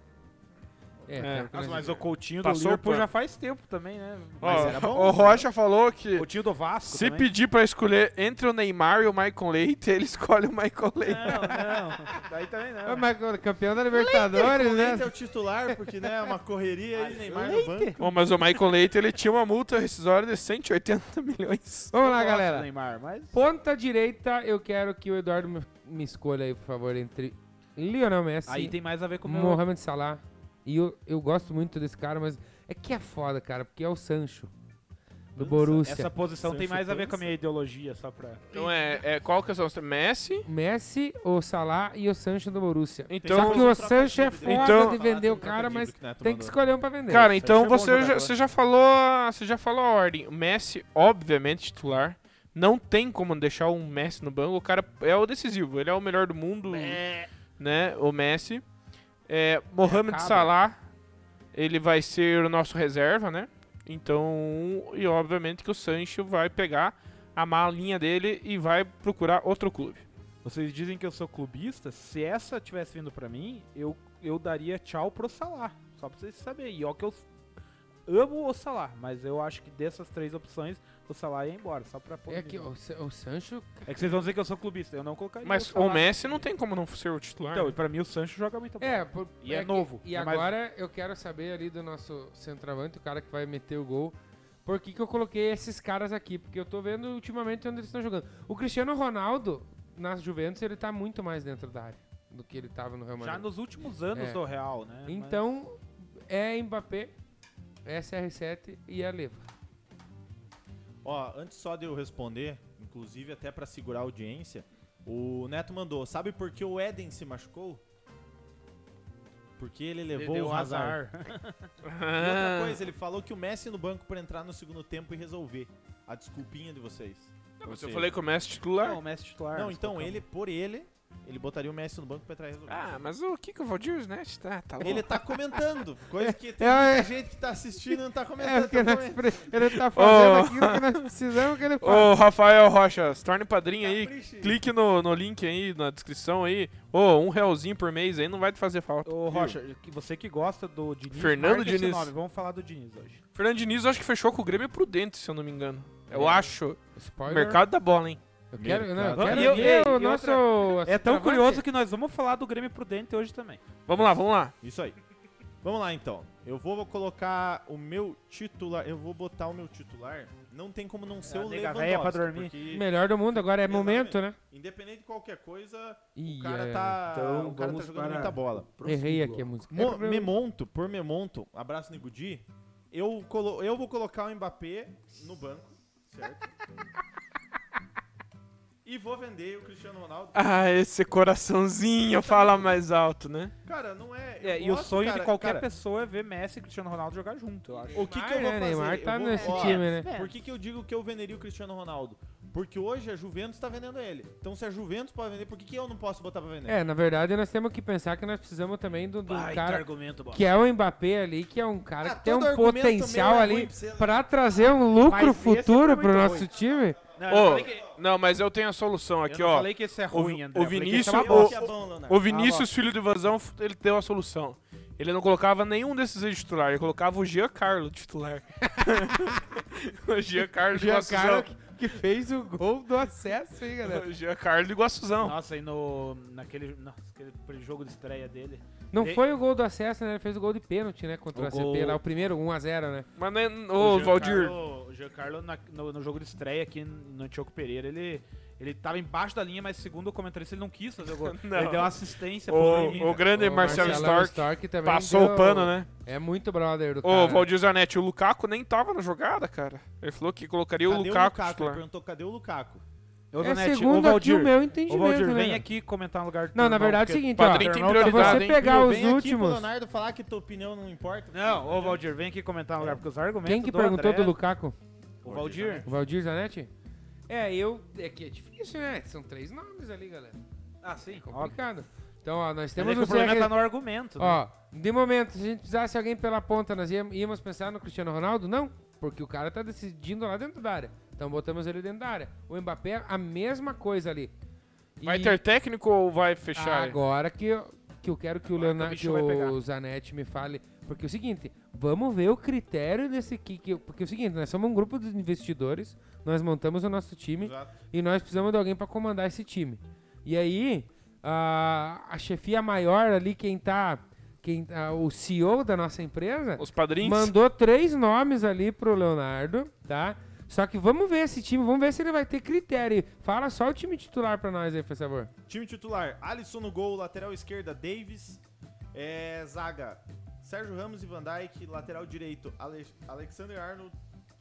A: É,
B: É,
A: cara, que nós-
D: mas o Coutinho
B: do
D: do
B: Liverpool
D: Liverpool
B: já
D: já faz tempo também, né?
E: Mas
B: Ó,
E: era bom,
B: o
E: né?
B: Rocha falou que
D: Coutinho do Vasco
B: se pedir pra escolher entre o Neymar e o Michael Leite, ele escolhe o Michael Leite.
D: Não, não. Daí também
A: Ah,
D: não.
A: mas campeão da Libertadores,
E: o Leite é
A: né?
E: o titular, porque né, é uma
B: Ah,
E: correria e Neymar no banco.
B: Bom, mas o Michael Leite, ele tinha uma multa rescisória de 180 milhões.
A: Vamos lá,
D: Eu gosto do
A: galera.
D: Neymar, mas...
A: Ponta direita, eu quero que o Eduardo me- me escolha aí, por favor, entre Lionel Messi,
D: Aí tem mais a ver com o meu...
A: Mohamed Salah. E eu, eu gosto muito desse cara, mas É que é foda, cara, porque é o Sancho. Do Borussia.
D: Essa posição tem
E: Sancho
D: mais a ver
E: Panza.
D: com a minha ideologia, só pra.
B: Então é, é- qual que é o Messi?
A: Messi, o Salah e o Sancho do Borussia.
B: Então-
A: Só que o Sancho é foda
B: dívida.
A: de
B: Então-
A: vender o cara, mas tem que escolher um pra vender.
E: Sancho
B: Cara,
E: é
B: então
E: bom
B: você já,
E: jogador.
B: você já falou, a- você já falou a ordem. O Messi, obviamente, titular. Não tem como deixar um Messi no banco. O cara é o decisivo. Ele é o melhor do mundo,
E: É.
B: né? O Messi. É, Mohamed
D: acaba.
B: Salah, ele vai ser o nosso reserva, né? Então, e obviamente que o Sancho vai pegar a malinha dele e vai procurar outro clube.
D: Vocês dizem que eu sou clubista? Se essa tivesse vindo pra mim, eu, eu daria tchau pro Salah. Só pra vocês saberem. E ó que eu s- amo o Salah, mas eu acho que dessas três opções, o Salah ia embora. Só pra
A: É que
D: polemizar.
A: o, Sa- o Sancho.
D: É que vocês vão dizer que eu sou clubista, eu não colocaria
B: Mas
D: o
B: o
D: Salah.
B: Messi não tem como não ser o titular. né?
D: Então, e pra mim o Sancho joga muito bem.
A: É, por-
D: E é
A: que-
D: novo,
A: E
D: é mais-
A: agora eu quero saber ali do nosso centroavante, o cara que vai meter o gol. Por que, que eu coloquei esses caras aqui? Porque eu tô vendo ultimamente onde eles estão jogando. O Cristiano Ronaldo, na Juventus, ele tá muito mais dentro da área do que ele tava no Real Madrid.
D: Já nos últimos anos
A: É.
D: do Real, né? Mas-
A: Então, é Mbappé, é CR7 e é Leva.
E: Ó, antes só de eu responder, inclusive até pra segurar a audiência, o Neto mandou, sabe por que o Eden se machucou? Porque ele levou
D: deu
E: o azar. E outra
B: um Ah.
E: coisa, ele falou que o Messi no banco pra entrar no segundo tempo e resolver. A desculpinha de vocês.
B: Mas eu
E: Vocês.
B: falei que o Messi é titular.
D: Não, o Messi titular.
E: Não,
D: nós
E: então
D: colocamos.
E: ele, por ele, ele botaria o Messi no banco pra entrar e resolver.
B: Ah, mas o que que o Valdir né? Tá, tá louco.
E: Ele tá comentando, coisa que tem
A: É, é.
E: muita gente que tá assistindo e não tá
A: É,
E: comentando.
A: porque
E: tá
A: nós
E: comentando.
A: pre- ele tá fazendo
B: Ô.
A: aquilo que nós precisamos que ele faça.
B: Ô, Rafael Rocha, se torne padrinho aí.
E: Capricha.
B: Clique no, no link aí, na descrição aí. Ô, um realzinho por mês aí não vai te fazer falta.
D: Ô, Rocha, que você que gosta do Diniz.
B: Fernando
D: marca esse
B: Diniz.
D: Nome. Vamos falar do Diniz hoje.
B: Fernando Diniz, eu acho que fechou com o Grêmio Prudente, se eu não me engano. Eu
A: É.
B: acho.
A: Spoiler.
B: Mercado da bola, hein?
A: Eu quero, não, eu
E: Mercado.
A: quero
D: E eu-
A: ver
D: e-
A: o
D: e
A: nosso...
D: É tão
A: centroavante.
D: curioso que nós vamos falar do Grêmio Prudente hoje também.
B: Vamos lá, vamos lá.
E: Isso aí. Vamos lá então. Eu vou colocar o meu titular. Eu vou botar o meu titular. Não tem como não ser
D: a
E: o
D: Ah, nega véia
E: Lewandowski.
D: pra dormir.
E: Porque,
A: Melhor do mundo, agora é
E: Exatamente.
A: momento, né?
E: independente de qualquer coisa,
A: Ih,
E: o cara
A: é.
E: tá,
G: Então,
E: o cara tá
G: vamos
E: jogando
G: para-
E: muita bola.
G: Próximo
A: Errei aqui a
G: bloco.
A: música.
E: Mo-
A: É, eu-
E: Memonto, por Memonto, abraço Nigudi. Eu, colo- eu vou colocar o Mbappé no banco, certo? e vou vender o Cristiano Ronaldo.
B: Ah, esse coraçãozinho fala mais alto, né?
E: Cara, não é. eu
D: É, e o
E: gosto,
D: sonho
E: cara-
D: de qualquer
E: cara,
D: pessoa é ver Messi e Cristiano Ronaldo jogar junto, eu acho.
E: O que, que eu vou
A: Neymar,
E: fazer?
A: né? Neymar
E: Eu
A: tá
E: vou-
A: nesse
E: ó,
A: time, né?
E: Por que, que eu digo que eu venderia o Cristiano Ronaldo? Porque hoje a Juventus tá vendendo ele. Então se a Juventus pode vender, por que, que eu não posso botar pra vender?
A: É, na verdade, nós temos que pensar que nós precisamos também do, do cara
D: argumento, bom.
A: que é o Mbappé ali, que é um cara
E: Ah,
A: que tem
E: todo
A: um
E: argumento
A: potencial
E: meu é
A: ali
E: ruim pra você, né? é
A: pra trazer um lucro
D: Mas esse
A: futuro
D: foi
A: pro
D: muito
A: nosso
D: ruim.
A: time.
D: Não, eu
B: Ô,
D: falei que-
B: não, mas eu tenho a solução aqui,
D: eu não
B: ó.
D: falei que esse é ruin, André.
B: o
D: eu falei que esse é
B: Vinícius-
D: uma
B: o-
D: bosta.
E: Que é bom, Leonardo.
B: O Vinícius, filho do Vazão, ele deu a solução. Ele não colocava nenhum desses aí de titular, ele colocava o Giancarlo de titular. o Giancarlo de Guaçuzão.
A: É que é, né? fez o gol do acesso, hein,
B: O Giancarlo de Guaçuzão.
D: Nossa, e no, naquele, nossa, aquele aquele jogo de estreia dele.
A: Não
D: E-
A: foi o gol do acesso, né? Ele fez o gol de pênalti, né? Contra o,
D: O
A: ACP
D: gol-
A: lá, o primeiro 1x0, né?
B: Mas, né, ô, Valdir,
D: Giancarlo- O Giancarlo, na- no, no jogo de estreia aqui no Antioco Pereira, ele, ele tava embaixo da linha, mas segundo o comentarista, ele não quis fazer o gol.
B: Não.
D: Ele deu uma assistência pro né? Leminha.
B: o, o grande
A: O
B: Marcelo, Stark,
A: também
B: passou
A: deu-
B: o pano, né?
A: É muito brother do cara.
B: Ô, Valdir Zanetti, o Lukaku nem tava na jogada, cara. Ele falou que colocaria o
E: Cadê
B: Lukaku,
E: Ele
B: titular.
E: perguntou, cadê o Lukaku?
D: Ô,
A: é
D: Zanetti,
A: segundo
D: ô,
A: aqui o
D: Valdir,
A: meu
D: Ô, Valdir,
A: entendimento,
D: vem
A: né?
D: aqui comentar no lugar do teu
A: Não, na
D: irmão,
A: verdade é o
D: porque-
A: seguinte, ó.
B: Padrinho tem
D: Teu irmão tá
A: Se
B: prioridade,
A: você
B: hein?
A: pegar
E: Meu,
A: os
E: vem aqui pro
A: últimos...
E: Leonardo falar que tua opinião não importa.
D: Não, ô Valdir, vem aqui comentar no lugar, porque os argumentos
A: Quem que
D: do
A: perguntou
D: André-
A: do Lukaku?
D: O Valdir?
A: O Valdir Zanetti? É, eu... É que é difícil, né? São três nomes ali, galera.
D: Ah, sim, óbvio.
A: Complicado. Então, ó, nós
D: Mas é
A: temos
D: que
A: o
D: o problema
A: CR...
D: tá no argumento. né?
A: Ó, de momento, se a gente precisasse alguém pela ponta, nós íamos, íamos pensar no Cristiano Ronaldo? Não, porque o cara tá decidindo lá dentro da área. Então botamos ele dentro da área. O Mbappé, a mesma coisa ali. E
B: Vai ter técnico ou vai fechar? ele?
A: Agora que eu, que eu quero que o,
D: Agora que o
A: Leonardo,
D: bicho
A: que
D: vai pegar.
A: o Zanetti me fale. Porque é o seguinte, vamos ver o critério desse aqui. que- porque é o seguinte, nós somos um grupo de investidores, nós montamos o nosso time
E: Exato.
A: e nós precisamos de alguém para comandar esse time. E aí, a, a chefia maior ali, quem tá. Quem, tá- o CEO da nossa empresa
B: Os padrinhos?
A: mandou três nomes ali pro Leonardo, tá? Só que vamos ver esse time, vamos ver se ele vai ter critério. Fala só o time titular pra nós aí, por favor.
E: Time titular, Alisson no gol, lateral esquerda, Davis. É, zaga, Sérgio Ramos e Van Dijk, lateral direito, Ale- Alexander Arnold,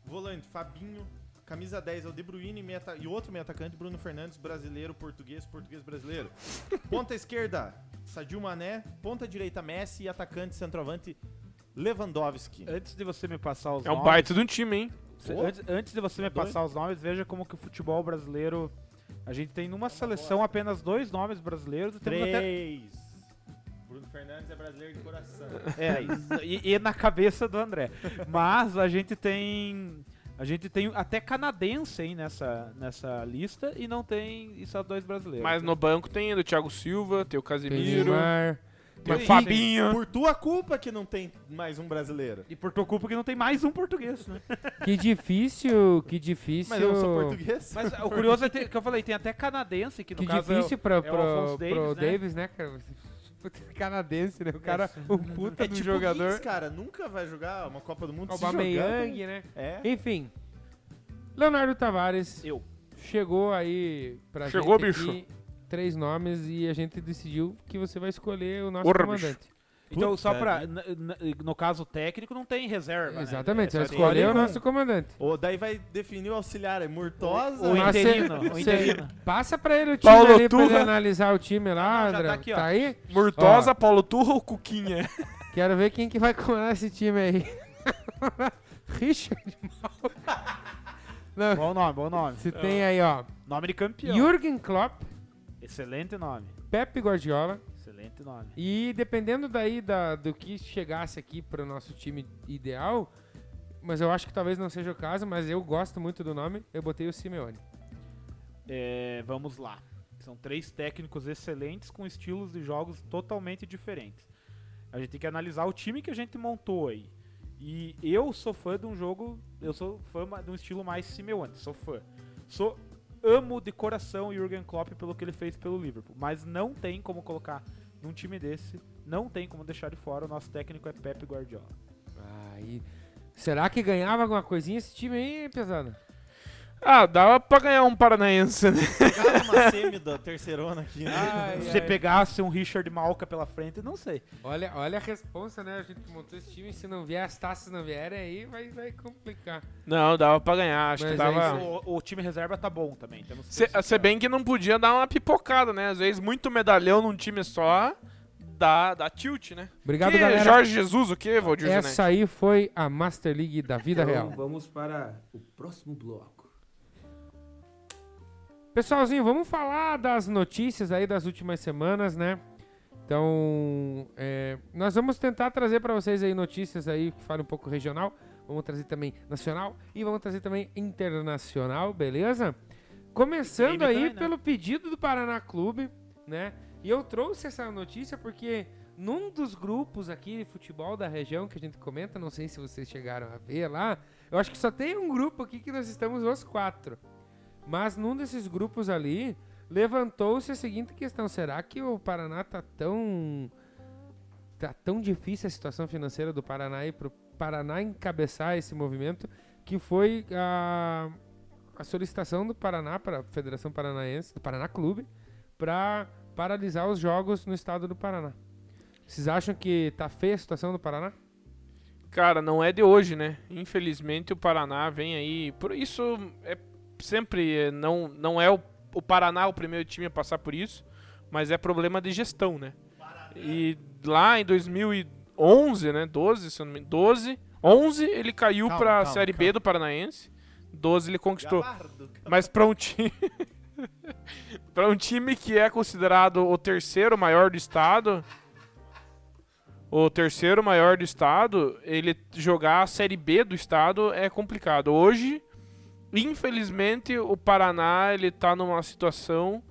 E: volante, Fabinho, camisa 10 é o De Bruyne meia ata- e outro meio atacante, Bruno Fernandes, brasileiro, português, português brasileiro. Ponta esquerda, Sadio Mané, ponta direita, Messi e atacante, centroavante, Lewandowski.
D: Antes de você me passar os
B: É um
D: nomes-
B: baita de um time, hein?
D: Cê-
E: Pô,
D: antes, antes de você me
E: doido.
D: passar os nomes, veja como que o futebol brasileiro. A gente tem numa seleção apenas dois nomes brasileiros e temos até.
E: Três. Bruno Fernandes é brasileiro de coração.
D: É, e, e na cabeça do André. Mas a gente tem. A gente tem até canadense aí nessa, nessa lista e não tem e só dois brasileiros.
B: Mas no banco tem ainda o Thiago Silva, tem o Casemiro,
A: Neymar.
B: tem o
A: Tem-
B: Fabinho.
E: Por tua culpa que não tem mais um brasileiro.
D: E por tua culpa que não tem mais um português, né?
A: Que difícil, que difícil.
E: Mas eu não sou português.
D: Mas o curioso é ter- que eu falei, tem até canadense, que no
A: Que
D: caso é o-
A: difícil pra,
D: é o
A: pro,
D: Alphonso
A: pro Davis,
D: Davis, né?
A: né, cara? Puta, Canadense, né? O cara, um puta do jogador.
E: é tipo
A: é
E: Kings, cara, nunca vai jogar uma Copa do Mundo se jogando.
A: Aubameyang, né?
E: É.
A: Enfim, Leonardo Tavares
D: Eu.
A: chegou aí pra
B: Chegou,
A: gente
B: bicho.
A: aqui, três nomes e a gente decidiu que você vai escolher o nosso
B: Porra,
A: comandante.
D: Então, só
E: Puta
D: pra. n- n- No caso técnico, não tem reserva. né?
A: Exatamente, você
D: É
A: vai
D: só
A: escolher
E: escolher
A: o
E: um.
A: nosso comandante.
E: Ou daí vai definir o auxiliar, é Murtosa.
D: O
A: Nossa,
D: interino, o
A: você
D: interino.
A: Passa pra ele o time
B: Paulo
A: ali, pra ele
B: Turra.
A: analisar o time lá,
D: Não, já tá
A: André. Tá,
D: aqui, ó.
A: aí?
B: Murtosa, Paulo Turra ou Cuquinha?
A: Quero ver quem que vai comandar esse time aí. Richard Mal. Não,
D: Bom nome, bom nome.
A: você tem aí, ó.
D: Nome de campeão.
A: Jürgen Klopp,
D: Excelente nome.
A: Pepe Guardiola.
D: Excelente nome.
A: E dependendo daí da, do que chegasse aqui pro nosso time ideal, mas eu acho que talvez não seja o caso, mas eu gosto muito do nome, eu botei o Simeone.
D: É, vamos lá. São três técnicos excelentes com estilos de jogos totalmente diferentes. A gente tem que analisar o time que a gente montou aí. E eu sou fã de um jogo, eu sou fã ma- de um estilo mais Simeone, sou fã. Sou amo de coração o Jürgen Klopp pelo que ele fez pelo Liverpool, mas não tem como colocar num time desse, não tem como deixar de fora o nosso técnico é Pepe Guardiola.
A: Ah, e será que ganhava alguma coisinha esse time aí, pesado?
B: Ah, dava pra ganhar um paranaense, né?
E: Pegaram uma semi da terceirona aqui, né?
D: Se você pegasse um Richard Malca pela frente, não sei.
A: Olha, olha a responsa, né? A gente montou esse time, se não vier as taças não vierem, aí vai, vai complicar.
B: Não, dava pra ganhar, acho
A: Mas
B: que
A: é isso
B: dava...
A: aí.
D: O, o time reserva tá bom também. Temos que
B: Se,
D: ser
B: se bem que não podia dar uma pipocada, né? Às vezes muito medalhão num time só dá, dá tilt, né?
A: Obrigado,
B: que
A: galera. É
B: Jorge Jesus, o que, Valdir Zanetti?
A: Essa aí foi a Master League da vida
G: Então,
A: real.
G: vamos para o próximo bloco.
A: Pessoalzinho, vamos falar das notícias aí das últimas semanas, né? Então, é, nós vamos tentar trazer pra vocês aí notícias aí que falem um pouco regional, vamos trazer também nacional e vamos trazer também internacional, beleza? Começando
D: Game
A: aí
D: também, né?
A: pelo pedido do Paraná Clube, né? E eu trouxe essa notícia porque num dos grupos aqui de futebol da região que a gente comenta, não sei se vocês chegaram a ver lá, eu acho que só tem um grupo aqui que nós estamos os quatro. Mas num desses grupos ali, levantou-se a seguinte questão: será que o Paraná tá tão tá tão difícil a situação financeira do Paraná e pro Paraná encabeçar esse movimento que foi a, a solicitação do Paraná para a Federação Paranaense, do Paraná Clube, para paralisar os jogos no estado do Paraná. Vocês acham que tá feia a situação do Paraná?
B: Cara, não é de hoje, né? Infelizmente o Paraná vem aí. Por isso é sempre é, não não é o, o Paraná o primeiro time a passar por isso, mas é problema de gestão, né? E lá em 2011, né, 12, se eu não me 12, 11 ele caiu
E: Calma,
B: pra
E: calma,
B: série B do Paranaense. 12 ele conquistou.
E: Gabardo, cara.
B: Mas pra um time. pra um time que é considerado o terceiro maior do estado. O terceiro maior do estado, ele jogar a Série B do estado é complicado. Hoje, infelizmente, o Paraná ele tá numa situação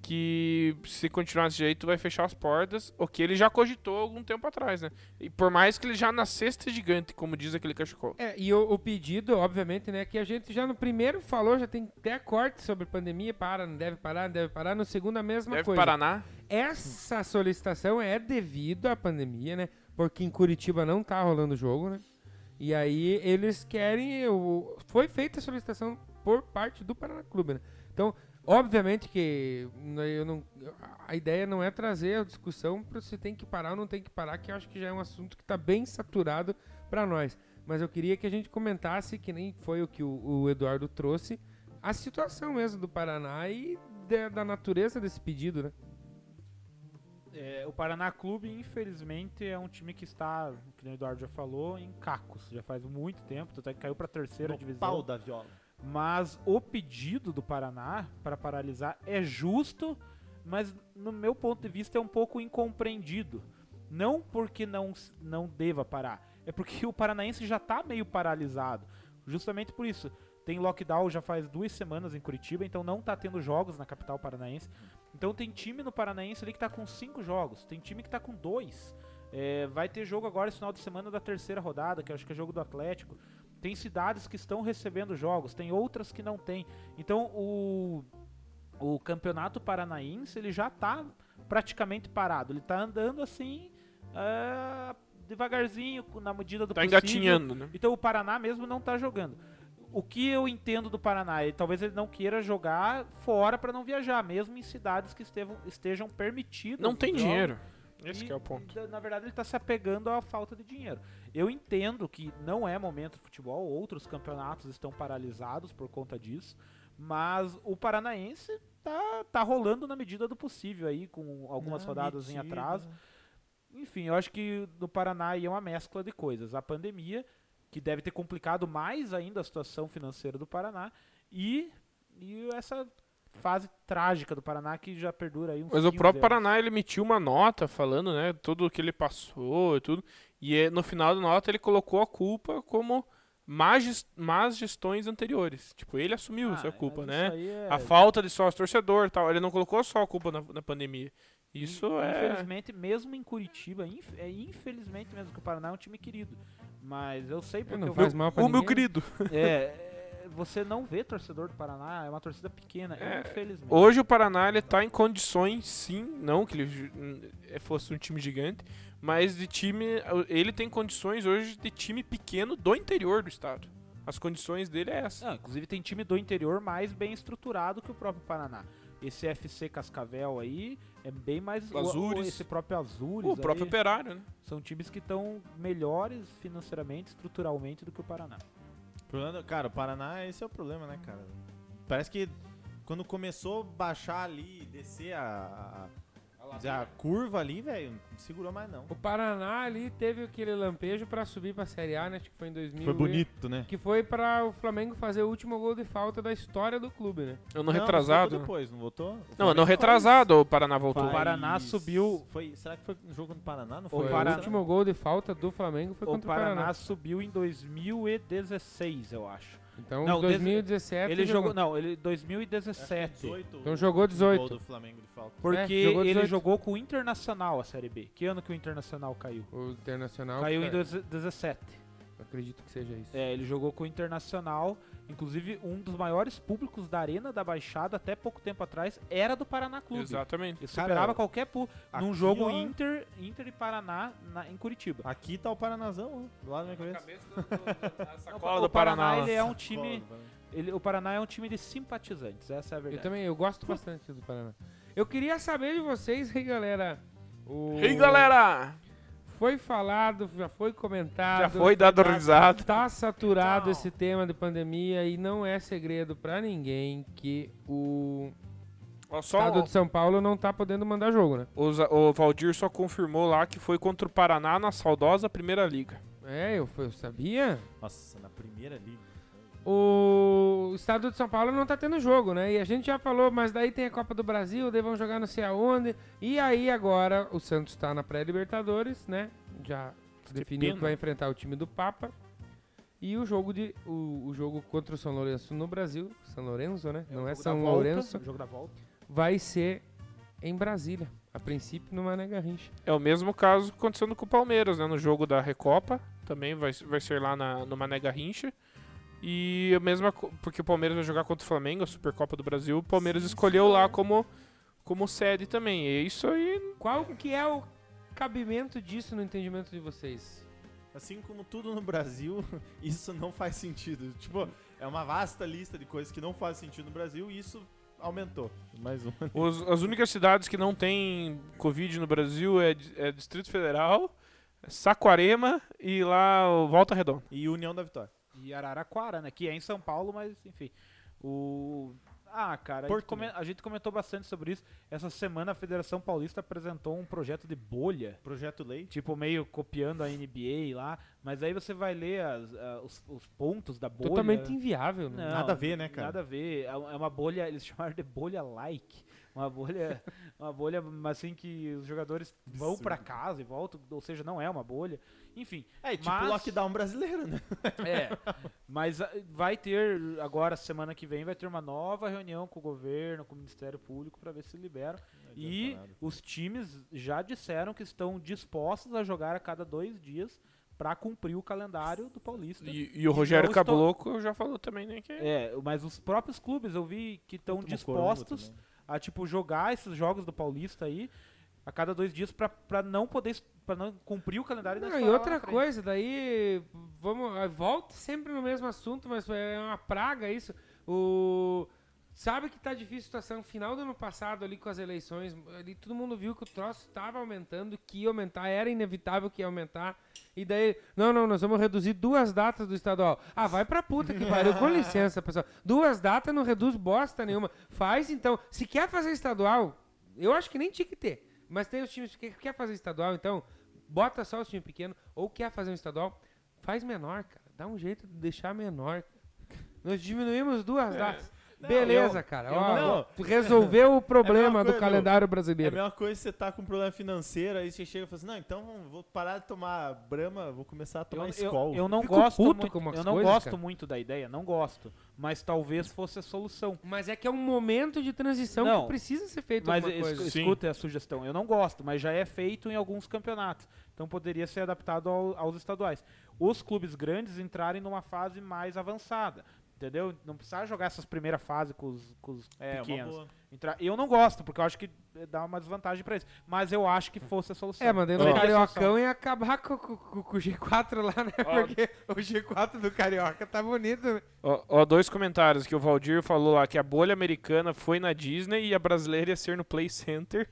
B: que se continuar desse jeito vai fechar as portas, o que ele já cogitou algum tempo atrás, né? E por mais que ele já nascesse gigante, como diz aquele cachecol.
A: É, e o, o pedido, obviamente, né, que a gente já no primeiro falou, já tem até corte sobre pandemia, para, não deve parar, não deve parar, no segundo a mesma
B: Deve
A: coisa.
B: Paraná.
A: Essa solicitação é devido à pandemia, né? Porque em Curitiba não tá rolando jogo, né? E aí eles querem. O... Foi feita a solicitação por parte do Paraná Clube, né? Então, Obviamente que n- eu não, a ideia não é trazer a discussão para se tem que parar ou não tem que parar, que eu acho que já é um assunto que está bem saturado para nós. Mas eu queria que a gente comentasse, que nem foi o que o, o Eduardo trouxe, a situação mesmo do Paraná e da- da natureza desse pedido, né?
D: É, o Paraná Clube, infelizmente, é um time que está, que nem o Eduardo já falou, em cacos. Já faz muito tempo, até que caiu para a terceira
E: No
D: divisão.
E: pau da viola.
D: Mas o pedido do Paraná para paralisar é justo, mas no meu ponto de vista é um pouco incompreendido. Não porque não, s- não deva parar, é porque o paranaense já está meio paralisado. Justamente por isso. Tem lockdown já faz duas semanas em Curitiba, então não tá tendo jogos na capital paranaense. Então tem time no Paranaense ali que tá com cinco jogos, tem time que tá com dois. É, vai ter jogo agora esse final de semana da terceira rodada, que eu acho que é jogo do Atlético. Tem cidades que estão recebendo jogos, tem outras que não tem. Então o, o campeonato paranaense ele já tá praticamente parado. Ele tá andando assim ah, devagarzinho, na medida do
B: Tá
D: possível.
B: engatinhando, né?
D: Então o Paraná mesmo não tá jogando. O que eu entendo do Paraná, ele, talvez ele não queira jogar fora para não viajar, mesmo em cidades que estevam, estejam permitidas.
B: Não
D: os
B: tem
D: jogos.
B: dinheiro.
D: E,
B: Esse que é o ponto.
D: da- Na verdade, ele tá se apegando à falta de dinheiro. Eu entendo que não é momento de futebol, outros campeonatos estão paralisados por conta disso, mas o paranaense tá, tá rolando na medida do possível aí, com algumas
E: Na
D: rodadas em
E: medida.
D: atraso. Enfim, eu acho que no Paraná aí é uma mescla de coisas. A pandemia, que deve ter complicado mais ainda a situação financeira do Paraná, e, e essa fase trágica do Paraná que já perdura aí um uns
B: Mas o
D: 15
B: próprio
D: anos.
B: Paraná, ele emitiu uma nota falando, né, tudo o que ele passou e tudo. E eh, no final da nota ele colocou a culpa como más, ges- más gestões anteriores. Tipo, ele assumiu
D: Ah,
B: essa
D: mas
B: culpa, né?
D: isso aí é-
B: A falta de sócio torcedor e tal. Ele não colocou só a culpa na, na pandemia. Isso é.
D: Infelizmente, mesmo em Curitiba, inf- é infelizmente mesmo que o Paraná é um time querido. Mas eu
B: É,
D: sei porque
A: não
D: É eu-
A: faz mal pra
B: O meu
A: ninguém.
B: querido.
D: É, é, você não vê torcedor do Paraná, é uma torcida pequena,
B: É,
D: infelizmente.
B: Hoje o Paraná ele tá em condições, sim, não que ele ju- hum, eh, fosse um time gigante, mas de time. Ele tem condições hoje de time pequeno do interior do estado. As condições dele é essa.
D: Não, Ah, inclusive tem time do interior mais bem estruturado que o próprio Paraná. Esse FC Cascavel aí é bem mais o- o-
B: Azures.
D: esse próprio Azures.
B: O próprio
D: aí,
B: operário, né?
D: são times que estão melhores financeiramente, estruturalmente do que o Paraná.
E: O problema- Cara, o Paraná, esse é o problema, né, cara? Parece que quando começou a baixar ali, descer a, a- a- a curva ali, velho, não segurou mais não.
A: O Paraná ali teve aquele lampejo pra subir pra Série A, né? Acho que foi em 2000.
E: Foi
A: e-
E: bonito, né?
A: Que foi pra o Flamengo fazer o último gol de falta da história do clube, né?
B: Ano
E: mas
B: retrasado.
E: voltou
B: né?
E: Depois, não votou?
B: Não, ano retrasado o Paraná voltou.
D: O Paraná subiu-
E: Foi, será que foi um jogo no Paraná? Não
D: O
E: foi?
A: Foi,
D: Paraná-
A: O último gol de falta do Flamengo foi
D: O
A: contra o
D: Paraná
A: Paraná.
D: subiu em 2016, eu acho.
A: Então,
D: Não,
A: 2017.
D: Ele jogou, não, ele É. 2017.
E: 18.
A: Então jogou
E: Gol
A: 18.
E: do Flamengo de falta.
D: Porque
A: É, jogou
D: ele
A: 18.
D: jogou com o Internacional a Série B. Que ano que o Internacional caiu?
A: O Internacional.
D: Caiu em
A: cara,
D: 2017.
A: Acredito que seja isso.
D: É, ele jogou com o Internacional, inclusive um dos maiores públicos da Arena da Baixada até pouco tempo atrás era do Paraná Clube.
B: Exatamente.
D: Ele
E: Cara,
D: superava qualquer público num
E: aqui,
D: jogo
E: ó.
D: Inter, Inter e Paraná na- em Curitiba.
E: Aqui tá o Paranazão, ó, do lado da minha cabeça.
B: sacola
D: o
B: do Paraná.
D: ele é um
E: Cola
D: time,
E: do Paraná.
D: ele- o Paraná é um time de simpatizantes, essa é a
A: Eu
D: verdade.
A: também, eu gosto bastante do Paraná. Eu queria saber de vocês, hein, galera. O...
B: E galera,
A: Foi falado, já foi comentado.
B: já foi dado risada.
A: Tá saturado
D: Então.
A: esse tema de pandemia e não é segredo pra ninguém que o
B: Ó, Só
A: estado
B: o,
A: de São Paulo não tá podendo mandar jogo, né?
B: o Za- o Valdir só confirmou lá que foi contra o Paraná na saudosa Primeira Liga.
A: É, eu, eu sabia.
E: Nossa, na primeira liga.
A: O estado de São Paulo não tá tendo jogo, né? E a gente já falou, mas daí tem a Copa do Brasil, daí vão jogar não sei aonde. E aí agora o Santos tá na pré-Libertadores, né? Já definiu
B: pena.
A: que
D: né?
A: vai enfrentar o time do Papa. E o jogo de o, o jogo contra o São Lourenço no Brasil, São Lourenço, né? não é São Lourenço.
D: um jogo da volta.
A: vai ser em Brasília. A princípio, no Mané Garrincha.
B: É o mesmo caso acontecendo com o Palmeiras, né? No jogo da Recopa, também vai, vai ser lá na, no Mané Garrincha. E a mesma co- porque o Palmeiras vai jogar contra o Flamengo, a Supercopa do Brasil, o Palmeiras escolheu lá como, como sede também. E isso aí
A: Qual que é o cabimento disso no entendimento de vocês?
E: Assim como tudo no Brasil, isso não faz sentido. Tipo, é uma vasta lista de coisas que não faz sentido no Brasil e isso aumentou. Mais um.
B: Os- as únicas cidades que não tem Covid no Brasil é, di- é Distrito Federal, Saquarema e lá o Volta Redonda.
E: E União da Vitória.
D: E Araraquara, né? Que é em São Paulo, mas enfim. O. Ah, cara, a gente,
E: Porto, né?
D: come- a gente comentou bastante sobre isso. Essa semana a Federação Paulista apresentou um projeto de bolha.
E: Projeto Lei.
D: Tipo, meio copiando a NBA lá. Mas aí você vai ler as- a- os, os pontos da bolha.
A: Totalmente inviável, né?
D: Não,
E: Nada a ver, né, cara?
D: Nada a ver. É um- é uma bolha, eles chamaram de bolha like. Uma bolha, uma bolha mas assim que os jogadores vão pra casa e voltam, ou seja, não é uma bolha. Enfim,
E: É, tipo
D: Mas-
E: lockdown brasileiro, né?
D: é. Mas ah, vai ter agora semana que vem vai ter uma nova reunião com o governo, com o Ministério Público pra ver se liberam. E
E: nada.
D: os times já disseram que estão dispostos a jogar a cada dois dias pra cumprir o calendário do Paulista.
B: E, e o Rogério
D: não estou-
B: Caboclo já falou também, né? Que...
D: É, mas os próprios clubes eu vi que estão
E: Tomou corona
D: dispostos
E: também.
D: a tipo jogar esses jogos do Paulista aí a cada dois dias pra- pra não poder para não cumprir o calendário da
A: Não, e
D: escola lá na
A: outra
D: frente.
A: coisa, daí vamos, eh, volta sempre no mesmo assunto, mas é uma praga isso. O sabe que tá difícil a situação final do ano passado ali com as eleições, ali todo mundo viu que o troço estava aumentando, que ia aumentar, era inevitável que ia aumentar. E daí, não, não, nós vamos reduzir duas datas do estadual. Ah, vai pra puta que pariu, com licença, pessoal. Duas datas não reduz bosta nenhuma. Faz então, se quer fazer estadual, eu acho que nem tinha que ter. Mas tem os times que quer fazer estadual, então bota só os times pequenos, ou quer fazer um estadual, faz menor, cara. Dá um jeito de deixar menor. Nós diminuímos
E: É.
A: duas datas. Beleza, cara.
E: eu
A: Ó,
E: não-
A: tu resolveu o problema
E: É a mesma
A: do
E: coisa,
A: calendário
E: É a
A: brasileiro.
E: mesma coisa que você tá com um problema financeiro, aí você chega e fala assim, não, então vamos- vou parar de tomar Brahma, vou começar a
D: Eu,
E: tomar
D: eu,
E: Skol.
D: eu não
A: Fico
D: gosto
A: puto
D: muito,
A: com umas
D: eu não
A: coisas,
D: gosto
A: cara.
D: muito da ideia, não gosto, mas talvez fosse a solução.
A: Mas é que é um momento de transição
D: Não,
A: que precisa ser feito
D: Mas
A: alguma
D: es-
A: coisa.
B: Sim.
D: escuta a sugestão, eu não gosto, mas já é feito em alguns campeonatos, então poderia ser adaptado ao- aos estaduais. Os clubes grandes entrarem numa fase mais avançada, entendeu? Não precisar jogar essas primeiras fases com os, com os
E: É, uma
D: pequenos.
E: boa.
D: Entrar- Eu não gosto, porque eu acho que eh, dá uma desvantagem pra eles, mas eu acho que fosse a solução.
A: É, mas daí
D: Seria
A: no
D: a solução.
A: Cariocão ia acabar com, com- com- com o G4 lá, né?
B: Ó.
A: Porque o G4 do Carioca tá bonito. né?
B: Ó, ó, dois comentários que o Valdir falou lá que a bolha americana foi na Disney e a brasileira ia ser no Play Center.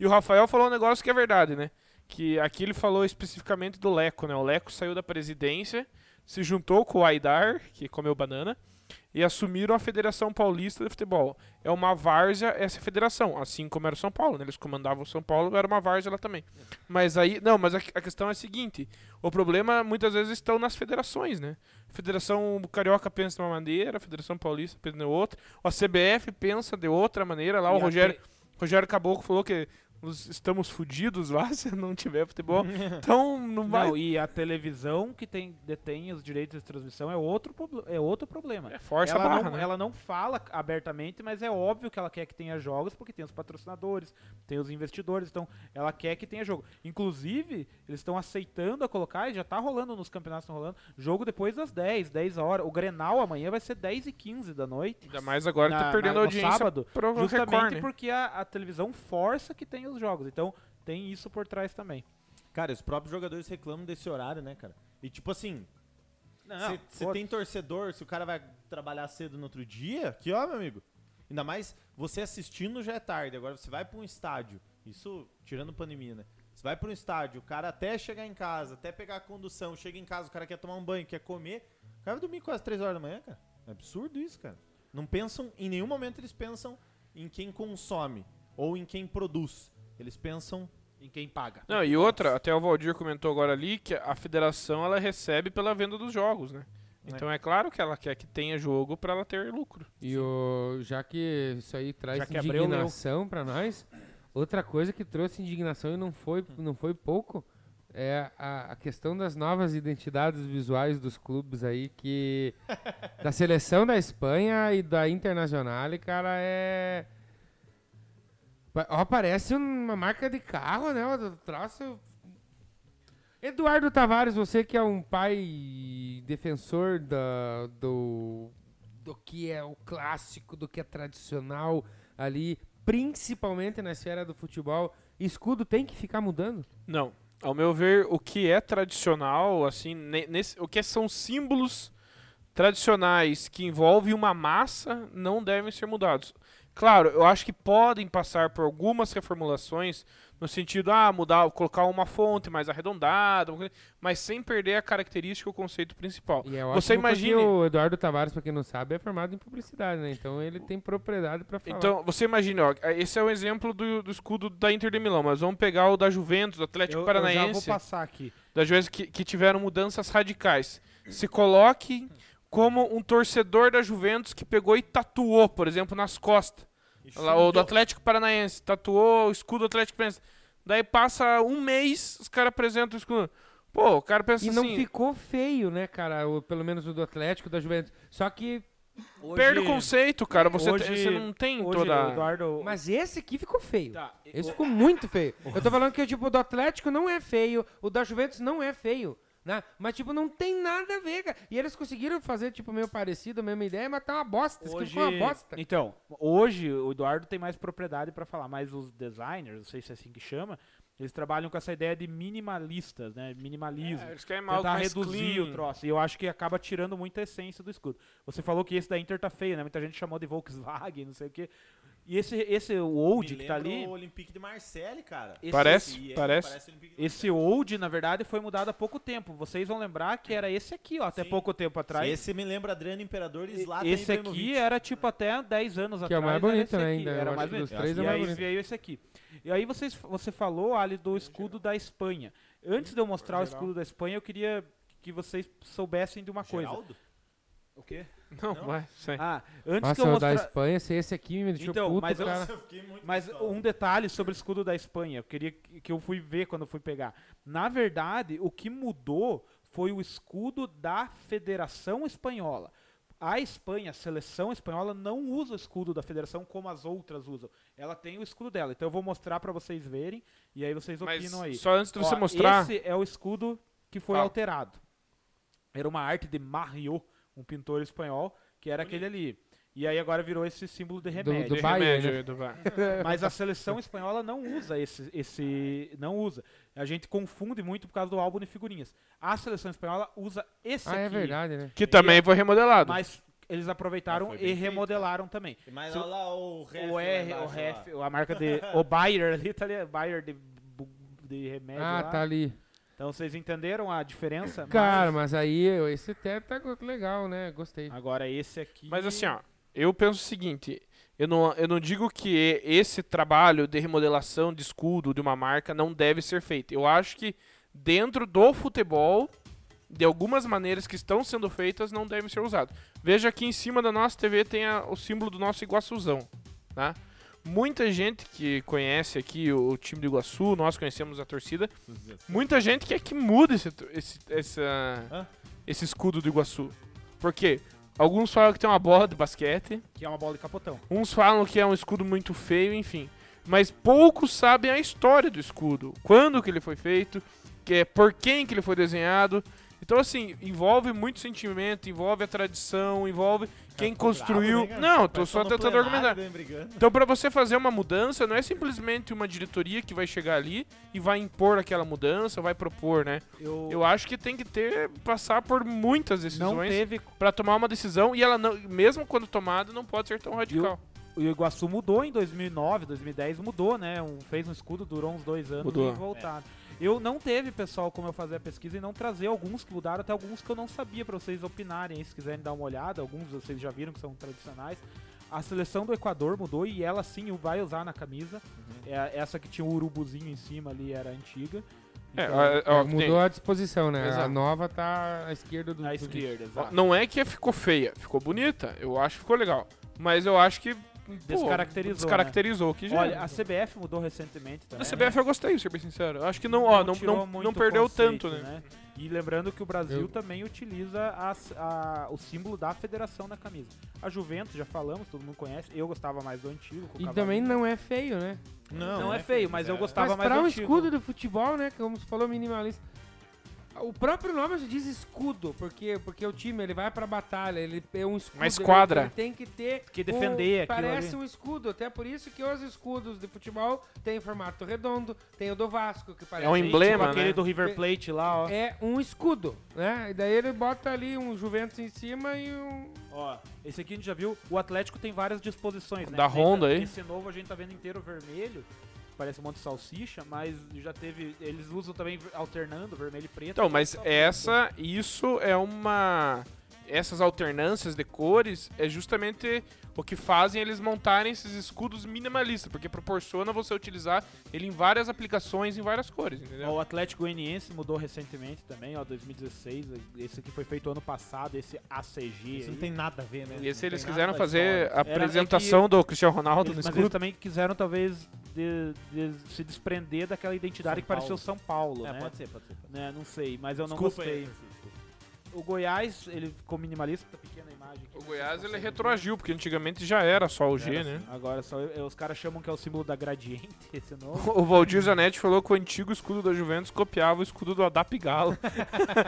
B: e o Rafael falou um negócio que é verdade, né? Que aqui ele falou especificamente do Leco, né? O Leco saiu da presidência, se juntou com o Aidar, que comeu banana, e assumiram a Federação Paulista de Futebol. É uma várzea essa federação, assim como era o São Paulo, né? Eles comandavam o São Paulo, era uma várzea lá também. Mas aí, não, mas a, a questão é a seguinte, o problema muitas vezes estão nas federações, né? Federação Carioca pensa de uma maneira, a Federação Paulista pensa de outra, a CBF pensa de outra maneira, lá
D: E
B: o
D: a
B: Rogério, Rogério Caboclo falou que nós estamos fudidos lá se não tiver futebol. Então não vai.
D: Não, e a televisão que tem, detém os direitos de transmissão é outro, proble- é outro problema.
B: é força a
D: ela,
B: barra,
D: não,
B: né?
D: ela não fala abertamente, mas é óbvio que ela quer que tenha jogos, porque tem os patrocinadores, tem os investidores, então ela quer que tenha jogo. Inclusive, eles estão aceitando a colocar, e já tá rolando nos campeonatos estão rolando, jogo depois das 10, 10 horas. O Grenal amanhã vai ser 10 e 15 da noite.
B: Ainda mais agora que
D: Na-
B: tá perdendo
D: na-
B: a
D: no
B: audiência
D: sábado,
B: pro
D: Justamente
B: Record, né?
D: porque a, a televisão força que tenha os jogos. Então, tem isso por trás também.
E: Cara, os próprios jogadores reclamam desse horário, né, cara? E tipo assim,
D: Não,
E: você tem torcedor, se o cara vai trabalhar cedo no outro dia, que ó, meu amigo. Ainda mais você assistindo já é tarde. Agora você vai pra um estádio, isso tirando pandemia, né? Você vai pra um estádio, o cara até chegar em casa, até pegar a condução, chega em casa, o cara quer tomar um banho, quer comer. O cara vai dormir quase 3 horas da manhã, cara. É absurdo isso, cara. Não pensam, em nenhum momento eles pensam em quem consome ou em quem produz. Eles pensam
D: em quem paga.
B: Não, e outra, até o Valdir comentou agora ali que a federação ela recebe pela venda dos jogos, né? Então é claro que ela quer que tenha jogo pra ela ter lucro.
A: E o, já que isso aí traz
D: Já que Abreu leu.
A: indignação pra nós, outra coisa que trouxe indignação e não foi, não foi pouco é a, a questão das novas identidades visuais dos clubes aí que da seleção da Espanha e da Internacional, e, cara, é Pa- Ó, parece uma marca de carro, né? O troço. Eduardo Tavares, você que é um pai defensor da, do, do que é o clássico, do que é tradicional ali, principalmente na esfera do futebol, escudo tem que ficar mudando?
B: Não. Ao meu ver, o que é tradicional, assim, ne- nesse, o que são símbolos tradicionais que envolvem uma massa não devem ser mudados. Claro, eu acho que podem passar por algumas reformulações no sentido ah mudar, colocar uma fonte mais arredondada, uma coisa- mas sem perder a característica ou conceito principal.
A: E é ótimo
B: Você
A: porque
B: imagine
A: o Eduardo Tavares, pra quem não sabe, é formado em publicidade, né? Então ele tem propriedade pra falar.
B: Então, você imagina, ó, esse é um exemplo do, do escudo da Inter de Milão, mas vamos pegar o da Juventus, do Atlético
D: Eu, eu já vou
B: É tipo Paranaense,
D: passar aqui.
B: da Juventus que, que tiveram mudanças radicais. Se coloque como um torcedor da Juventus que pegou e tatuou, por exemplo, nas costas. Lá, ou do Atlético Paranaense, tatuou o escudo do Atlético Paranaense. Daí passa um mês, os caras apresentam o escudo. Pô, o cara pensa
A: E
B: assim,
A: não ficou feio, né, cara? O, pelo menos o do Atlético, da Juventus. Só que.
B: perde o conceito, cara, você,
D: hoje-
B: tem- você não tem
D: Hoje,
B: toda...
D: Eduardo.
A: Mas esse aqui ficou feio.
D: Tá, e-
A: Esse ficou muito feio. Eu tô falando que, tipo, o do Atlético não é feio, o da Juventus não é feio. Né? Mas, tipo, não tem nada a ver, cara. E eles conseguiram fazer, tipo, meio parecido, a mesma ideia, mas tá uma bosta. Isso aqui
D: Hoje,
A: ficou uma bosta.
D: Então, hoje o Eduardo tem mais propriedade pra falar, mas os designers, não sei se é assim que chama, eles trabalham com essa ideia de minimalistas, né? Minimalismo.
B: É, eles querem algo
D: tentar
B: mais
D: reduzir
B: clean.
D: o troço. E eu acho que acaba tirando muita essência do escudo. Você falou que esse da Inter tá feio, né? Muita gente chamou de Volkswagen, não sei o quê. E esse, esse o old que tá ali,
E: o Olympique de Marseille, cara.
D: esse-
B: Parece,
E: E é-
B: parece.
E: o Olympique de
D: esse old, na verdade, foi mudado há pouco tempo. Vocês vão lembrar que era esse aqui, ó, até
E: Sim.
D: pouco tempo
E: Marseille.
D: atrás.
E: Esse me lembra Adriano Imperador e é
D: E-
E: Zlatan
D: Esse
E: Ibrahimovic.
D: aqui era tipo até 10 anos
A: Que é
D: atrás.
A: o mais
D: era
A: bonito,
D: esse
A: né,
D: aqui,
A: ainda. Eu
D: Era
A: acho
D: mais
A: que dos
D: bonito.
A: três é o
D: e
A: mais
D: aí
A: bonito.
D: veio esse aqui. E aí vocês, você falou, Ali, do escudo da Espanha. Antes de eu mostrar o escudo da Espanha, eu queria que vocês soubessem de uma coisa.
E: Geraldo?
D: O quê?
B: Não, vai, sei.
D: Ah, antes que
A: Nossa,
D: eu
A: o da
D: mostrar...
A: Espanha, esse, esse aqui me deixou
D: Então,
A: puto,
D: mas eu-
A: cara.
E: Eu fiquei muito
D: Mas
E: pistola.
D: um detalhe sobre o escudo da Espanha, eu queria que que eu fui ver quando eu fui pegar. Na verdade, o que mudou foi o escudo da Federação Espanhola. A Espanha, a seleção espanhola, não usa o escudo da federação como as outras usam. Ela tem o escudo dela. Então eu vou mostrar pra vocês verem e aí vocês
B: Mas
D: opinam aí.
B: só antes de você
D: Ó,
B: mostrar... Tá.
D: Esse é o escudo que foi
B: Fala.
D: alterado. Era uma arte de Mario, um pintor espanhol, que era aquele ali. E aí agora virou esse símbolo de remédio.
A: do
B: de
A: Bahia,
B: remédio,
A: né?
B: do Bahia.
D: Mas a seleção espanhola não usa esse, esse. Não usa. A gente confunde muito por causa do álbum de figurinhas. A seleção espanhola usa esse
A: Ah,
D: aqui.
A: é verdade, né?
B: Que
D: é
B: também foi remodelado.
D: Mas eles aproveitaram
E: Ah, foi
D: e
E: bem feito,
D: remodelaram também.
E: Mas
D: Se-
E: olha lá o ref.
D: o
E: lá
D: R, o
E: embaixo,
D: ref,
E: lá.
D: a marca de. o Bayer ali, tá ali. Bayer de, bu- de remédio.
A: Ah,
D: lá.
A: tá ali.
D: Então vocês entenderam a diferença? Mas
A: Cara, mas aí eu- esse teto tá legal, né? Gostei.
D: Agora esse aqui.
B: Mas assim, ó, eu penso o seguinte, eu não, eu não digo que e- esse trabalho de remodelação de escudo de uma marca não deve ser feito. Eu acho que dentro do futebol, de algumas maneiras que estão sendo feitas, não devem ser usados. Veja aqui em cima da nossa TV tem a- o símbolo do nosso Iguaçuzão, tá? Muita gente que conhece aqui o, o time do Iguaçu, nós conhecemos a torcida, muita gente quer que mude esse, tr- esse, essa-
E: Hã?
B: esse escudo do Iguaçu. Por quê? Alguns falam que tem uma bola de basquete,
D: Que é uma bola de capotão.
B: uns falam que é um escudo muito feio, enfim. Mas poucos sabem a história do escudo, quando que ele foi feito, que é por quem que ele foi desenhado. Então assim, envolve muito sentimento, envolve a tradição, envolve quem construiu.
E: Bravo, né, cara?
B: Não, tô
E: Mas
B: só
E: no
B: tentando
E: plenário,
B: argumentar.
E: vem brigando.
B: Então pra você fazer uma mudança, não é simplesmente uma diretoria que vai chegar ali e vai impor aquela mudança, vai propor, né?
D: Eu,
B: Eu acho que tem que ter passar por muitas decisões.
D: não teve
B: Pra tomar uma decisão e ela não, mesmo quando tomada, não pode ser tão radical.
D: O Iguaçu mudou em 2009, 2010 mudou, né? Um, fez um escudo, durou uns dois anos
B: Mudou.
D: e voltaram. Eu não teve, pessoal, como eu fazer a pesquisa e não trazer alguns que mudaram, até alguns que eu não sabia pra vocês opinarem, aí, se quiserem dar uma olhada, alguns vocês já viram que são tradicionais. A seleção do Equador mudou e ela sim o vai usar na camisa. É a- essa que tinha o urubuzinho em cima ali era antiga.
B: É,
D: Então,
B: ó, ó,
A: mudou a disposição, né?
B: Exato.
A: A nova tá à esquerda do.
D: à
A: do-
D: esquerda,
B: tem-
D: exato.
B: não é que ficou feia, ficou bonita. Eu acho que ficou legal. Mas eu acho que. pô,
D: Descaracterizou, né?
B: Descaracterizou que já.
D: Olha, a CBF mudou recentemente
B: da
D: também. né?
B: CBF eu gostei, pra ser bem sincero. Eu acho que não, ó, não,
D: tirou
B: não,
D: muito
B: não perdeu
D: conceito,
B: tanto, né?
D: E lembrando que o Brasil
A: Eu-
D: também utiliza as- a- o símbolo da federação na camisa. A Juventus, já falamos, todo mundo conhece. Eu gostava mais do antigo. com o
A: E também
D: cavalinho.
A: não é feio, né?
D: Não é feio, mas eu
E: cara.
D: gostava
A: mas
D: mais
A: pra
D: do
A: um
D: antigo.
A: escudo do futebol, né? Como você falou, minimalista. O próprio nome já diz escudo, porque, porque o time ele vai pra batalha, ele é um escudo.
B: Uma esquadra.
A: Ele, ele tem que ter.
D: Que defender
A: um-
D: aquilo
A: Parece
D: ali.
A: um escudo, até por isso que os escudos de futebol têm formato redondo, tem o do Vasco, que parece.
B: um
A: um
B: emblema.
D: Tipo aquele
B: né?
D: do River Plate lá, ó.
A: É um escudo, né? E daí ele bota ali um Juventus em cima e um.
D: Ó, esse aqui a gente já viu, o Atlético tem várias disposições, né?
B: Da
D: Tem
B: Honda aí.
D: Esse novo a gente tá vendo inteiro vermelho, parece um monte de salsicha, mas já teve, eles usam também alternando vermelho e preto.
B: Então, mas essa, isso é uma. Essas alternâncias de cores é justamente o que fazem eles montarem esses escudos minimalistas, porque proporciona você utilizar ele em várias aplicações, em várias cores,
D: Ó,
B: entendeu?
D: o Atlético Goianiense mudou recentemente também, ó, 2016, esse aqui foi feito ano passado, esse ACG.
E: Isso
D: aí.
E: não tem nada a ver, né?
B: E
E: Não
B: se eles
E: tem
B: quiseram
E: nada
B: fazer
E: história.
B: a
D: é que-
B: apresentação do Cristiano Ronaldo
D: Eles-
B: no
D: mas eles
B: escudo,
D: também quiseram talvez de- de se desprender daquela identidade
E: São
D: que pareceu
E: Paulo.
D: São Paulo, né?
E: É, pode ser, pode ser. Pode ser.
D: Né, Não sei, mas eu não
E: Desculpa
D: gostei.
E: aí, Francisco.
D: O Goiás, ele ficou minimalista, tá pequena a imagem. aqui,
B: o
D: mas
B: Goiás
D: vocês
B: ele
D: conseguem
B: retroagiu, porque antigamente já era só o G,
E: Era
B: né?
D: ver. Agora só eu- os caras chamam que é o símbolo da gradiente, esse é novo.
B: O Valdir Zanetti falou que o antigo escudo da Juventus copiava o escudo do Adap Galo.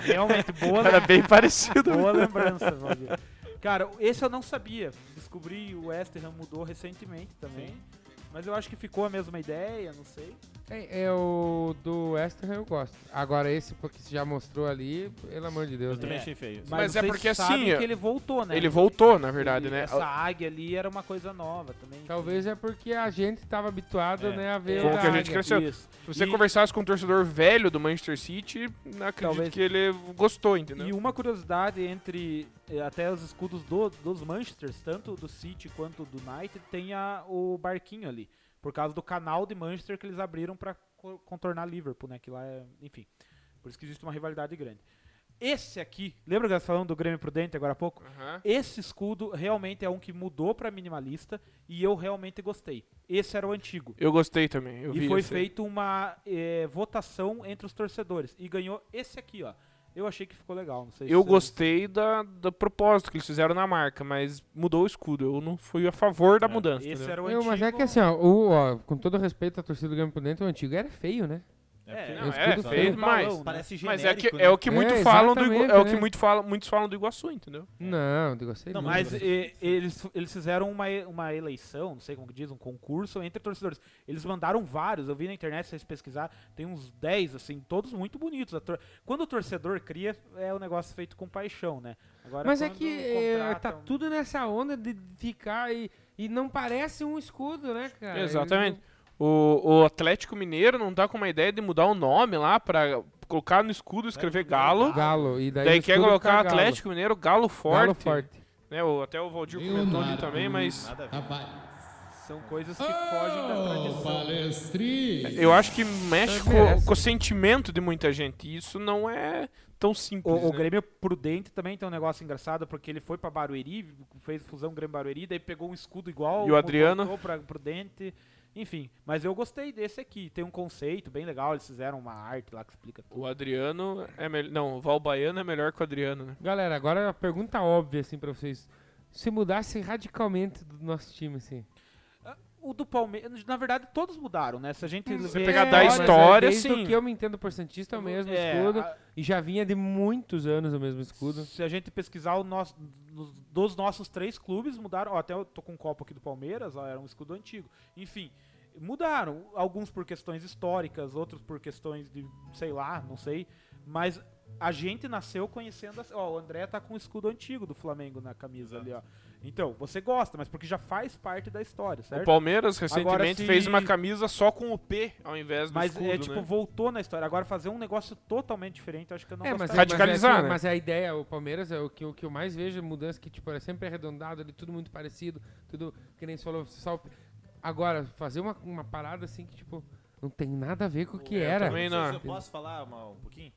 D: Realmente boa,
B: Era
D: lem-
B: bem parecido.
D: boa lembrança, Valdir. Cara, esse eu não sabia. Descobri o West Ham mudou recentemente também. Mas eu acho que ficou a mesma ideia, não sei.
A: É, é o do West Ham eu gosto. Agora esse porque você já mostrou ali, pelo amor de Deus. né?
E: Eu também
D: É.
E: achei feio. isso.
B: Mas é
D: vocês
B: porque
D: sabem
B: assim,
D: que ele voltou, né?
B: Ele voltou, na verdade,
D: Ele- é
B: né?
D: Essa águia ali era uma coisa nova também.
A: Talvez é porque a gente tava habituado,
E: É.
A: né, a ver
B: Com
A: o
B: que a
A: da
B: gente
A: Águia.
B: cresceu.
D: Isso.
B: Se você
D: E-
B: conversasse com um torcedor velho do Manchester City, acredito
D: Talvez.
B: que ele gostou, entendeu?
D: E uma curiosidade entre eh, até os escudos do- dos Manchesters, tanto do City quanto do United, tem a- o barquinho ali, por causa do canal de Manchester que eles abriram para contornar Liverpool, né? Que lá é, enfim, por isso que existe uma rivalidade grande. Esse aqui, lembra que nós falamos do Grêmio Prudente agora há pouco?
B: Aham.
D: Esse escudo realmente é um que mudou para minimalista e eu realmente gostei. Esse era o antigo.
B: Eu gostei também. Eu
D: e
B: vi
D: foi
B: esse.
D: feita uma eh, votação entre os torcedores. E ganhou esse aqui, ó. Eu achei que ficou legal, não sei se
B: Eu
D: vocês-
B: gostei da, do propósito que eles fizeram na marca, mas mudou o escudo. Eu não fui a favor da mudança.
D: É,
B: né?
D: Esse
B: entendeu?
D: era o
A: Eu,
D: antigo.
A: mas é que assim, ó, o- ó, com todo respeito à torcida do Grêmio por dentro, o antigo era feio, né?
E: feio.
B: não,
A: é
E: Só-
A: feio
B: demais.
D: Balão, né?
E: Parece
B: Mas é, que,
E: genérico,
B: é
E: né?
B: o que muito
A: É,
B: falam do Igu- é o que
A: exatamente,
B: muito falam, muitos falam do Iguaçu, entendeu?
A: É. Não, eu gostei
E: Não,
A: muito.
D: Mas
E: Mas-
D: e- eles, eles fizeram uma, e- uma eleição, não sei como que diz, um concurso entre torcedores. Eles mandaram vários, eu vi na internet, se vocês pesquisar, tem uns 10, assim, todos muito bonitos. A tor- Quando o torcedor cria, é um negócio feito com paixão, né? Agora,
A: Mas é
D: quando
A: que eh, tá
D: contratam-
A: tudo nessa onda de ficar e, e não parece um escudo, né, cara?
B: Exatamente. O, o Atlético Mineiro não tá com uma ideia de mudar o nome lá pra colocar no escudo
E: É,
B: escrever Galo.
A: Ele- Galo. E daí,
B: Daí
A: o
B: quer
A: é escudo
B: colocar
A: fica galo.
B: Atlético Mineiro Galo Forte.
A: Galo forte.
B: Né, o- até o Valdir comentou ali
C: Leonardo
B: também, mas
E: Nada a ver.
C: Tavares.
D: São coisas que fogem da
C: Oh,
D: tradição.
C: palestrinha.
B: eu acho que mexe
A: Mas
B: com,
A: merece.
B: com o sentimento de muita gente. E isso não é tão simples.
D: O, o
B: né?
D: Grêmio Prudente também tem um negócio engraçado, porque ele foi pra Barueri, fez fusão Grêmio Barueri, daí pegou um escudo igual.
B: E o Adriano?
D: voltou Pra Prudente. Enfim, mas eu gostei desse aqui. Tem um conceito bem legal, eles fizeram uma arte lá que explica tudo.
B: O Adriano é melhor. Não, o Valbaiano é melhor que o Adriano, né?
A: Galera, agora a pergunta óbvia, assim, pra vocês. Se mudasse radicalmente do nosso time, assim.
D: O do Palmeiras, na verdade, todos mudaram, né? Se a gente
B: você
D: vê-
B: pegar
A: É,
B: da
A: mas
B: história,
A: é, desde
B: sim.
A: o que eu me entendo por Santista, é o mesmo
D: É,
A: escudo.
D: a-
A: E já vinha de muitos anos o mesmo escudo.
D: Se a gente pesquisar o nosso, nos- dos nossos três clubes, mudaram. Ó, até eu tô com um copo aqui do Palmeiras, ó, era um escudo antigo. Enfim, mudaram. Alguns por questões históricas, outros por questões de, sei lá, não sei. Mas a gente nasceu conhecendo. as- Ó, o André tá com o escudo antigo do Flamengo na camisa ali, ó. Então, você gosta, mas porque já faz parte da história,
B: O
D: certo?
B: Palmeiras
D: Agora,
B: recentemente
D: se-
B: fez uma camisa só com o P ao invés do
D: Mas
B: escudo,
D: é tipo,
B: né?
D: voltou na história. Agora fazer um negócio totalmente diferente, eu acho que eu não
A: É, mas,
D: gostaria.
A: mas
B: Radicalizar,
A: é que-
B: né?
A: mas a ideia, o Palmeiras, é o que, o que eu mais vejo é mudança que tipo, é sempre arredondado, ali, tudo muito parecido, tudo que nem você falou. Só o- Agora, fazer uma, uma parada assim que, tipo, não tem nada a ver com o que
E: Eu
A: era.
B: também
E: Não sei se
B: não.
E: eu posso falar uma- um pouquinho?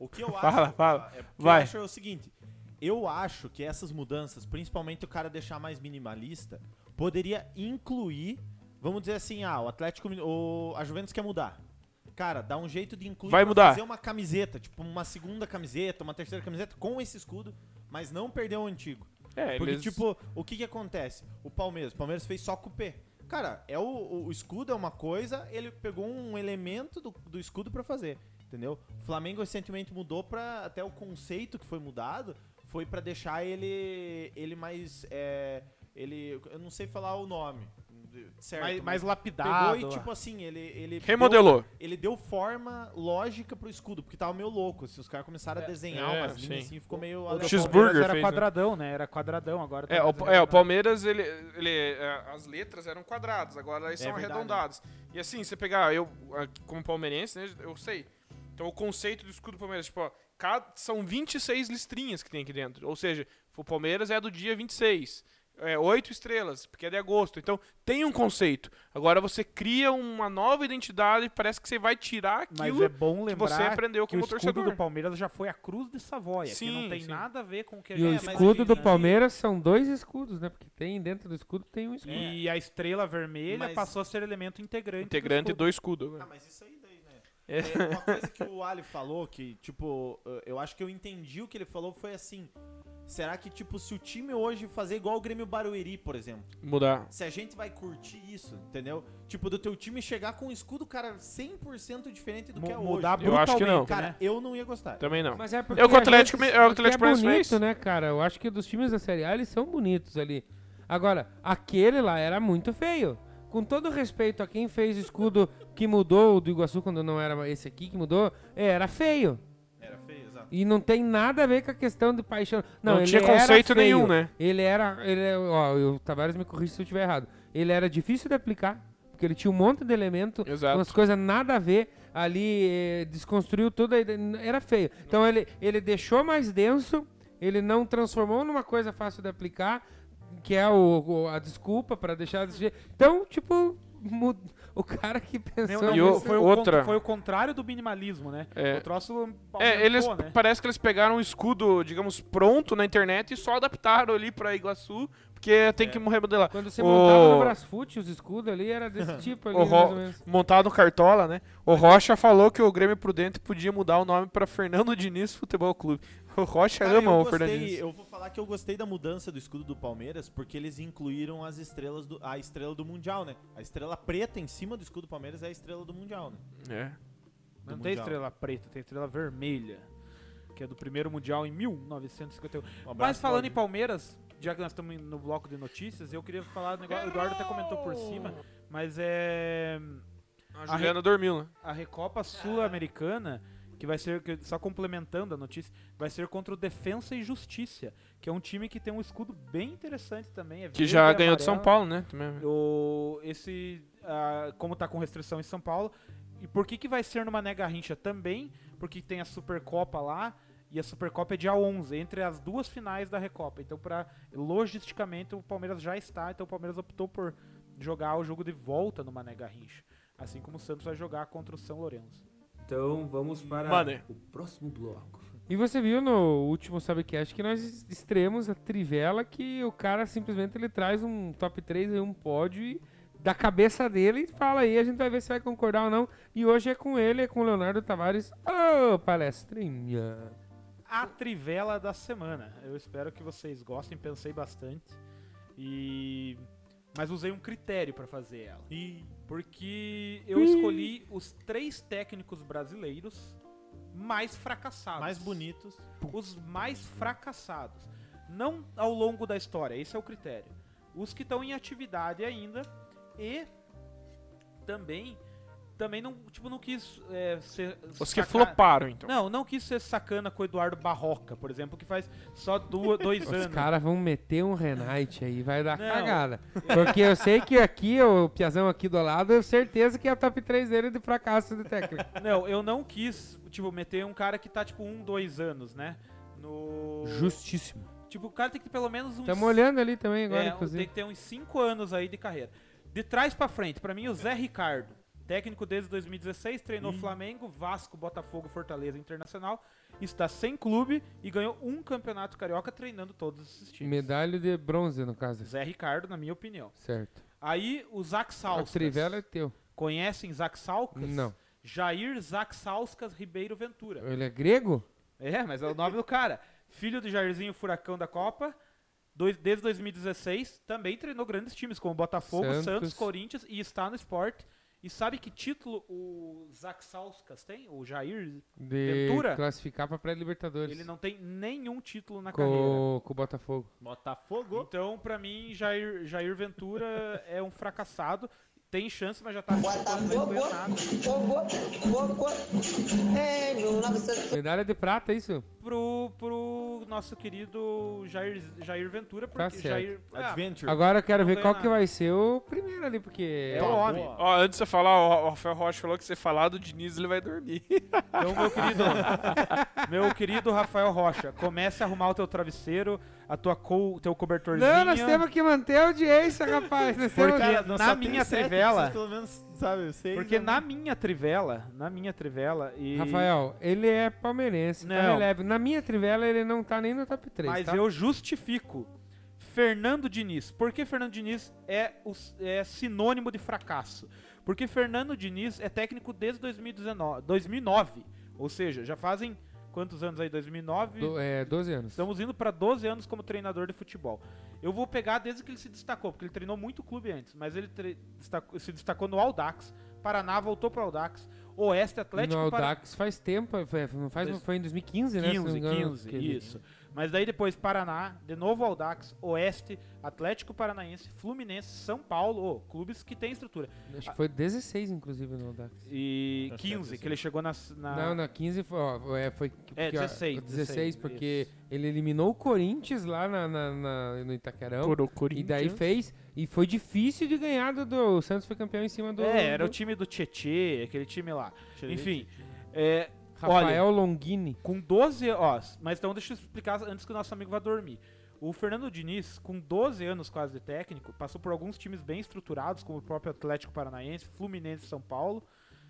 E: O que eu acho.
B: Fala, fala.
E: É, o que
B: Vai.
E: Eu acho é o seguinte: eu acho que essas mudanças, principalmente o cara deixar mais minimalista, poderia incluir. Vamos dizer assim, ah, o Atlético. Min- O, a Juventus quer mudar. Cara, dá um jeito de incluir.
B: Vai
E: pra
B: mudar.
E: Fazer uma camiseta, tipo uma segunda camiseta, uma terceira camiseta com esse escudo, mas não perder o antigo.
B: É,
E: Porque,
B: eles-
E: tipo, o que que acontece? O Palmeiras, o Palmeiras fez só com o P. Cara, é o, o- o escudo é uma coisa, ele pegou um elemento do, do escudo pra fazer. Entendeu? O Flamengo recentemente mudou pra. Até o conceito que foi mudado foi pra deixar ele. Ele mais. é, ele. Eu não sei falar o nome. de- Certo.
D: mais, mais
E: mas
D: lapidado.
E: Pegou e,
D: ó.
E: tipo assim, ele. ele
B: Remodelou.
E: deu- ele deu forma lógica pro escudo, porque tava meio louco. Se os caras começaram a desenhar
B: é,
E: umas linhas
B: sim.
E: assim, ficou meio.
D: O do
E: aleatório.
B: Cheeseburger.
D: Palmeiras Era
B: fez, né?
D: quadradão, né? Era quadradão agora. tá
B: É, o,
D: fazendo
B: é, o
D: quadrado.
B: Palmeiras, ele, ele- é, as letras eram quadradas, agora elas
E: É
B: são
E: verdade.
B: arredondadas. E assim, você pegar, eu, ah, como palmeirense, né, eu sei. Então, o conceito do escudo do Palmeiras, tipo, ó, cada, são 26 listrinhas que tem aqui dentro. Ou seja, o Palmeiras é do dia 26. É, oito estrelas, porque é de agosto. Então, tem um conceito. Agora você cria uma nova identidade, parece que você vai tirar
D: Mas
B: aquilo
D: é bom lembrar
B: você aprendeu
D: que o
B: como
D: escudo
B: torcedor.
D: do Palmeiras já foi a cruz de Savoia, que não
B: Sim,
D: tem
B: sim.
D: nada a ver com o que é, a
A: E o
D: gente
A: escudo do
D: imagina.
A: Palmeiras são dois escudos, né? Porque tem dentro do escudo tem um escudo.
D: é. E a estrela vermelha
E: Mas-
D: passou a ser elemento integrante.
B: integrante
D: do escudo.
B: do escudo. né?
E: Ah, mas isso aí daí, né? É, uma coisa que o Ali falou, que, tipo, eh, eu acho que eu entendi o que ele falou, foi assim. Será que, tipo, se o time hoje fazer igual o Grêmio Barueri, por exemplo,
B: Mudar.
E: se a gente vai curtir isso, entendeu? Tipo, do teu time chegar com um escudo, cara, 100% diferente do
D: Mu-
E: que é
D: mudar
E: hoje.
B: Eu acho que não.
D: brutalmente,
E: Cara,
D: né?
E: eu não ia gostar.
B: Também não.
A: Mas é porque
B: É o que o
A: a
B: Atlético
A: gente-
B: Me- é o que o
A: porque
B: Atlético
A: é
B: Paranaense
A: bonito,
B: fez.
A: né, cara? Eu acho que dos times da Série A eles são bonitos ali. Agora, aquele lá era muito feio. Com todo respeito a quem fez o escudo que mudou o do Iguaçu quando não era esse aqui que mudou, é, era feio.
E: Era feio, exato.
A: E não tem nada a ver com a questão de paixão. Não,
B: Não
A: ele
B: tinha
A: era
B: conceito
A: feio.
B: nenhum, né?
A: Ele era. Ele, é- ó, o Tavares me corrige se eu estiver errado. Ele era difícil de aplicar, porque ele tinha um monte de elemento,
B: Exato.
A: umas coisas nada a ver. Ali eh, desconstruiu tudo, aí n- era feio. Então ele, ele deixou mais denso, ele não transformou numa coisa fácil de aplicar, que é o, o- a desculpa pra deixar desse jeito. Então, tipo, mu- o cara que
D: Não,
A: pensou.
D: não,
B: E o-
A: nisso-
D: foi, o
B: outra-
D: con- foi o contrário do minimalismo, né?
B: É.
D: O troço
B: É,
D: aumentou,
B: eles
D: né?
B: parece que eles pegaram um escudo, digamos, pronto na internet e só adaptaram ali pra Iguaçu, porque tem que remodelar.
A: É. Quando se
B: O-
A: montava no Brasfoot, os escudos ali era desse tipo ali,
B: o
A: mais
B: Ro-
A: ou menos.
B: montado no cartola, né? O Rocha falou que o Grêmio Prudente podia mudar o nome pra Fernando Diniz Futebol Clube. O Rocha
E: Cara,
B: ama
E: eu
B: o
E: gostei-
B: Fernando Diniz.
E: Eu vou falar que eu gostei da mudança do escudo do Palmeiras, porque eles incluíram as estrelas do, a estrela do Mundial, né? A estrela preta em cima do escudo do Palmeiras é a estrela do Mundial, né?
B: É.
D: Não
E: do
D: tem
E: Mundial.
D: estrela preta, tem estrela vermelha. Que é do primeiro Mundial em 1951.
E: Um abraço,
D: Mas falando
E: Claudio.
D: em Palmeiras, já que nós estamos no bloco de notícias, eu queria falar um negócio. O Eduardo até comentou por cima, mas é.
B: A Juliana dormiu, né?
D: A Recopa Sul-Americana, que vai ser. que- Só complementando a notícia, vai ser contra o Defensa e Justiça, que é um time que tem um escudo bem interessante também. é
B: Que
D: verde
B: já
D: e
B: ganhou de São
D: amarelo.
B: Paulo, né? Também.
D: O, esse, ah, como tá com restrição em São Paulo. E por que que vai ser no Mané Garrincha também? Porque tem a Supercopa lá e a Supercopa é dia 11, entre as duas finais da Recopa. Então, para logisticamente o Palmeiras já está, então o Palmeiras optou por jogar o jogo de volta no Mané Garrincha, assim como o Santos vai jogar contra o São Lourenço.
G: Então vamos para
B: Mané.
G: o próximo bloco.
A: E você viu no último Sabcast que nós extremos a trivela que o cara simplesmente ele traz um top 3 e um pódio e da cabeça dele e fala aí, a gente vai ver se vai concordar ou não. E hoje é com ele, é com o Leonardo Tavares. Ô, palestrinha!
D: A trivela da semana. Eu espero que vocês gostem, pensei bastante. E mas usei um critério para fazer ela. Porque eu escolhi os três técnicos brasileiros mais fracassados.
E: Mais bonitos.
D: Os mais fracassados. Não ao longo da história, esse é o critério. Os que estão em atividade ainda e também também não, tipo, não quis é, ser
B: Os que
D: sacar-
B: floparam, então.
D: Não, não quis ser sacana com o Eduardo Barroca, por exemplo, que faz só duas, dois
A: Os
D: anos.
A: caras vão meter um Renate aí, vai dar
D: Não.
A: cagada. Porque eu sei que aqui, o Piazão aqui do lado, eu certeza que é o top 3 dele de fracasso de técnico.
D: Não, eu não quis, tipo, meter um cara que tá, tipo, um, dois anos, né? No.
A: Justíssimo.
D: Tipo, o cara tem que ter pelo menos uns.
A: Estamos olhando ali também agora,
D: é,
A: inclusive.
D: Tem que ter uns cinco anos aí de carreira. De trás pra frente, pra mim, o Zé Ricardo. Técnico desde 2016, treinou Flamengo, Vasco, Botafogo, Fortaleza Internacional. Está sem clube e ganhou um campeonato carioca treinando todos esses times.
A: Medalha de bronze, no caso.
D: Zé Ricardo, na minha opinião.
A: Certo.
D: Aí o Zac
A: A
D: Salsas.
A: trivela é teu.
D: Conhecem Zac Salcas?
A: Não.
D: Jair Zac Salscas Ribeiro Ventura.
A: Ele é grego?
D: É, mas é o nome do cara. Filho do Jairzinho Furacão da Copa. dois- desde 2016, também treinou grandes times como Botafogo, Santos.
A: Santos.
D: Corinthians e está no esporte. E sabe que título o Zac Sauskas tem? O Jair?
A: De
D: Ventura?
A: classificar pra pré-libertadores.
D: Ele não tem nenhum título na carreira.
A: Com, com o Botafogo.
E: Botafogo.
D: Então, pra mim, Jair, Jair Ventura é um fracassado. Tem chance, mas já tá
F: Botafogo,
D: ganhando nada.
F: fogo, fogo, em 1900.
A: Medalha de prata, é isso?
D: Pro, pro nosso querido Jair, Jair Ventura, porque
A: Tá certo.
D: Jair. Ah,
E: Adventure.
A: Agora eu quero
D: Não
A: ver
D: ganha
A: qual que
D: nada.
A: vai ser o primeiro ali, porque...
E: é o homem.
B: Ó, antes de você falar, ó, o Rafael Rocha falou que você falar do Diniz, ele vai dormir.
D: Então, meu querido, meu querido Rafael Rocha, comece a arrumar o teu travesseiro, a tua co, teu cobertorzinho.
A: Não, nós temos que manter a audiência, rapaz. Nós temos...
D: Porque-
E: Cara, não,
D: na
E: só
D: minha
E: tem sete,
D: trivela-
E: vocês Pelo menos, sabe, seis,
D: Porque
E: né?
D: na minha trivela, na minha trivela e
A: Rafael, ele é palmeirense, tá
D: Não.
A: releve. Na minha trivela, ele não tá nem no top 3,
D: mas
A: tá?
D: eu justifico Fernando Diniz. Por que Fernando Diniz é, o s- é sinônimo de fracasso? Porque Fernando Diniz é técnico desde 2019, 2009, ou seja, já fazem quantos anos aí? 2009,
A: Do- é, 12 anos.
D: Estamos indo para 12 anos como treinador de futebol. Eu vou pegar desde que ele se destacou, porque ele treinou muito clube antes, mas ele tre- destacou- se destacou no Audax, Paraná voltou para Audax, Oeste Atlético
A: no
D: para
A: Audax faz tempo, foi, não faz,
D: Dois-
A: foi em 2015, né? se não
D: 15,
A: me engano,
D: 15,
A: que ele-
D: isso. Mas daí depois Paraná, de novo Audax, Oeste, Atlético Paranaense, Fluminense, São Paulo, ô, clubes que têm estrutura.
A: Acho que foi 16, inclusive, no Audax.
D: E
E: Acho que é
D: 15, que ele chegou na, s- na-
A: Não, na 15 foi, ó, é, foi
D: É,
A: porque, ó,
D: 16, 16,
A: porque ele eliminou o Corinthians lá na, na- na- no Itaquerão. e daí fez. E foi difícil de ganhar do. do- o Santos foi campeão em cima do.
D: É, era o
A: do
D: time do Tietê, aquele time lá.
E: Tirei.
D: Enfim, é,
A: Rafael Longini.
D: Com 12 ó, mas então deixa eu explicar antes que o nosso amigo vá dormir. O Fernando Diniz, com 12 anos quase de técnico, passou por alguns times bem estruturados, como o próprio Atlético Paranaense, Fluminense e São Paulo.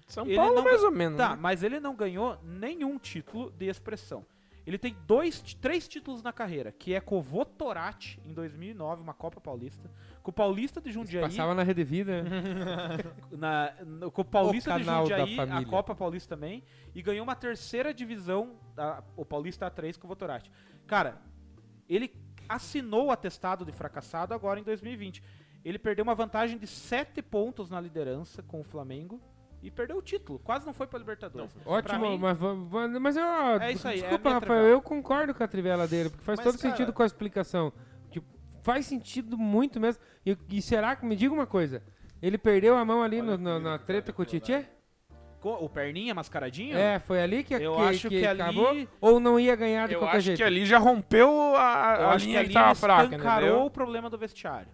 B: São
D: Ele
B: Paulo,
D: não-
B: mais ou menos.
D: Tá,
B: né?
D: mas ele não ganhou nenhum título de expressão. Ele tem dois, ti- três títulos na carreira, que é com o Votorat, em 2009, uma Copa Paulista, com o Paulista de Jundiaí,
A: Passava na Rede Vida.
D: Uhum.
A: né?
D: na, no- com o Paulista
A: O
D: de
A: canal da
D: Jundiaí, a
A: família.
D: Copa Paulista também, e ganhou uma terceira divisão, a- o Paulista A3 com o Votorati. Cara, ele assinou o atestado de fracassado agora em 2020. Ele perdeu uma vantagem de 7 pontos na liderança com o Flamengo e perdeu o título. Quase não foi pra Libertadores. Pra
A: Ótimo,
D: mim-
A: mas, va- va- mas eu.
D: É isso aí, é a
A: Desculpa,
D: minha
A: Rafael,
D: trivela.
A: eu concordo com a trivela dele, porque faz
E: Mas,
A: todo
E: cara-
A: sentido com a explicação. Tipo, faz sentido muito mesmo. E, e será que. Me diga uma coisa. Ele perdeu a mão ali no- na- na treta com o Tietchan?
D: Co- O Perninha, Mascaradinho?
A: É, foi ali que,
D: Eu
A: que,
D: acho
A: que
D: que ali-
A: acabou? Ou não ia ganhar de
B: Eu
A: qualquer
B: acho
A: jeito?
B: que ali já rompeu
D: Eu
B: a, a
D: acho
B: linha que,
D: que, ali
B: tava
D: ele
B: fraca,
D: escancarou
B: entendeu?
D: o problema do vestiário.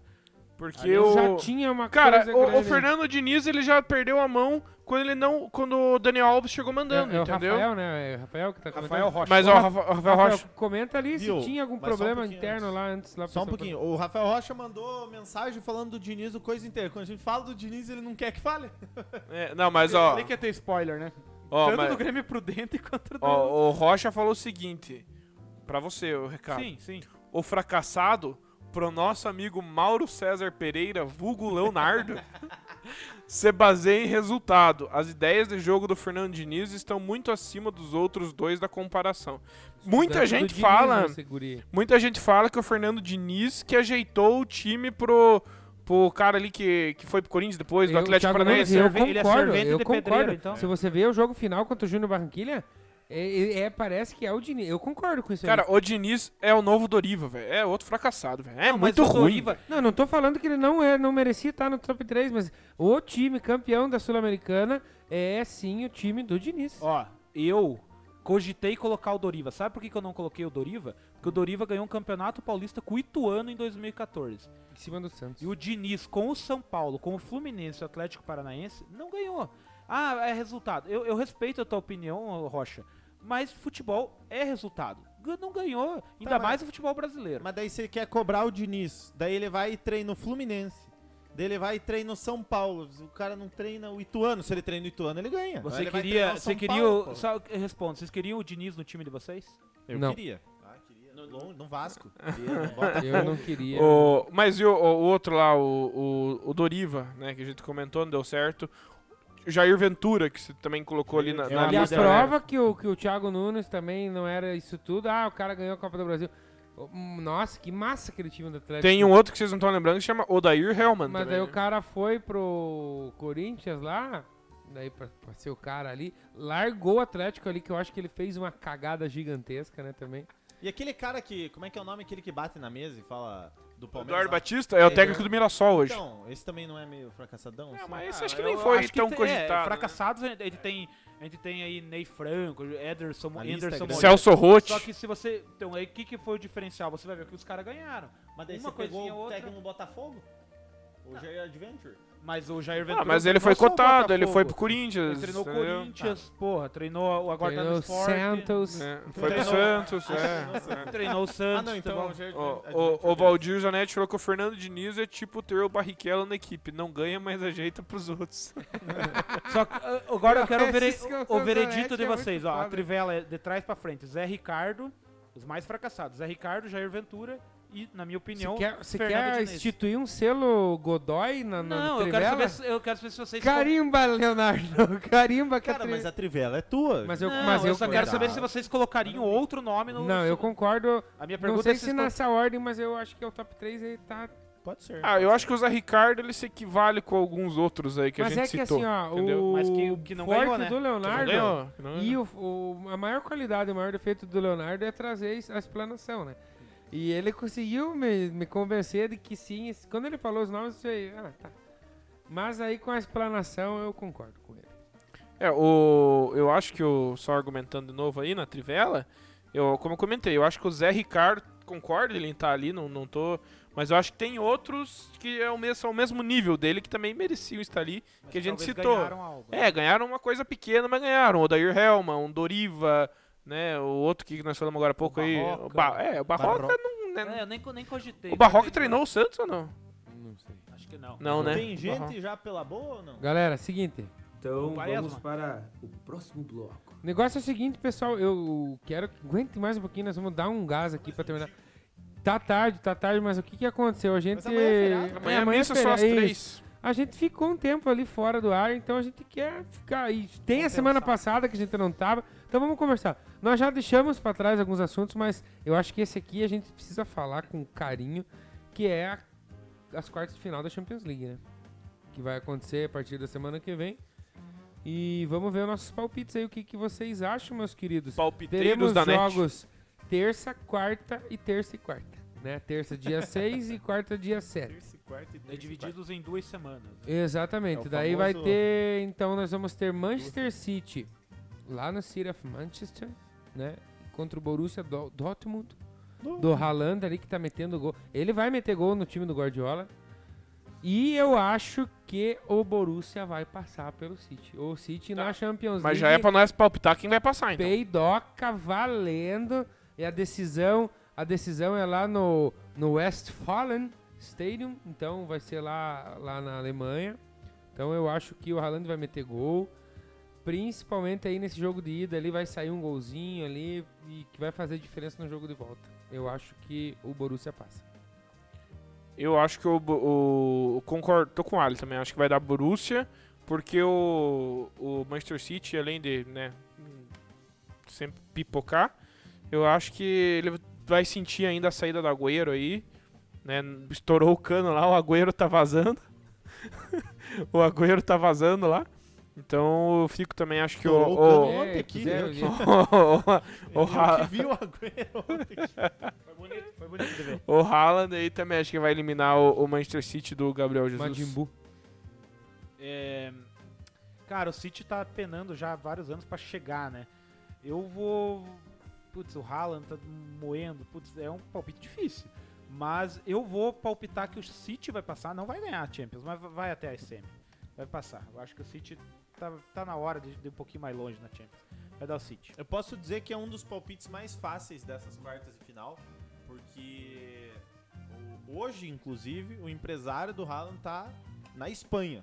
B: Porque
A: Ali
B: o...
A: já tinha uma
B: Cara,
A: coisa
B: o, o
A: grande.
B: Fernando Diniz, ele já perdeu a mão quando ele não... Quando o Daniel Alves chegou
A: É, é
B: mandando,
A: o
B: entendeu?
A: Rafael, né? É o Rafael que tá comentando.
D: Rafael Rocha.
B: Mas, ó, o Rafa- o Rafael
A: Rafael,
B: Rocha...
A: comenta ali se
E: Viu?
A: tinha algum
E: Mas só um
A: problema
E: pouquinho
A: interno
E: antes.
A: lá antes. Lá pro
E: Só um
A: São
E: pouquinho. O Rafael Rocha mandou mensagem falando do Diniz o coisa inteira. Quando a gente fala do Diniz, ele não quer que fale.
B: É, não, mas, ó...
D: Nem quer ter spoiler, né?
B: ó,
D: Tanto
B: mas-
D: do Grêmio Prudente quanto do...
B: ó, o Rocha falou o seguinte... Pra você, o recado.
D: sim, sim.
B: O fracassado, pro nosso amigo Mauro César Pereira, vulgo Leonardo, se baseia em resultado. As ideias de jogo do Fernando Diniz estão muito acima dos outros dois da comparação. Muita
A: Tanto
B: gente
A: do Diniz,
B: fala...
A: né, Seguri.
B: Muita gente fala que o Fernando Diniz que ajeitou o time pro, pro cara ali que, que foi pro Corinthians depois, do
A: Eu-
B: Atlético
A: Thiago
B: Paranaense.
A: Nunes,
D: serve- ele é
A: Eu concordo,
D: servente
A: eu
D: de
A: concordo.
D: pedreiro, então.
A: Se você vê o jogo final contra o Júnior Barranquilha, é, é- é- parece que é o Diniz. Eu concordo com isso aí.
B: Cara, o Diniz é o novo Doriva, velho. É outro fracassado, velho. É
D: Mas
B: muito
D: o
B: ruim.
D: Doriva-
A: Não, não tô falando que ele não é, não merecia estar no top 3, mas o time campeão da Sul-Americana é sim o time do Diniz.
D: Ó, eu cogitei colocar o Doriva. Sabe por que, que eu não coloquei o Doriva? Porque o Doriva ganhou um campeonato paulista com o Ituano em 2014.
A: Em cima do Santos.
D: E o Diniz com o São Paulo, com o Fluminense e o Atlético Paranaense, não ganhou. Ah, é resultado. Eu, eu respeito a tua opinião, Rocha. Mas futebol é resultado. Gan- Não ganhou. Ainda
E: Tá, mas-
D: mais o futebol brasileiro.
E: Mas daí você quer cobrar o Diniz. Daí ele vai e treina o Fluminense. Daí ele vai e treina o São Paulo. O cara não treina o Ituano. Se ele treina o Ituano, ele ganha.
D: Você
E: Daí ele vai
D: queria.
E: treinar o
D: Você
E: São
D: queria.
E: Paulo, pô.
D: o- só eu respondo, vocês queriam o Diniz no time de vocês?
E: Eu
A: Não.
E: queria. Ah, queria. No, no- no Vasco. Queria, no Botafogo.
A: Eu não
D: é
A: queria.
B: O-
D: um
B: mas e o, o outro lá, o, o, o Doriva, né, que a gente comentou, não deu certo. O Jair Ventura, que você também colocou ali na,
E: É
B: na
E: uma
A: E Ah, a
B: lista.
E: líder, né?
A: prova que o, que o Thiago Nunes também não era isso tudo. Ah, o cara ganhou a Copa do Brasil. Hum, Nossa, que massa aquele time do Atlético.
B: Tem um outro que vocês não estão lembrando que chama Odair Hellman.
A: Mas
B: também,
A: daí o
B: né?
A: cara foi pro Corinthians lá, daí pra, pra ser o cara ali, largou o Atlético ali, que eu acho que ele fez uma cagada gigantesca, né, também.
E: E aquele cara que. Como é que é o nome? Aquele que bate na mesa e fala do Palmeiras.
B: Eduardo
E: lá?
B: Batista é o
E: É,
B: técnico do Mirassol hoje.
E: Então, esse também não é meio fracassadão?
B: É,
E: assim?
B: mas esse
D: Ah,
B: acho que
D: eu
B: nem foi
D: acho que
B: tão
D: tem-
B: cogitado.
D: É,
B: né?
D: fracassados, a gente tem. A gente tem aí Ney Franco, Ederson,
E: A lista é
D: Anderson
A: né?
E: grande.
D: Moreira.
B: Celso Rotti.
D: Só que se você. Então, aí o que, que foi o diferencial? Você vai ver que os caras ganharam.
E: Mas daí
D: Uma
E: você pegou
D: coisinha,
E: o
D: outra.
E: técnico do Botafogo? O Jair Adventure?
D: Mas o Jair Ventura.
B: Ah, mas ele
D: treinou
B: foi
D: só o
B: cotado, ele
D: Botafogo. né?
B: foi pro Corinthians.
D: Ele treinou o
B: entendeu?
D: Corinthians, porra. Treinou o- agora tá
A: Treinou
D: no
A: o
D: Sport.
A: Santos.
B: É, foi pro
E: Treinou-
B: Santos,
E: Ah,
B: é.
E: treinou-
D: Treinou o Santos.
E: Ah, não,
D: tá
E: então
D: bom.
E: o Jair
B: O-
E: Adventure
B: O, o
E: mesmo.
B: Valdir Zanetti falou que o Fernando Diniz é tipo ter o Barrichello na equipe. Não ganha, mas ajeita pros outros.
D: Só que, ah, agora eu quero o, vere-
A: Esses É que eu-
D: o
A: o
D: veredito
A: Zanetti
D: de
A: é muito
D: vocês, ó. A
A: foda.
D: trivela é de trás pra frente. Zé Ricardo, os mais fracassados. Zé Ricardo, Jair Ventura e, na minha opinião,
A: Você quer, você
D: Fernando
A: quer
D: Diniz.
A: instituir um selo Godoy na, na
D: Não, eu quero,
A: Trivela?
D: saber, se- eu quero saber se vocês...
A: Carimba, Leonardo. Carimba,
E: Cara,
A: Catri-
E: mas a trivela é tua.
A: Mas eu,
D: Não,
A: mas
D: eu
A: eu
D: só quero
E: concordo.
B: Tá.
D: saber se vocês colocariam outro nome no...
A: Não, eu concordo.
D: A minha
A: Não
D: pergunta é
A: sei
D: se
A: se
D: vocês
A: nessa ordem, mas eu acho que é o top 3 aí tá.
E: Pode ser.
B: Ah, eu acho que o Zé Ricardo ele se equivale com alguns outros aí que
A: mas
B: a gente
A: é que
B: citou.
A: assim, ó,
B: entendeu?
A: o
D: Mas que- que não
A: forte
D: ganhou, né?
A: do Leonardo.
B: Entendeu? Não,
A: E o, o- a maior qualidade, o maior defeito do Leonardo é trazer es- a explanação, né? E ele conseguiu me, me convencer de que sim. esse- Quando ele falou os nomes, eu sei, ah, tá. Mas aí com a explanação eu concordo com ele.
B: É, o, eu acho que o. Só argumentando de novo aí na trivela, eu, como eu comentei, eu acho que o Zé Ricardo concorda, ele tá ali, não, não tô. Mas eu acho que tem outros que é o mesmo, são o mesmo nível dele que também mereciam estar ali, que a gente citou. É, ganharam uma coisa pequena, mas ganharam. O Dair Helma, um Doriva, né? O outro que nós falamos agora há pouco aí.
D: Barroca.
B: O Ba- é, o Barroca,
E: Barroca.
B: não. né,
D: É, eu nem, co- nem cogitei.
B: o Barroca treinou o Santos ou não?
G: Não sei.
D: Acho que não.
B: Não, né?
E: Tem gente
B: Barroca.
E: já pela boa ou não?
A: Galera, seguinte.
G: Então
D: O Quaresma.
G: vamos para o próximo bloco.
A: O negócio é o seguinte, pessoal. Eu quero que aguente mais um pouquinho. Nós vamos dar um gás aqui pra terminar. Tá tarde, tá tarde, mas o que que aconteceu? A gente.
E: amanhã é feriado.
B: Amanhã,
A: é,
B: a missa só às
A: feriado, isso.
B: três.
A: A gente ficou um tempo ali fora do ar, então a gente quer ficar aí. Tem a semana passada que a gente não tava, então vamos conversar. Nós já deixamos pra trás alguns assuntos, mas eu acho que esse aqui a gente precisa falar com carinho, que é a- as quartas de final da Champions League, né? Que vai acontecer a partir da semana que vem. E vamos ver os nossos palpites aí, o que, que vocês acham, meus queridos.
B: Palpiteiros
A: Teremos
B: da net.
A: jogos terça, quarta e terça e quarta, né? Terça dia 6 e quarta dia 7.
D: É divididos em duas semanas.
A: Exatamente.
E: É o
A: Daí vai
E: famoso-
A: ter. Então nós vamos ter Manchester City lá no City of Manchester, né? Contra o Borussia Do- Dortmund. Do Haaland ali que tá metendo gol. Ele vai meter gol no time do Guardiola. E eu acho que o Borussia vai passar pelo City. O City na Champions
B: Mas
A: League.
B: já é pra nós palpitar quem vai passar, então.
A: Peidoca valendo. E a decisão, a decisão é lá no, no Westfalen Stadium, então vai ser lá, lá na Alemanha. Então eu acho que o Haaland vai meter gol. Principalmente aí nesse jogo de ida ali vai sair um golzinho ali e que vai fazer diferença no jogo de volta. Eu acho que o Borussia passa.
B: Eu acho que o, Bo- o, o concordo, tô com o Ali também, acho que vai dar Borussia, porque o, o Manchester City, além de, né, sempre pipocar, eu acho que ele vai sentir ainda a saída do Agüero aí, né, estourou o cano lá, o Agüero tá vazando, o Agüero tá vazando lá, então eu fico também, acho que o...
E: Estourou o
B: o,
E: cano ontem aqui,
A: É, zero,
E: né?
A: zero.
B: o, o,
E: Eu
B: Ha-
E: que vi o Agüero ontem.
D: Foi bonito, foi bonito de ver.
B: o Haaland aí também acho que vai eliminar o, o Manchester City do Gabriel Jesus.
A: Majin Buu.
D: É, cara, o City tá penando já há vários anos pra chegar, né? Eu vou. Putz, o Haaland tá moendo. Putz, é um palpite difícil. Mas eu vou palpitar que o City vai passar. Não vai ganhar a Champions, mas vai até a semi. Vai passar. Eu acho que o City tá, tá na hora de, de ir um pouquinho mais longe na Champions. Vai dar o City.
E: Eu posso dizer que é um dos palpites mais fáceis dessas quartas de final, porque o- hoje, inclusive, o empresário do Haaland tá na Espanha.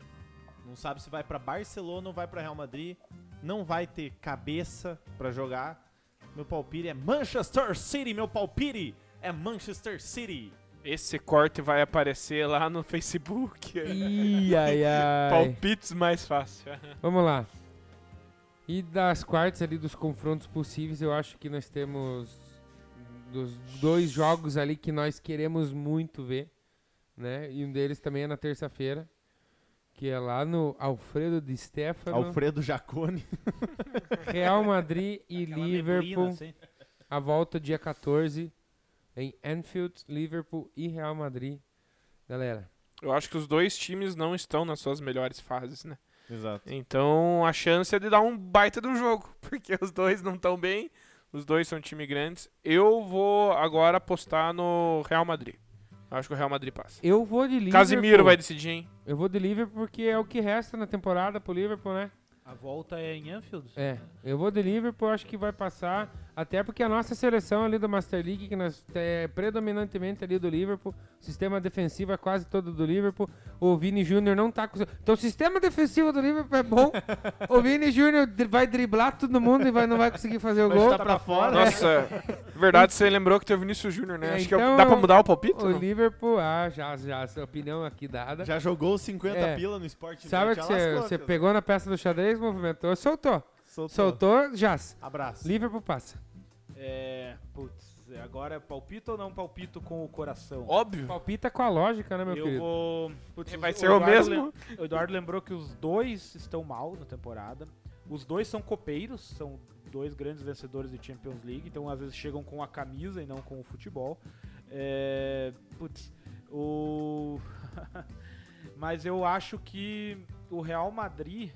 E: Não sabe se vai pra Barcelona ou vai pra Real Madrid. Não vai ter cabeça pra jogar. Meu palpite é Manchester City, meu palpite é Manchester City.
B: Esse corte vai aparecer lá no Facebook.
A: Ih, ai, ai.
B: Palpites mais fácil.
A: Vamos lá. E das quartas ali dos confrontos possíveis, eu acho que nós temos dos dois jogos ali que nós queremos muito ver, né? E um deles também é na terça-feira, que é lá no Alfredo de Stefano,
E: Alfredo Jacone.
A: Real Madrid e
H: Aquela
A: Liverpool,
H: neblina, assim.
A: a volta dia 14 em Anfield, Liverpool e Real Madrid. Galera,
B: Eu acho que os dois times não estão nas suas melhores fases, né?
E: Exato.
B: Então a chance é de dar um baita de um jogo, porque os dois não estão bem, os dois são time grandes. Eu vou agora apostar no Real Madrid. Acho que o Real Madrid passa.
A: eu vou de Liverpool.
B: Casimiro vai decidir, hein?
A: Eu vou de Liverpool porque é o que resta na temporada pro Liverpool, né?
D: A volta é em Anfield?
A: É, eu vou de Liverpool, acho que vai passar, até porque a nossa seleção ali da Master League, que nós é predominantemente ali do Liverpool, sistema defensivo é quase todo do Liverpool, o Vini Júnior não tá com... Então o sistema defensivo do Liverpool é bom, o Vini Júnior dri- vai driblar todo mundo e vai, não vai conseguir fazer o
E: Vai
A: gol.
E: chutar pra fora.
B: Nossa, verdade, você lembrou que tem o Vinícius Júnior, né?
A: É,
B: Acho que é
A: então
B: o- dá pra
A: eu-
B: mudar o palpite?
A: O
B: não?
A: Liverpool, ah, já, já, sua opinião aqui dada.
E: Já jogou 50
A: É.
E: pila no esporte
A: Sabe que você pegou na peça do xadrez, movimentou, soltou.
E: Soltou.
A: Soltou, já.
E: Abraço.
A: Liverpool passa.
D: É. Putz, agora palpito ou não palpito com o coração?
B: Óbvio.
A: Palpita com a lógica, né, meu
D: eu
A: querido?
D: vou. Putz,
B: Vai ser o
D: Eduardo
B: mesmo?
D: lem- O Eduardo lembrou que os dois estão mal na temporada. Os dois são copeiros, são dois grandes vencedores de Champions League, então às vezes chegam com a camisa e não com o futebol. É, putz, o. Mas eu acho que o Real Madrid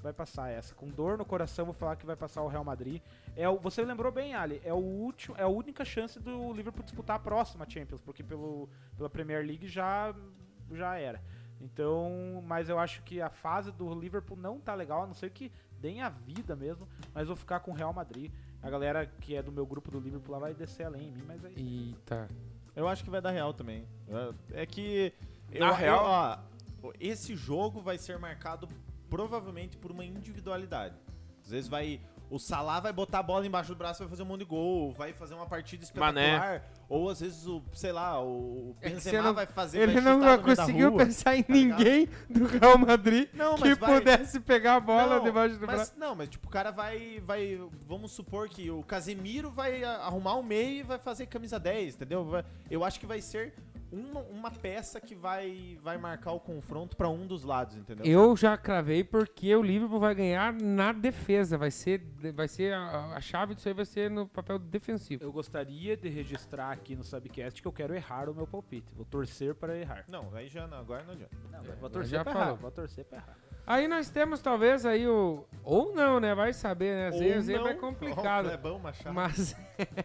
D: vai passar essa. Com dor no coração, vou falar que vai passar o Real Madrid. É o, você lembrou bem, Ali, é, o último, é a única chance do Liverpool disputar a próxima Champions, porque pelo, pela Premier League já, já era. Então, mas eu acho que a fase do Liverpool não tá legal, a não ser que deem a vida mesmo, mas vou ficar com o Real Madrid. A galera que é do meu grupo do Liverpool lá vai descer além em mim, mas é aí.
A: Eita.
E: Eu acho que vai dar real também. É é que.
B: Na real?
E: eu, ó, esse jogo vai ser marcado provavelmente por uma individualidade. Às vezes vai. O Salah vai botar a bola embaixo do braço e vai fazer um monte de gol, vai fazer uma partida espetacular.
B: Mané.
E: Ou às vezes o, sei lá, o
A: É que
E: Benzema
A: você não-
E: vai fazer
A: Ele
E: vai
A: não
E: chutar no meio da
A: conseguiu
E: rua.
A: pensar em
E: tá ligado?
A: ninguém do Real Madrid
E: Não,
A: que
E: mas vai-
A: pudesse pegar a bola debaixo do
E: mas,
A: braço.
E: Não, mas tipo, o cara vai, vai. Vamos supor que o Casemiro vai a- arrumar o meio e vai fazer camisa 10, entendeu? Vai- Eu acho que vai ser uma, uma peça que vai, vai marcar o confronto pra um dos lados, entendeu?
A: Eu já cravei porque o Liverpool vai ganhar na defesa. Vai ser, vai ser a, a chave disso aí vai ser no papel defensivo.
D: Eu gostaria de registrar aqui no Subcast que eu quero errar o meu palpite. Vou torcer para errar.
E: Não, aí já não, agora não adianta.
D: Não, vou
A: É, mas
D: torcer
A: já
D: para
A: falou.
D: errar. Vou torcer para errar.
A: Aí nós temos talvez aí o ou não, né? Vai saber, né? Às vezes aí
E: Ou
A: vai
E: não,
A: complicado.
E: ó, Clebão Machado.
A: Mas é,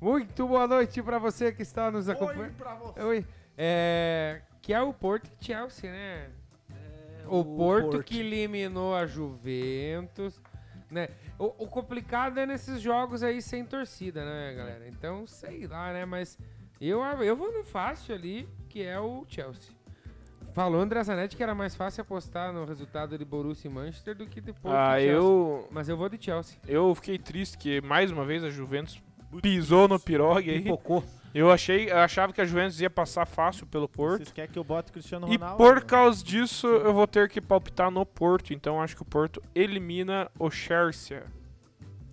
A: muito boa noite pra você que está nos
E: Oi
A: acompanhando.
E: pra você.
A: Oi. É, que é o Porto e Chelsea, né? o, Porto, que eliminou a Juventus, né? O, o complicado é nesses jogos aí sem torcida, né, galera? Então, sei lá, né? Mas eu, eu vou no fácil ali, que é o Chelsea. Falou André Zanetti que era mais fácil apostar no resultado de Borussia e Manchester do que é de Porto
B: Ah,
A: e Chelsea.
B: eu,
A: Mas eu vou de Chelsea.
B: eu fiquei triste que mais uma vez a Juventus pisou no pirogue aí.
D: Pipocou.
B: Eu achei, eu achava que a Juventus ia passar fácil pelo Porto.
E: Vocês querem que eu bote Cristiano
B: E
E: Ronaldo?
D: né?
B: por causa disso, eu vou ter que palpitar no Porto. Então acho que o Porto elimina o Chelsea.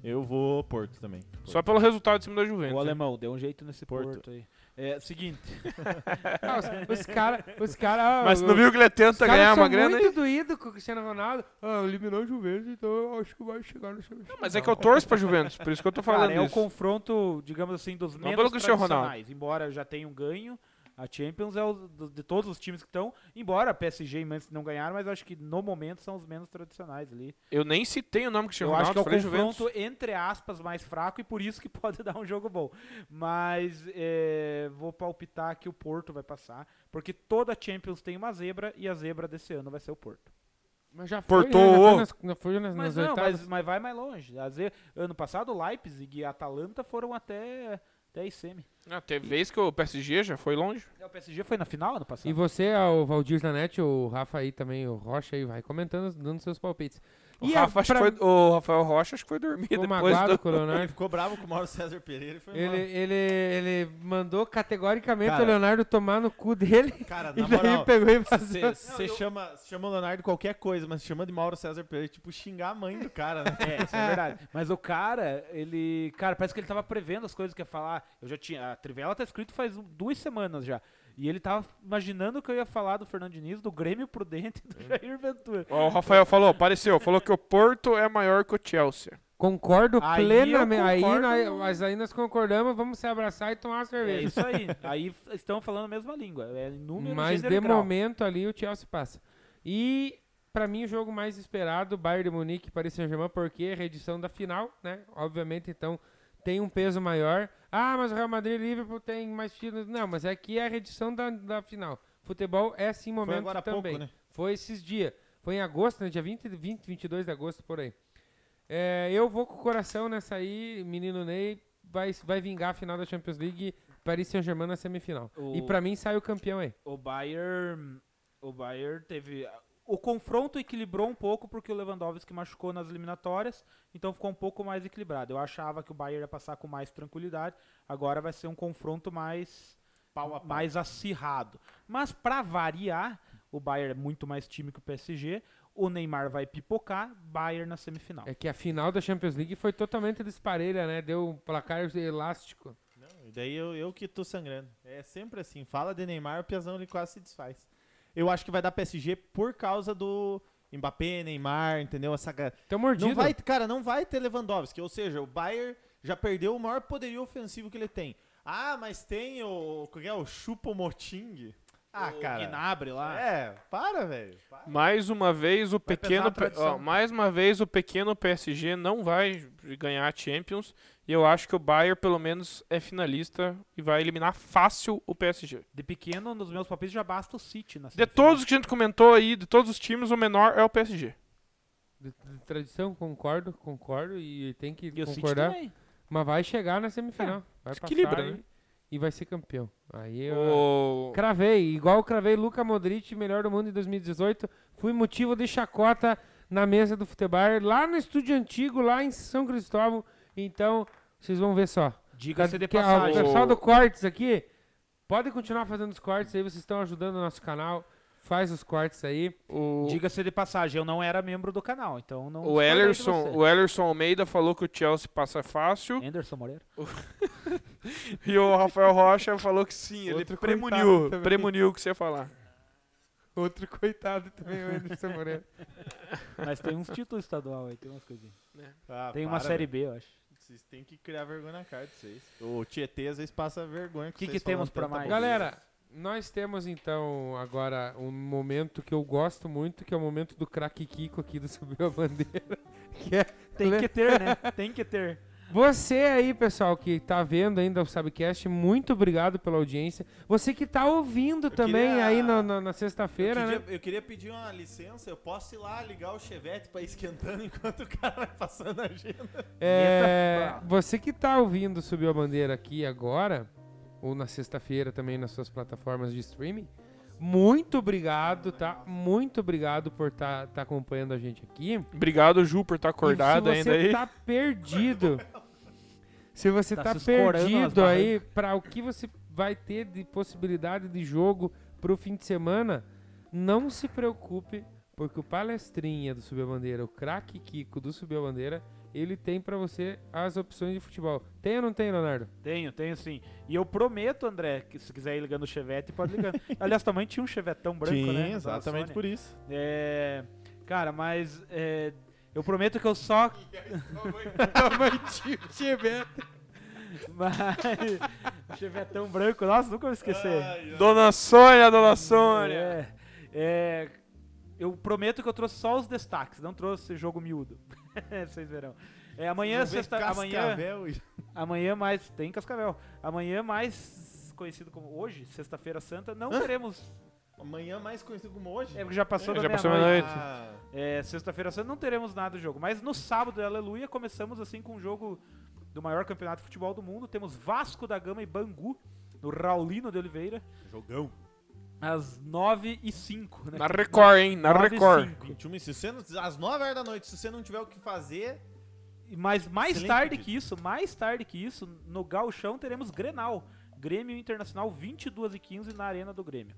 E: Eu vou Porto também.
B: Só pelo resultado em cima da
D: O
B: Juventus. né?
D: alemão, deu um jeito nesse
E: Porto.
D: Porto, aí. É, seguinte,
A: Ah, os os caras... Os cara,
B: Mas
D: é
A: ah,
B: não viu que ele
A: os
B: tenta
A: caras
B: ganhar
A: são
B: uma grana
A: muito
B: aí?
A: doído com o Cristiano Ronaldo. Ah, eliminou a Juventus, então eu acho que vai chegar no Chelsea.
B: Mas é que eu torço pra Juventus, por isso que eu tô falando
D: cara, é o
B: isso.
D: confronto, digamos assim, dos
B: Não
D: menos
B: pelo Cristiano
D: tradicionais. Embora já tenha um ganho, a Champions é o do- de todos os times que estão. Embora PSG e Manchester não ganharam, mas eu acho que no momento são os menos tradicionais ali.
B: Eu nem citei o nome que
D: Eu
B: chegou Ronaldo,
D: acho que é o
B: falei
D: confronto,
B: Juventus.
D: entre aspas, mais fraco e por isso que pode dar um jogo bom. Mas é, vou palpitar que o Porto vai passar, porque toda Champions tem uma zebra e a zebra desse ano vai ser o Porto.
A: Mas já foi,
B: foi, Portou.
A: né?
B: né? Já foi
A: Já foi nas,
D: Mas não, mas, mas vai mais longe. Às vezes, ano passado, Leipzig e Atalanta foram até, até a semi.
B: Ah, teve vez que o PSG já foi longe.
D: É, O PSG foi na final ano
A: E
D: passado?
A: você, ah, o Valdir Zanetti, o Rafa aí também, o Rocha aí, vai comentando, dando seus palpites.
B: O,
A: E é
B: Rafa, acho que
A: pra-
B: foi- o Rafael Rocha acho que foi dormir
A: Ficou
B: depois
A: magoado
B: do...
A: com o
E: Ele
A: Leonardo.
E: ficou bravo com o Mauro César Pereira e foi
A: Ele,
E: embora.
A: ele, ele mandou categoricamente
E: Cara.
A: o Leonardo tomar no cu dele.
E: Cara,
A: E
E: na
A: daí
E: moral,
A: pegou e
E: você
A: vazou.
E: você chama, você chama o Leonardo qualquer coisa, mas chama de Mauro César Pereira, tipo, xingar a mãe do cara, né?
D: É, isso é verdade. Mas o cara, ele. Cara, parece que ele tava prevendo as coisas que ia falar. Eu já tinha. A Trivela tá escrito faz um- duas semanas já. E ele tava imaginando que eu ia falar do Fernando Diniz, do Grêmio Prudente e do
A: Hum.
D: Jair Ventura.
B: Ó, o Rafael falou, apareceu, falou que o Porto é maior que o Chelsea.
A: Concordo
D: Aí eu
A: plenamente. Aí,
D: concordo.
A: nós- mas aí nós concordamos, vamos se abraçar e tomar uma
D: É
A: cerveja.
D: isso aí. Aí f- estão falando a mesma língua. É número
A: mas
D: gênero
A: de
D: e grau.
A: momento ali o Chelsea passa. E pra mim o jogo mais esperado, Bayern de Munique e Paris Saint-Germain, porque é reedição da final, né? Obviamente, então tem um peso maior. Ah, mas o Real Madrid e Liverpool tem mais títulos. Não, mas aqui é a reedição da, da final. Futebol é sim momento
E: Foi agora há
A: também.
E: pouco, né?
A: Foi esses dias. Foi em agosto, né? Dia 20, 20 22 de agosto, por aí. É, eu vou com o coração nessa aí, menino Ney. Vai, vai vingar a final da Champions League, Paris Saint-Germain na semifinal.
D: O-
A: E pra mim sai o campeão aí.
D: O Bayern. O Bayern teve. O confronto equilibrou um pouco porque o Lewandowski machucou nas eliminatórias, então ficou um pouco mais equilibrado. Eu achava que o Bayern ia passar com mais tranquilidade, agora vai ser um confronto mais mais acirrado. Mas pra variar, o Bayern é muito mais time que o PSG, o Neymar vai pipocar, Bayern na semifinal.
A: É que a final da Champions League foi totalmente desparelha, né? Deu um placar elástico.
E: Não, e daí eu, eu que tô sangrando. É sempre assim, fala de Neymar, o Piazão ele quase se desfaz. Eu acho que vai dar PSG por causa do Mbappé, Neymar, entendeu? Essa ga-
A: Então mordido.
E: Não vai, cara, não vai ter Lewandowski, ou seja, o Bayern já perdeu o maior poderio ofensivo que ele tem. Ah, mas tem o, qual que é o Chupo Moting. Ah, cara.
D: Gnabry lá.
E: É, para, velho. para.
B: Mais uma vez o
E: pesar
B: pequeno,
E: a tradição.
B: ó, mais uma vez o pequeno PSG não vai ganhar a Champions e eu acho que o Bayern pelo menos é finalista e vai eliminar fácil o PSG.
D: De pequeno, nos meus papéis já basta o City na
B: De
D: semifinal.
B: todos que a gente comentou aí, de todos os times, o menor é o PSG.
A: De, de tradição, concordo, concordo. E tem que
D: E o City
A: concordar.
D: também. É,
A: Mas vai chegar na semifinal. vai
B: desequilibra,
A: passar
B: né?
A: e, e vai ser campeão. Aí eu ah,
B: O...
A: cravei. Igual eu cravei Luca Modric, melhor do mundo em 2018. Fui motivo de chacota na mesa do futebol lá no estúdio antigo, lá em São Cristóvão. Então, vocês vão ver só.
D: Diga-se de
A: Que, é ó,
D: passagem.
A: O pessoal do Cortes aqui, pode continuar fazendo os cortes aí, vocês estão ajudando o nosso canal. Faz os cortes aí.
B: O...
D: Diga-se de passagem, eu não era membro do canal, então não.
B: O
D: discordei de
B: Ellerson,
D: você.
B: o Ellerson Almeida falou que o Chelsea passa fácil
D: Anderson Moreira.
B: e o Rafael Rocha falou que sim, ele
A: Outro coitado
B: premoniu,
A: também.
B: premoniu o que você ia falar.
A: Outro coitado também, o Anderson Moreira.
D: Mas tem uns títulos estadual aí, tem umas coisinhas.
E: Ah,
D: Tem uma
E: para,
B: né?
D: série B, eu acho.
E: velho. Vocês têm que criar vergonha na cara de vocês. O Tietê às vezes passa vergonha. O
D: Que que temos pra mais?
A: Galera, nós temos então agora um momento que eu gosto muito, que é o momento do craque Kiko aqui do Subiu a Bandeira. Que é
D: Tem que ter, né? Tem que ter.
A: Você aí, pessoal, que tá vendo ainda o Subcast, muito obrigado pela audiência. Você que tá ouvindo também
E: queria-
A: aí na, na- na
E: Eu
A: sexta-feira, né?
E: queria, eu queria pedir uma licença, eu posso ir lá ligar o Chevette pra ir esquentando enquanto o cara vai passando a agenda.
A: É, você que tá ouvindo Subiu a Bandeira aqui agora, ou na sexta-feira também nas suas plataformas de streaming, muito obrigado, tá? Muito obrigado por estar acompanhando a gente aqui.
B: Obrigado, Ju, por estar acordado
A: e se você
B: ainda aí.
A: tá perdido, se você
D: Tá
A: tá,
D: se escorando nas
A: perdido aí para o que você vai ter de possibilidade de jogo pro fim de semana, não se preocupe, porque o palestrinha do Subiu a Bandeira, o craque Kiko do Subiu a Bandeira, ele tem pra você as opções de futebol. Tem ou não tem, Leonardo?
D: Tenho, tenho sim. E eu prometo, André, que se quiser ir ligando o Chevette, pode ligar. Aliás, também tinha um Chevetão branco, né? da Sony.
E: isso.
D: É, Cara, mas é, eu prometo que eu só. mas... O Chevetão branco, nossa, nunca vou esquecer.
B: Ah,
E: Ah,
B: Dona Sônia, Dona Sônia.
D: É, é, eu prometo que eu trouxe só os destaques, não trouxe jogo miúdo. Vocês verão. É, amanhã, sexta, amanhã, amanhã mais tem Cascavel. Amanhã mais conhecido como hoje, sexta-feira santa, não teremos.
E: Amanhã mais conhecido como hoje.
D: É porque já passou da
B: já passou
D: meia-noite.
E: Ah,
B: meia-noite.
D: É, sexta-feira santa não teremos nada de jogo, mas no sábado, aleluia, começamos assim com um jogo do maior campeonato de futebol do mundo. Temos Vasco da Gama e Bangu no Raulino de Oliveira.
E: jogão.
D: Às 9 e 5 né?
B: Na Record, hein? Na
D: 9 e
B: Record.
D: 5.
E: 21 e se você não, às 9 horas da noite, se você não tiver o que fazer,
D: Mas mais
E: Excelente
D: tarde
E: pedido.
D: que isso, mais tarde que isso, no Gauchão teremos Grenal. Grêmio Internacional 22 e 15 na Arena do Grêmio.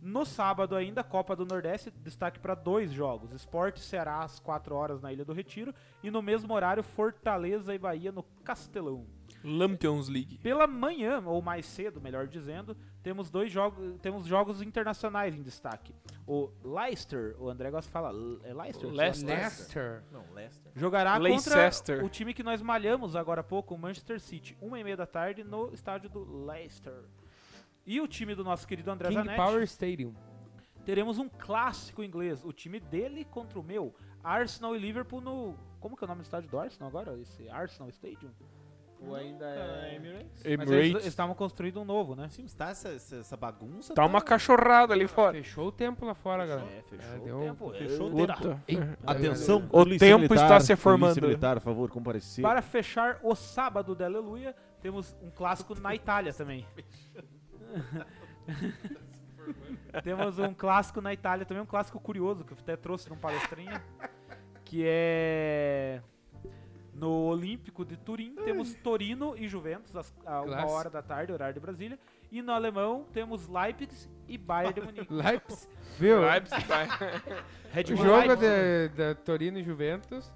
D: No sábado ainda, Copa do Nordeste, destaque para dois jogos. Esporte Ceará às 4 horas na Ilha do Retiro e no mesmo horário Fortaleza e Bahia no Castelão.
B: Lampions League.
D: Pela manhã, ou mais cedo, melhor dizendo, temos dois jogos, temos jogos internacionais em destaque. O Leicester, o André gosta de falar, é Leicester?
B: Leicester.
A: Lester.
D: Jogará
B: Leicester.
D: contra o time que nós malhamos agora há pouco, o Manchester City, uma e meia da tarde, no estádio do Leicester. E o time do nosso querido André
A: King
D: Zanetti,
A: Power Stadium.
D: teremos um clássico inglês, o time dele contra o meu, Arsenal e Liverpool no... Como que é o nome do estádio do Arsenal agora? Esse Arsenal Stadium? Ou ainda é... Mas eles- eles
B: Emirates.
D: estavam construindo um novo, né?
E: Ah, assim, tá essa, essa, essa bagunça.
B: Tá uma cachorrada ali fora.
A: Fechou o tempo lá fora, galera.
E: É,
A: É,
E: fechou.
A: deu um-
D: Tempo,
E: Fechou o tempo.
B: Puta.
E: Atenção,
B: O tempo está se formando.
E: Polícia militar, a favor, comparecer.
D: Para fechar o sábado da Aleluia, temos um clássico na Itália também. temos um clássico na Itália também, um clássico curioso que eu até trouxe num palestrinha, que é no Olímpico de Turim, temos Torino e Juventus às à uma
A: Clássico.
D: hora da tarde, horário de Brasília, e no alemão temos Leipzig e Bayern de Munique.
A: Leipzig. Viu?
B: Leipzig, vai.
D: Red
A: O
D: Bull
A: jogo
D: Leipzig.
A: É de, da Torino e Juventus.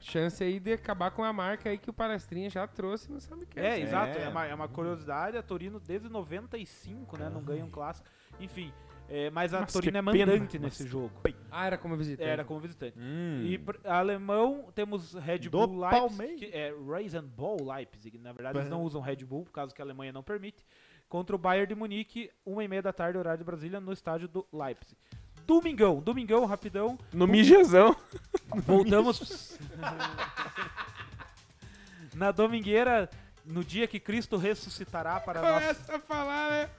A: Chance aí de acabar com a marca aí que o Palestrinha já trouxe no né? Sabe que
D: É,
E: É.
D: exato. É uma, é uma curiosidade. A Torino, desde 95, né? Não ganha um clássico. Enfim. é, mas a
B: Mas
D: Torino
B: que
D: é mandante
B: pena,
D: nesse jogo. É,
A: Ah, era como visitante.
D: Era como visitante.
E: Hum.
D: E pr- alemão, temos Red
E: Do
D: Bull Leipzig.
E: Palmeiras.
D: Que é Raisin Ball Leipzig. Na verdade, eles não usam Red Bull, por causa que a Alemanha não permite. Contra o Bayern de Munique, uma e meia da tarde, horário de Brasília, no estádio do Leipzig. Domingão, domingão, rapidão.
B: No mijezão.
D: Voltamos. Na domingueira, no dia que Cristo ressuscitará para nós.
A: Começa a falar, né?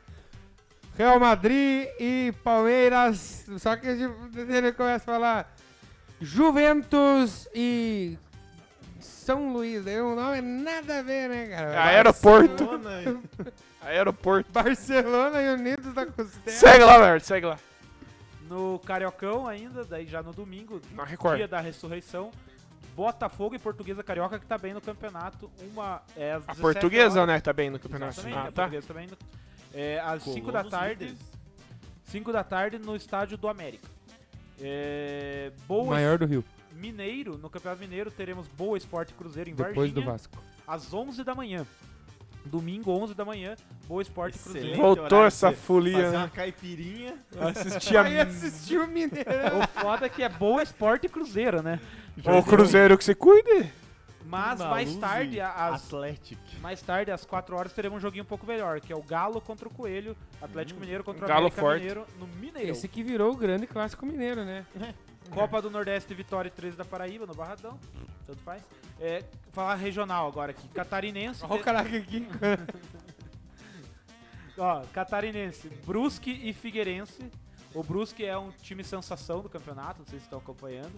A: Real Madrid e Palmeiras. Só que tipo, ele começa a falar Juventus e São Luís. Aí o nome é nada a ver, né, cara?
B: É, Aeroporto.
E: Barcelona,
B: Aeroporto.
A: Barcelona e Unidos da Costela.
B: Segue lá, Leonardo, segue lá.
D: No Cariocão ainda, daí já no domingo,
B: Na Record.
D: dia da ressurreição. Botafogo e Portuguesa Carioca que tá bem no campeonato. Uma é às
B: A
D: 17
B: portuguesa,
D: horas.
B: né? Tá bem no campeonato.
D: Exatamente,
B: Ah,
D: a
B: tá.
D: portuguesa também. no- É, às 5 da
E: Colonos
D: tarde,
E: líderes.
D: 5 da tarde no estádio do América. É, Boa
A: Maior do Rio,
D: Mineiro, no Campeonato Mineiro teremos Boa Esporte e Cruzeiro em
A: depois do
D: Varginha.
A: Vasco.
D: às 11 da manhã. Domingo, 11 da manhã, Boa Esporte e
E: Excelente.
D: Cruzeiro.
B: Voltou
E: horário
B: essa
E: de
B: folia,
E: Fazer
B: né?
E: uma caipirinha.
B: Assistia
A: Aí assistiu o Mineiro.
D: O foda é que é Boa Esporte e Cruzeiro, né?
B: o Cruzeiro que se cuide.
D: Mas
E: Uma
D: mais
E: luz
D: tarde,
E: e
D: às,
E: Atlético.
D: mais tarde, às 4 horas, teremos um joguinho um pouco melhor, que é o Galo contra o Coelho, Atlético Mineiro contra o
B: Galo
D: América
B: forte.
D: Mineiro, no Mineiro.
A: Esse que virou o grande clássico mineiro, né?
D: Copa do Nordeste, Vitória e 13 da Paraíba, no Barradão, tanto faz. É, falar regional agora aqui, Catarinense...
A: Olha o caraca aqui.
D: Ó, catarinense, Brusque e Figueirense. O Brusque é um time sensação do campeonato, não sei se estão acompanhando.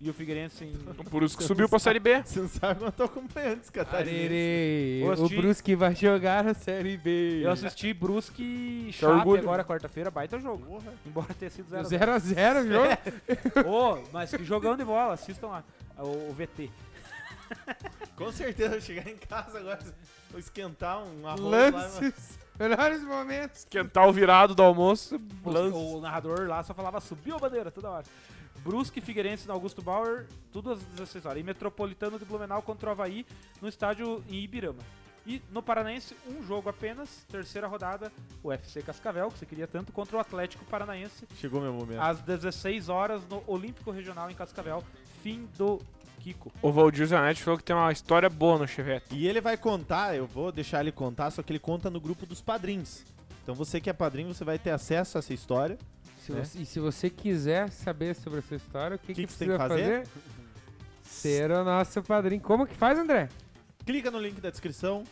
D: E o Figueirense em...
B: O Brusco subiu pra Série B.
E: Você não sabe quanto eu tô acompanhando esse catarinense.
A: Arerê,
D: Eu
A: o
D: assisti-
A: Brusque vai jogar a Série B.
D: Eu assisti Brusque e Chape
B: né? orgulho.
D: agora, quarta-feira, baita jogo. Embora tenha sido 0 0
A: 0x0 o jogo.
D: Ô, mas que jogão de bola, assistam lá. O, o VT.
E: Com certeza, eu chegar em casa agora, vou esquentar um arroz lá. mas-
A: Lances. Melhores momentos.
B: Esquentar o virado do almoço.
D: O,
B: Lance.
D: o narrador lá só falava subiu a bandeira toda hora. Brusque e Figueirense no Augusto Bauer, tudo às 16 horas. E Metropolitano de Blumenau contra o Havaí no estádio em Ibirama. E no Paranaense, um jogo apenas, terceira rodada, o FC Cascavel, que você queria tanto, contra o Atlético Paranaense,
E: Chegou meu
B: É.
E: momento.
D: às 16 horas no Olímpico Regional em Cascavel. Fim do Kiko.
B: O Valdir Zanetti falou que tem uma história boa no Chevette.
E: E ele vai contar, eu vou deixar ele contar, só que ele conta no grupo dos padrinhos. Então você que é padrinho, você vai ter acesso a essa história.
A: Se
B: É.
E: né?
A: você- e se você quiser saber sobre essa história, o que,
E: Que
A: que
E: que você tem
A: precisa
E: que
A: fazer? Ser o nosso padrinho. Como que faz, André?
E: Clica no link da descrição,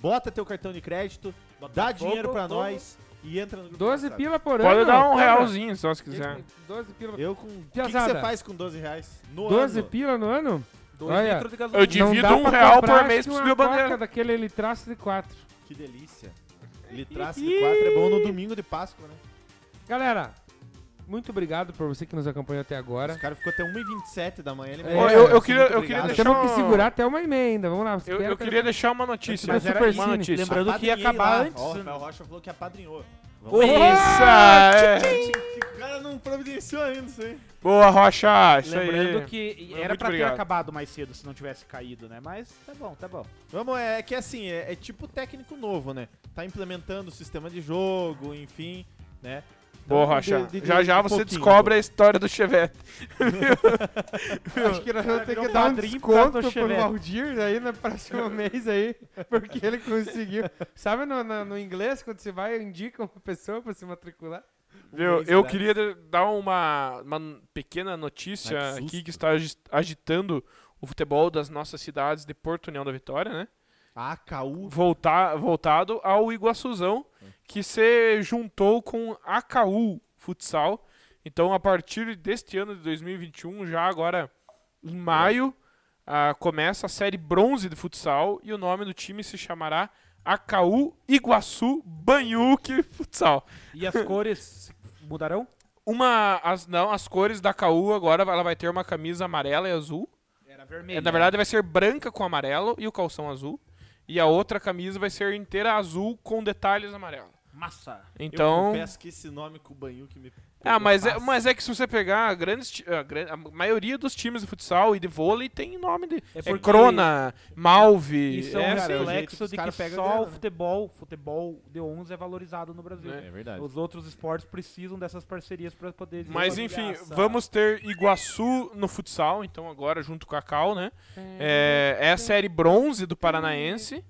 E: bota teu cartão de crédito, dá dinheiro pra
D: Botafogo.
E: nós e entra no grupo.
A: 12
E: do WhatsApp.
A: pila por ano.
B: Pode dar um
A: André.
B: realzinho só se
A: é,
B: quiser.
A: 12 pila.
E: Eu com. O que que
A: Piazada.
E: você faz com 12 reais? No
A: 12
E: ano?
A: pila no ano?
D: Dois
A: Olha,
D: litros de
B: Eu
D: gasolina.
B: divido
A: dá
B: um
A: pra
B: real
A: comprar,
B: por mês
A: acho
B: pra
A: que
B: subir a
A: uma
B: bandeira.
A: coca Daquele litraço de 4.
E: Que delícia. Ele traça de 4 é bom no domingo de Páscoa, né?
A: Galera, muito obrigado por você que nos acompanhou até agora.
E: Os caras ficou até 1h27 da manhã. Ele
A: É,
B: Ó,
E: merece,
B: eu, eu
E: muito
B: queria, eu
E: obrigado.
B: queria
A: Nós
B: deixar
A: temos que
B: uma-
A: segurar até uma emenda. Vamos lá.
B: Eu,
A: espera
B: eu
A: que-
B: queria deixar uma notícia.
A: Mas era
B: uma
A: cine.
B: notícia.
I: Lembrando que ia
E: Apadrinhei
I: acabar
E: lá.
I: antes.
E: Ó, o Rafael Rocha falou que apadrinhou.
B: Boa,
E: O cara não providenciou ainda isso aí.
B: é. Boa, Rocha! Isso
I: Lembrando
B: aí.
D: tá
I: que
B: Muito
I: era pra ter
B: obrigado.
I: acabado mais cedo se não tivesse caído, né? Mas tá bom, tá bom.
E: Vamos, é que assim, é, é tipo técnico novo, né? Tá implementando o sistema de jogo, enfim, né? Então,
B: Boa, Rocha.
E: de- de-
B: já
E: de
B: já você
E: pouquinho,
B: descobre a história do Chevette.
A: Acho que nós vamos ter que
I: virou
A: dar um
I: padrinho por causa do
A: desconto pro
I: Chevette.
A: Valdir aí no próximo mês aí, porque ele conseguiu. Sabe no, no- no inglês, quando você vai, indica uma pessoa pra se matricular?
B: Viu?
E: mês,
B: Eu
E: né?
B: queria de- dar uma, uma pequena notícia
E: Ai, que susto.
B: aqui que está agi- agitando o futebol das nossas cidades de Porto União da Vitória, né?
E: Ah, Caú.
B: Voltar, voltado ao Iguaçuzão, que se juntou com AKU Futsal. Então, a partir deste ano de 2021, já agora em maio, ah, começa a série bronze de futsal e o nome do time se chamará AKU Iguaçu Banhuque Futsal.
I: E as cores mudarão?
B: Uma. As, não, as cores da KU agora ela vai ter uma camisa amarela e azul.
I: Era
B: É,
I: vermelho.
B: na verdade, vai ser branca com amarelo e o calção azul. E a outra camisa vai ser inteira azul com detalhes amarelo.
I: Massa.
B: Então.
E: Eu confesso que esse nome com o banho que me.
B: Ah, mas é,
E: passa.
B: mas é que se você pegar grandes, ti- a, gran- a maioria dos times de futsal e de vôlei tem nome de. É,
I: porque
B: Crona, Malve.
I: Isso é
B: é
I: um
B: assim,
E: cara, jeito
I: reflexo
E: que os
I: de que
E: cara
I: só
E: pega grana,
I: o
E: né?
I: futebol, futebol de 11 é valorizado no Brasil.
B: É.
E: É verdade.
I: Os outros esportes precisam dessas parcerias pra poder...
B: Mas
I: desenvolver.
B: enfim, vamos ter Iguaçu no futsal, então agora junto com a Cal, né? É, é a série bronze do Paranaense.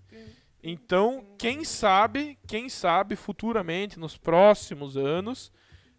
B: Então, quem sabe, quem sabe futuramente, nos próximos anos,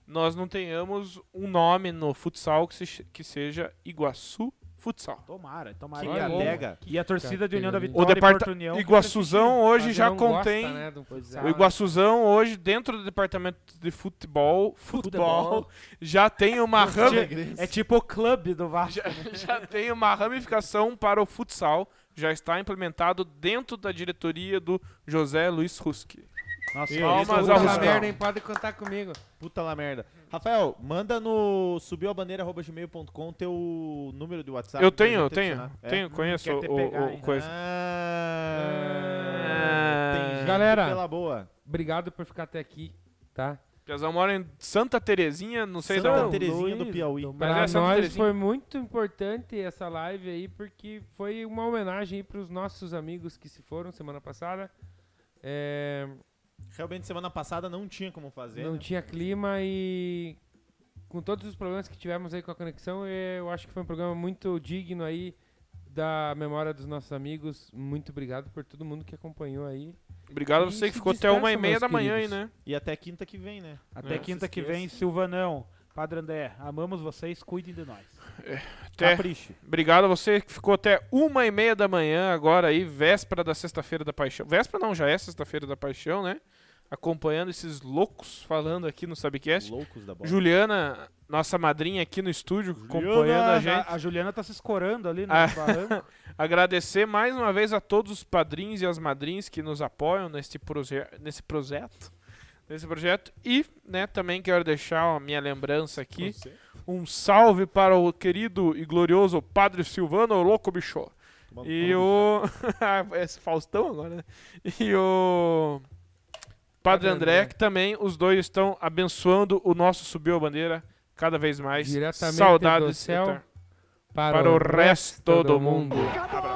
B: nós não tenhamos um nome no futsal que, se ch- que seja Iguaçu Futsal.
I: Tomara, tomara.
E: Que
A: Olha,
E: adega.
I: E a torcida de União da
A: O
I: Vitória e
B: departa-
I: Porto União...
B: Iguaçuzão hoje
A: Mas
B: já
A: não gosta,
B: contém. é.
A: né, do futsal.
B: O Iguaçuzão hoje, dentro do departamento de futebol, futebol, já tem uma rama,
I: É tipo o clube do Vasco.
B: já, já tem uma ramificação para o futsal, já está implementado dentro da diretoria do José Luiz Ruski.
I: Nossa,
E: Isso.
B: Palmas
E: Mas
A: Puta
B: ao
A: lá,
B: Ruskão.
A: merda, hein? Pode contar comigo.
E: Puta lá merda. Rafael, manda no subiuabandeira.gmail.com teu número de WhatsApp.
B: Eu
E: pra
B: tenho, eu
E: gente
B: tenho,
E: adicionar. É?
B: tenho, conheço
I: Quer
B: o,
I: te
B: o-
I: pegar,
B: o
I: hein?
B: coisa.
E: Ah, tem gente
A: Galera.
E: pela boa.
A: Obrigado por ficar até aqui, tá?
B: Piazão mora em Santa Terezinha, não sei é um de
E: Santa
B: onde.
E: Terezinha
A: Luiz
E: do Piauí.
A: do
B: Mas
A: Pra
B: é Santa
A: nós
B: Terezinha.
A: foi muito importante essa live aí, porque foi uma homenagem para os nossos amigos que se foram semana passada. É,
E: Realmente semana passada não tinha como fazer.
A: não
E: né?
A: tinha clima e com todos os problemas que tivemos aí com a conexão, eu acho que foi um programa muito digno aí da memória dos nossos amigos. Muito obrigado por todo mundo que acompanhou aí.
B: Obrigado a você
A: E
B: que ficou
A: se
B: até uma e
A: despeçam,
B: meia
A: meus
B: da manhã aí,
A: queridos.
B: né?
E: E até quinta que vem, né?
I: Até
B: É.
I: quinta que
E: Esqueça.
I: vem, Silvanão. Padre André, amamos vocês, cuidem de nós.
B: Até.
E: Capricho.
B: Obrigado a você que ficou até uma e meia da manhã agora aí, véspera da Sexta-feira da Paixão. Véspera não, já é Sexta-feira da Paixão, né? Acompanhando esses loucos falando aqui no Subcast.
E: Loucos da bola.
B: Juliana, nossa madrinha aqui no estúdio, acompanhando
I: Juliana,
B: a gente.
I: A, Juliana tá se escorando ali no
B: Ah.
I: barranco.
B: Agradecer mais uma vez a todos os padrinhos e as madrinhas que nos apoiam neste proje nesse projeto. Nesse projeto. E, né, também quero deixar a minha lembrança aqui. Um salve para o querido e glorioso Padre Silvano, o louco bicho.
E: Tomando
B: E
E: pau.
B: o. Esse Faustão agora, né? E o.
A: Padre
B: Padre André,
A: André.
B: que também os dois estão abençoando o nosso Subiu a Bandeira cada vez mais.
A: Diretamente do
B: Saudades
A: céu
B: eternas. para o resto do mundo.
F: Acabou!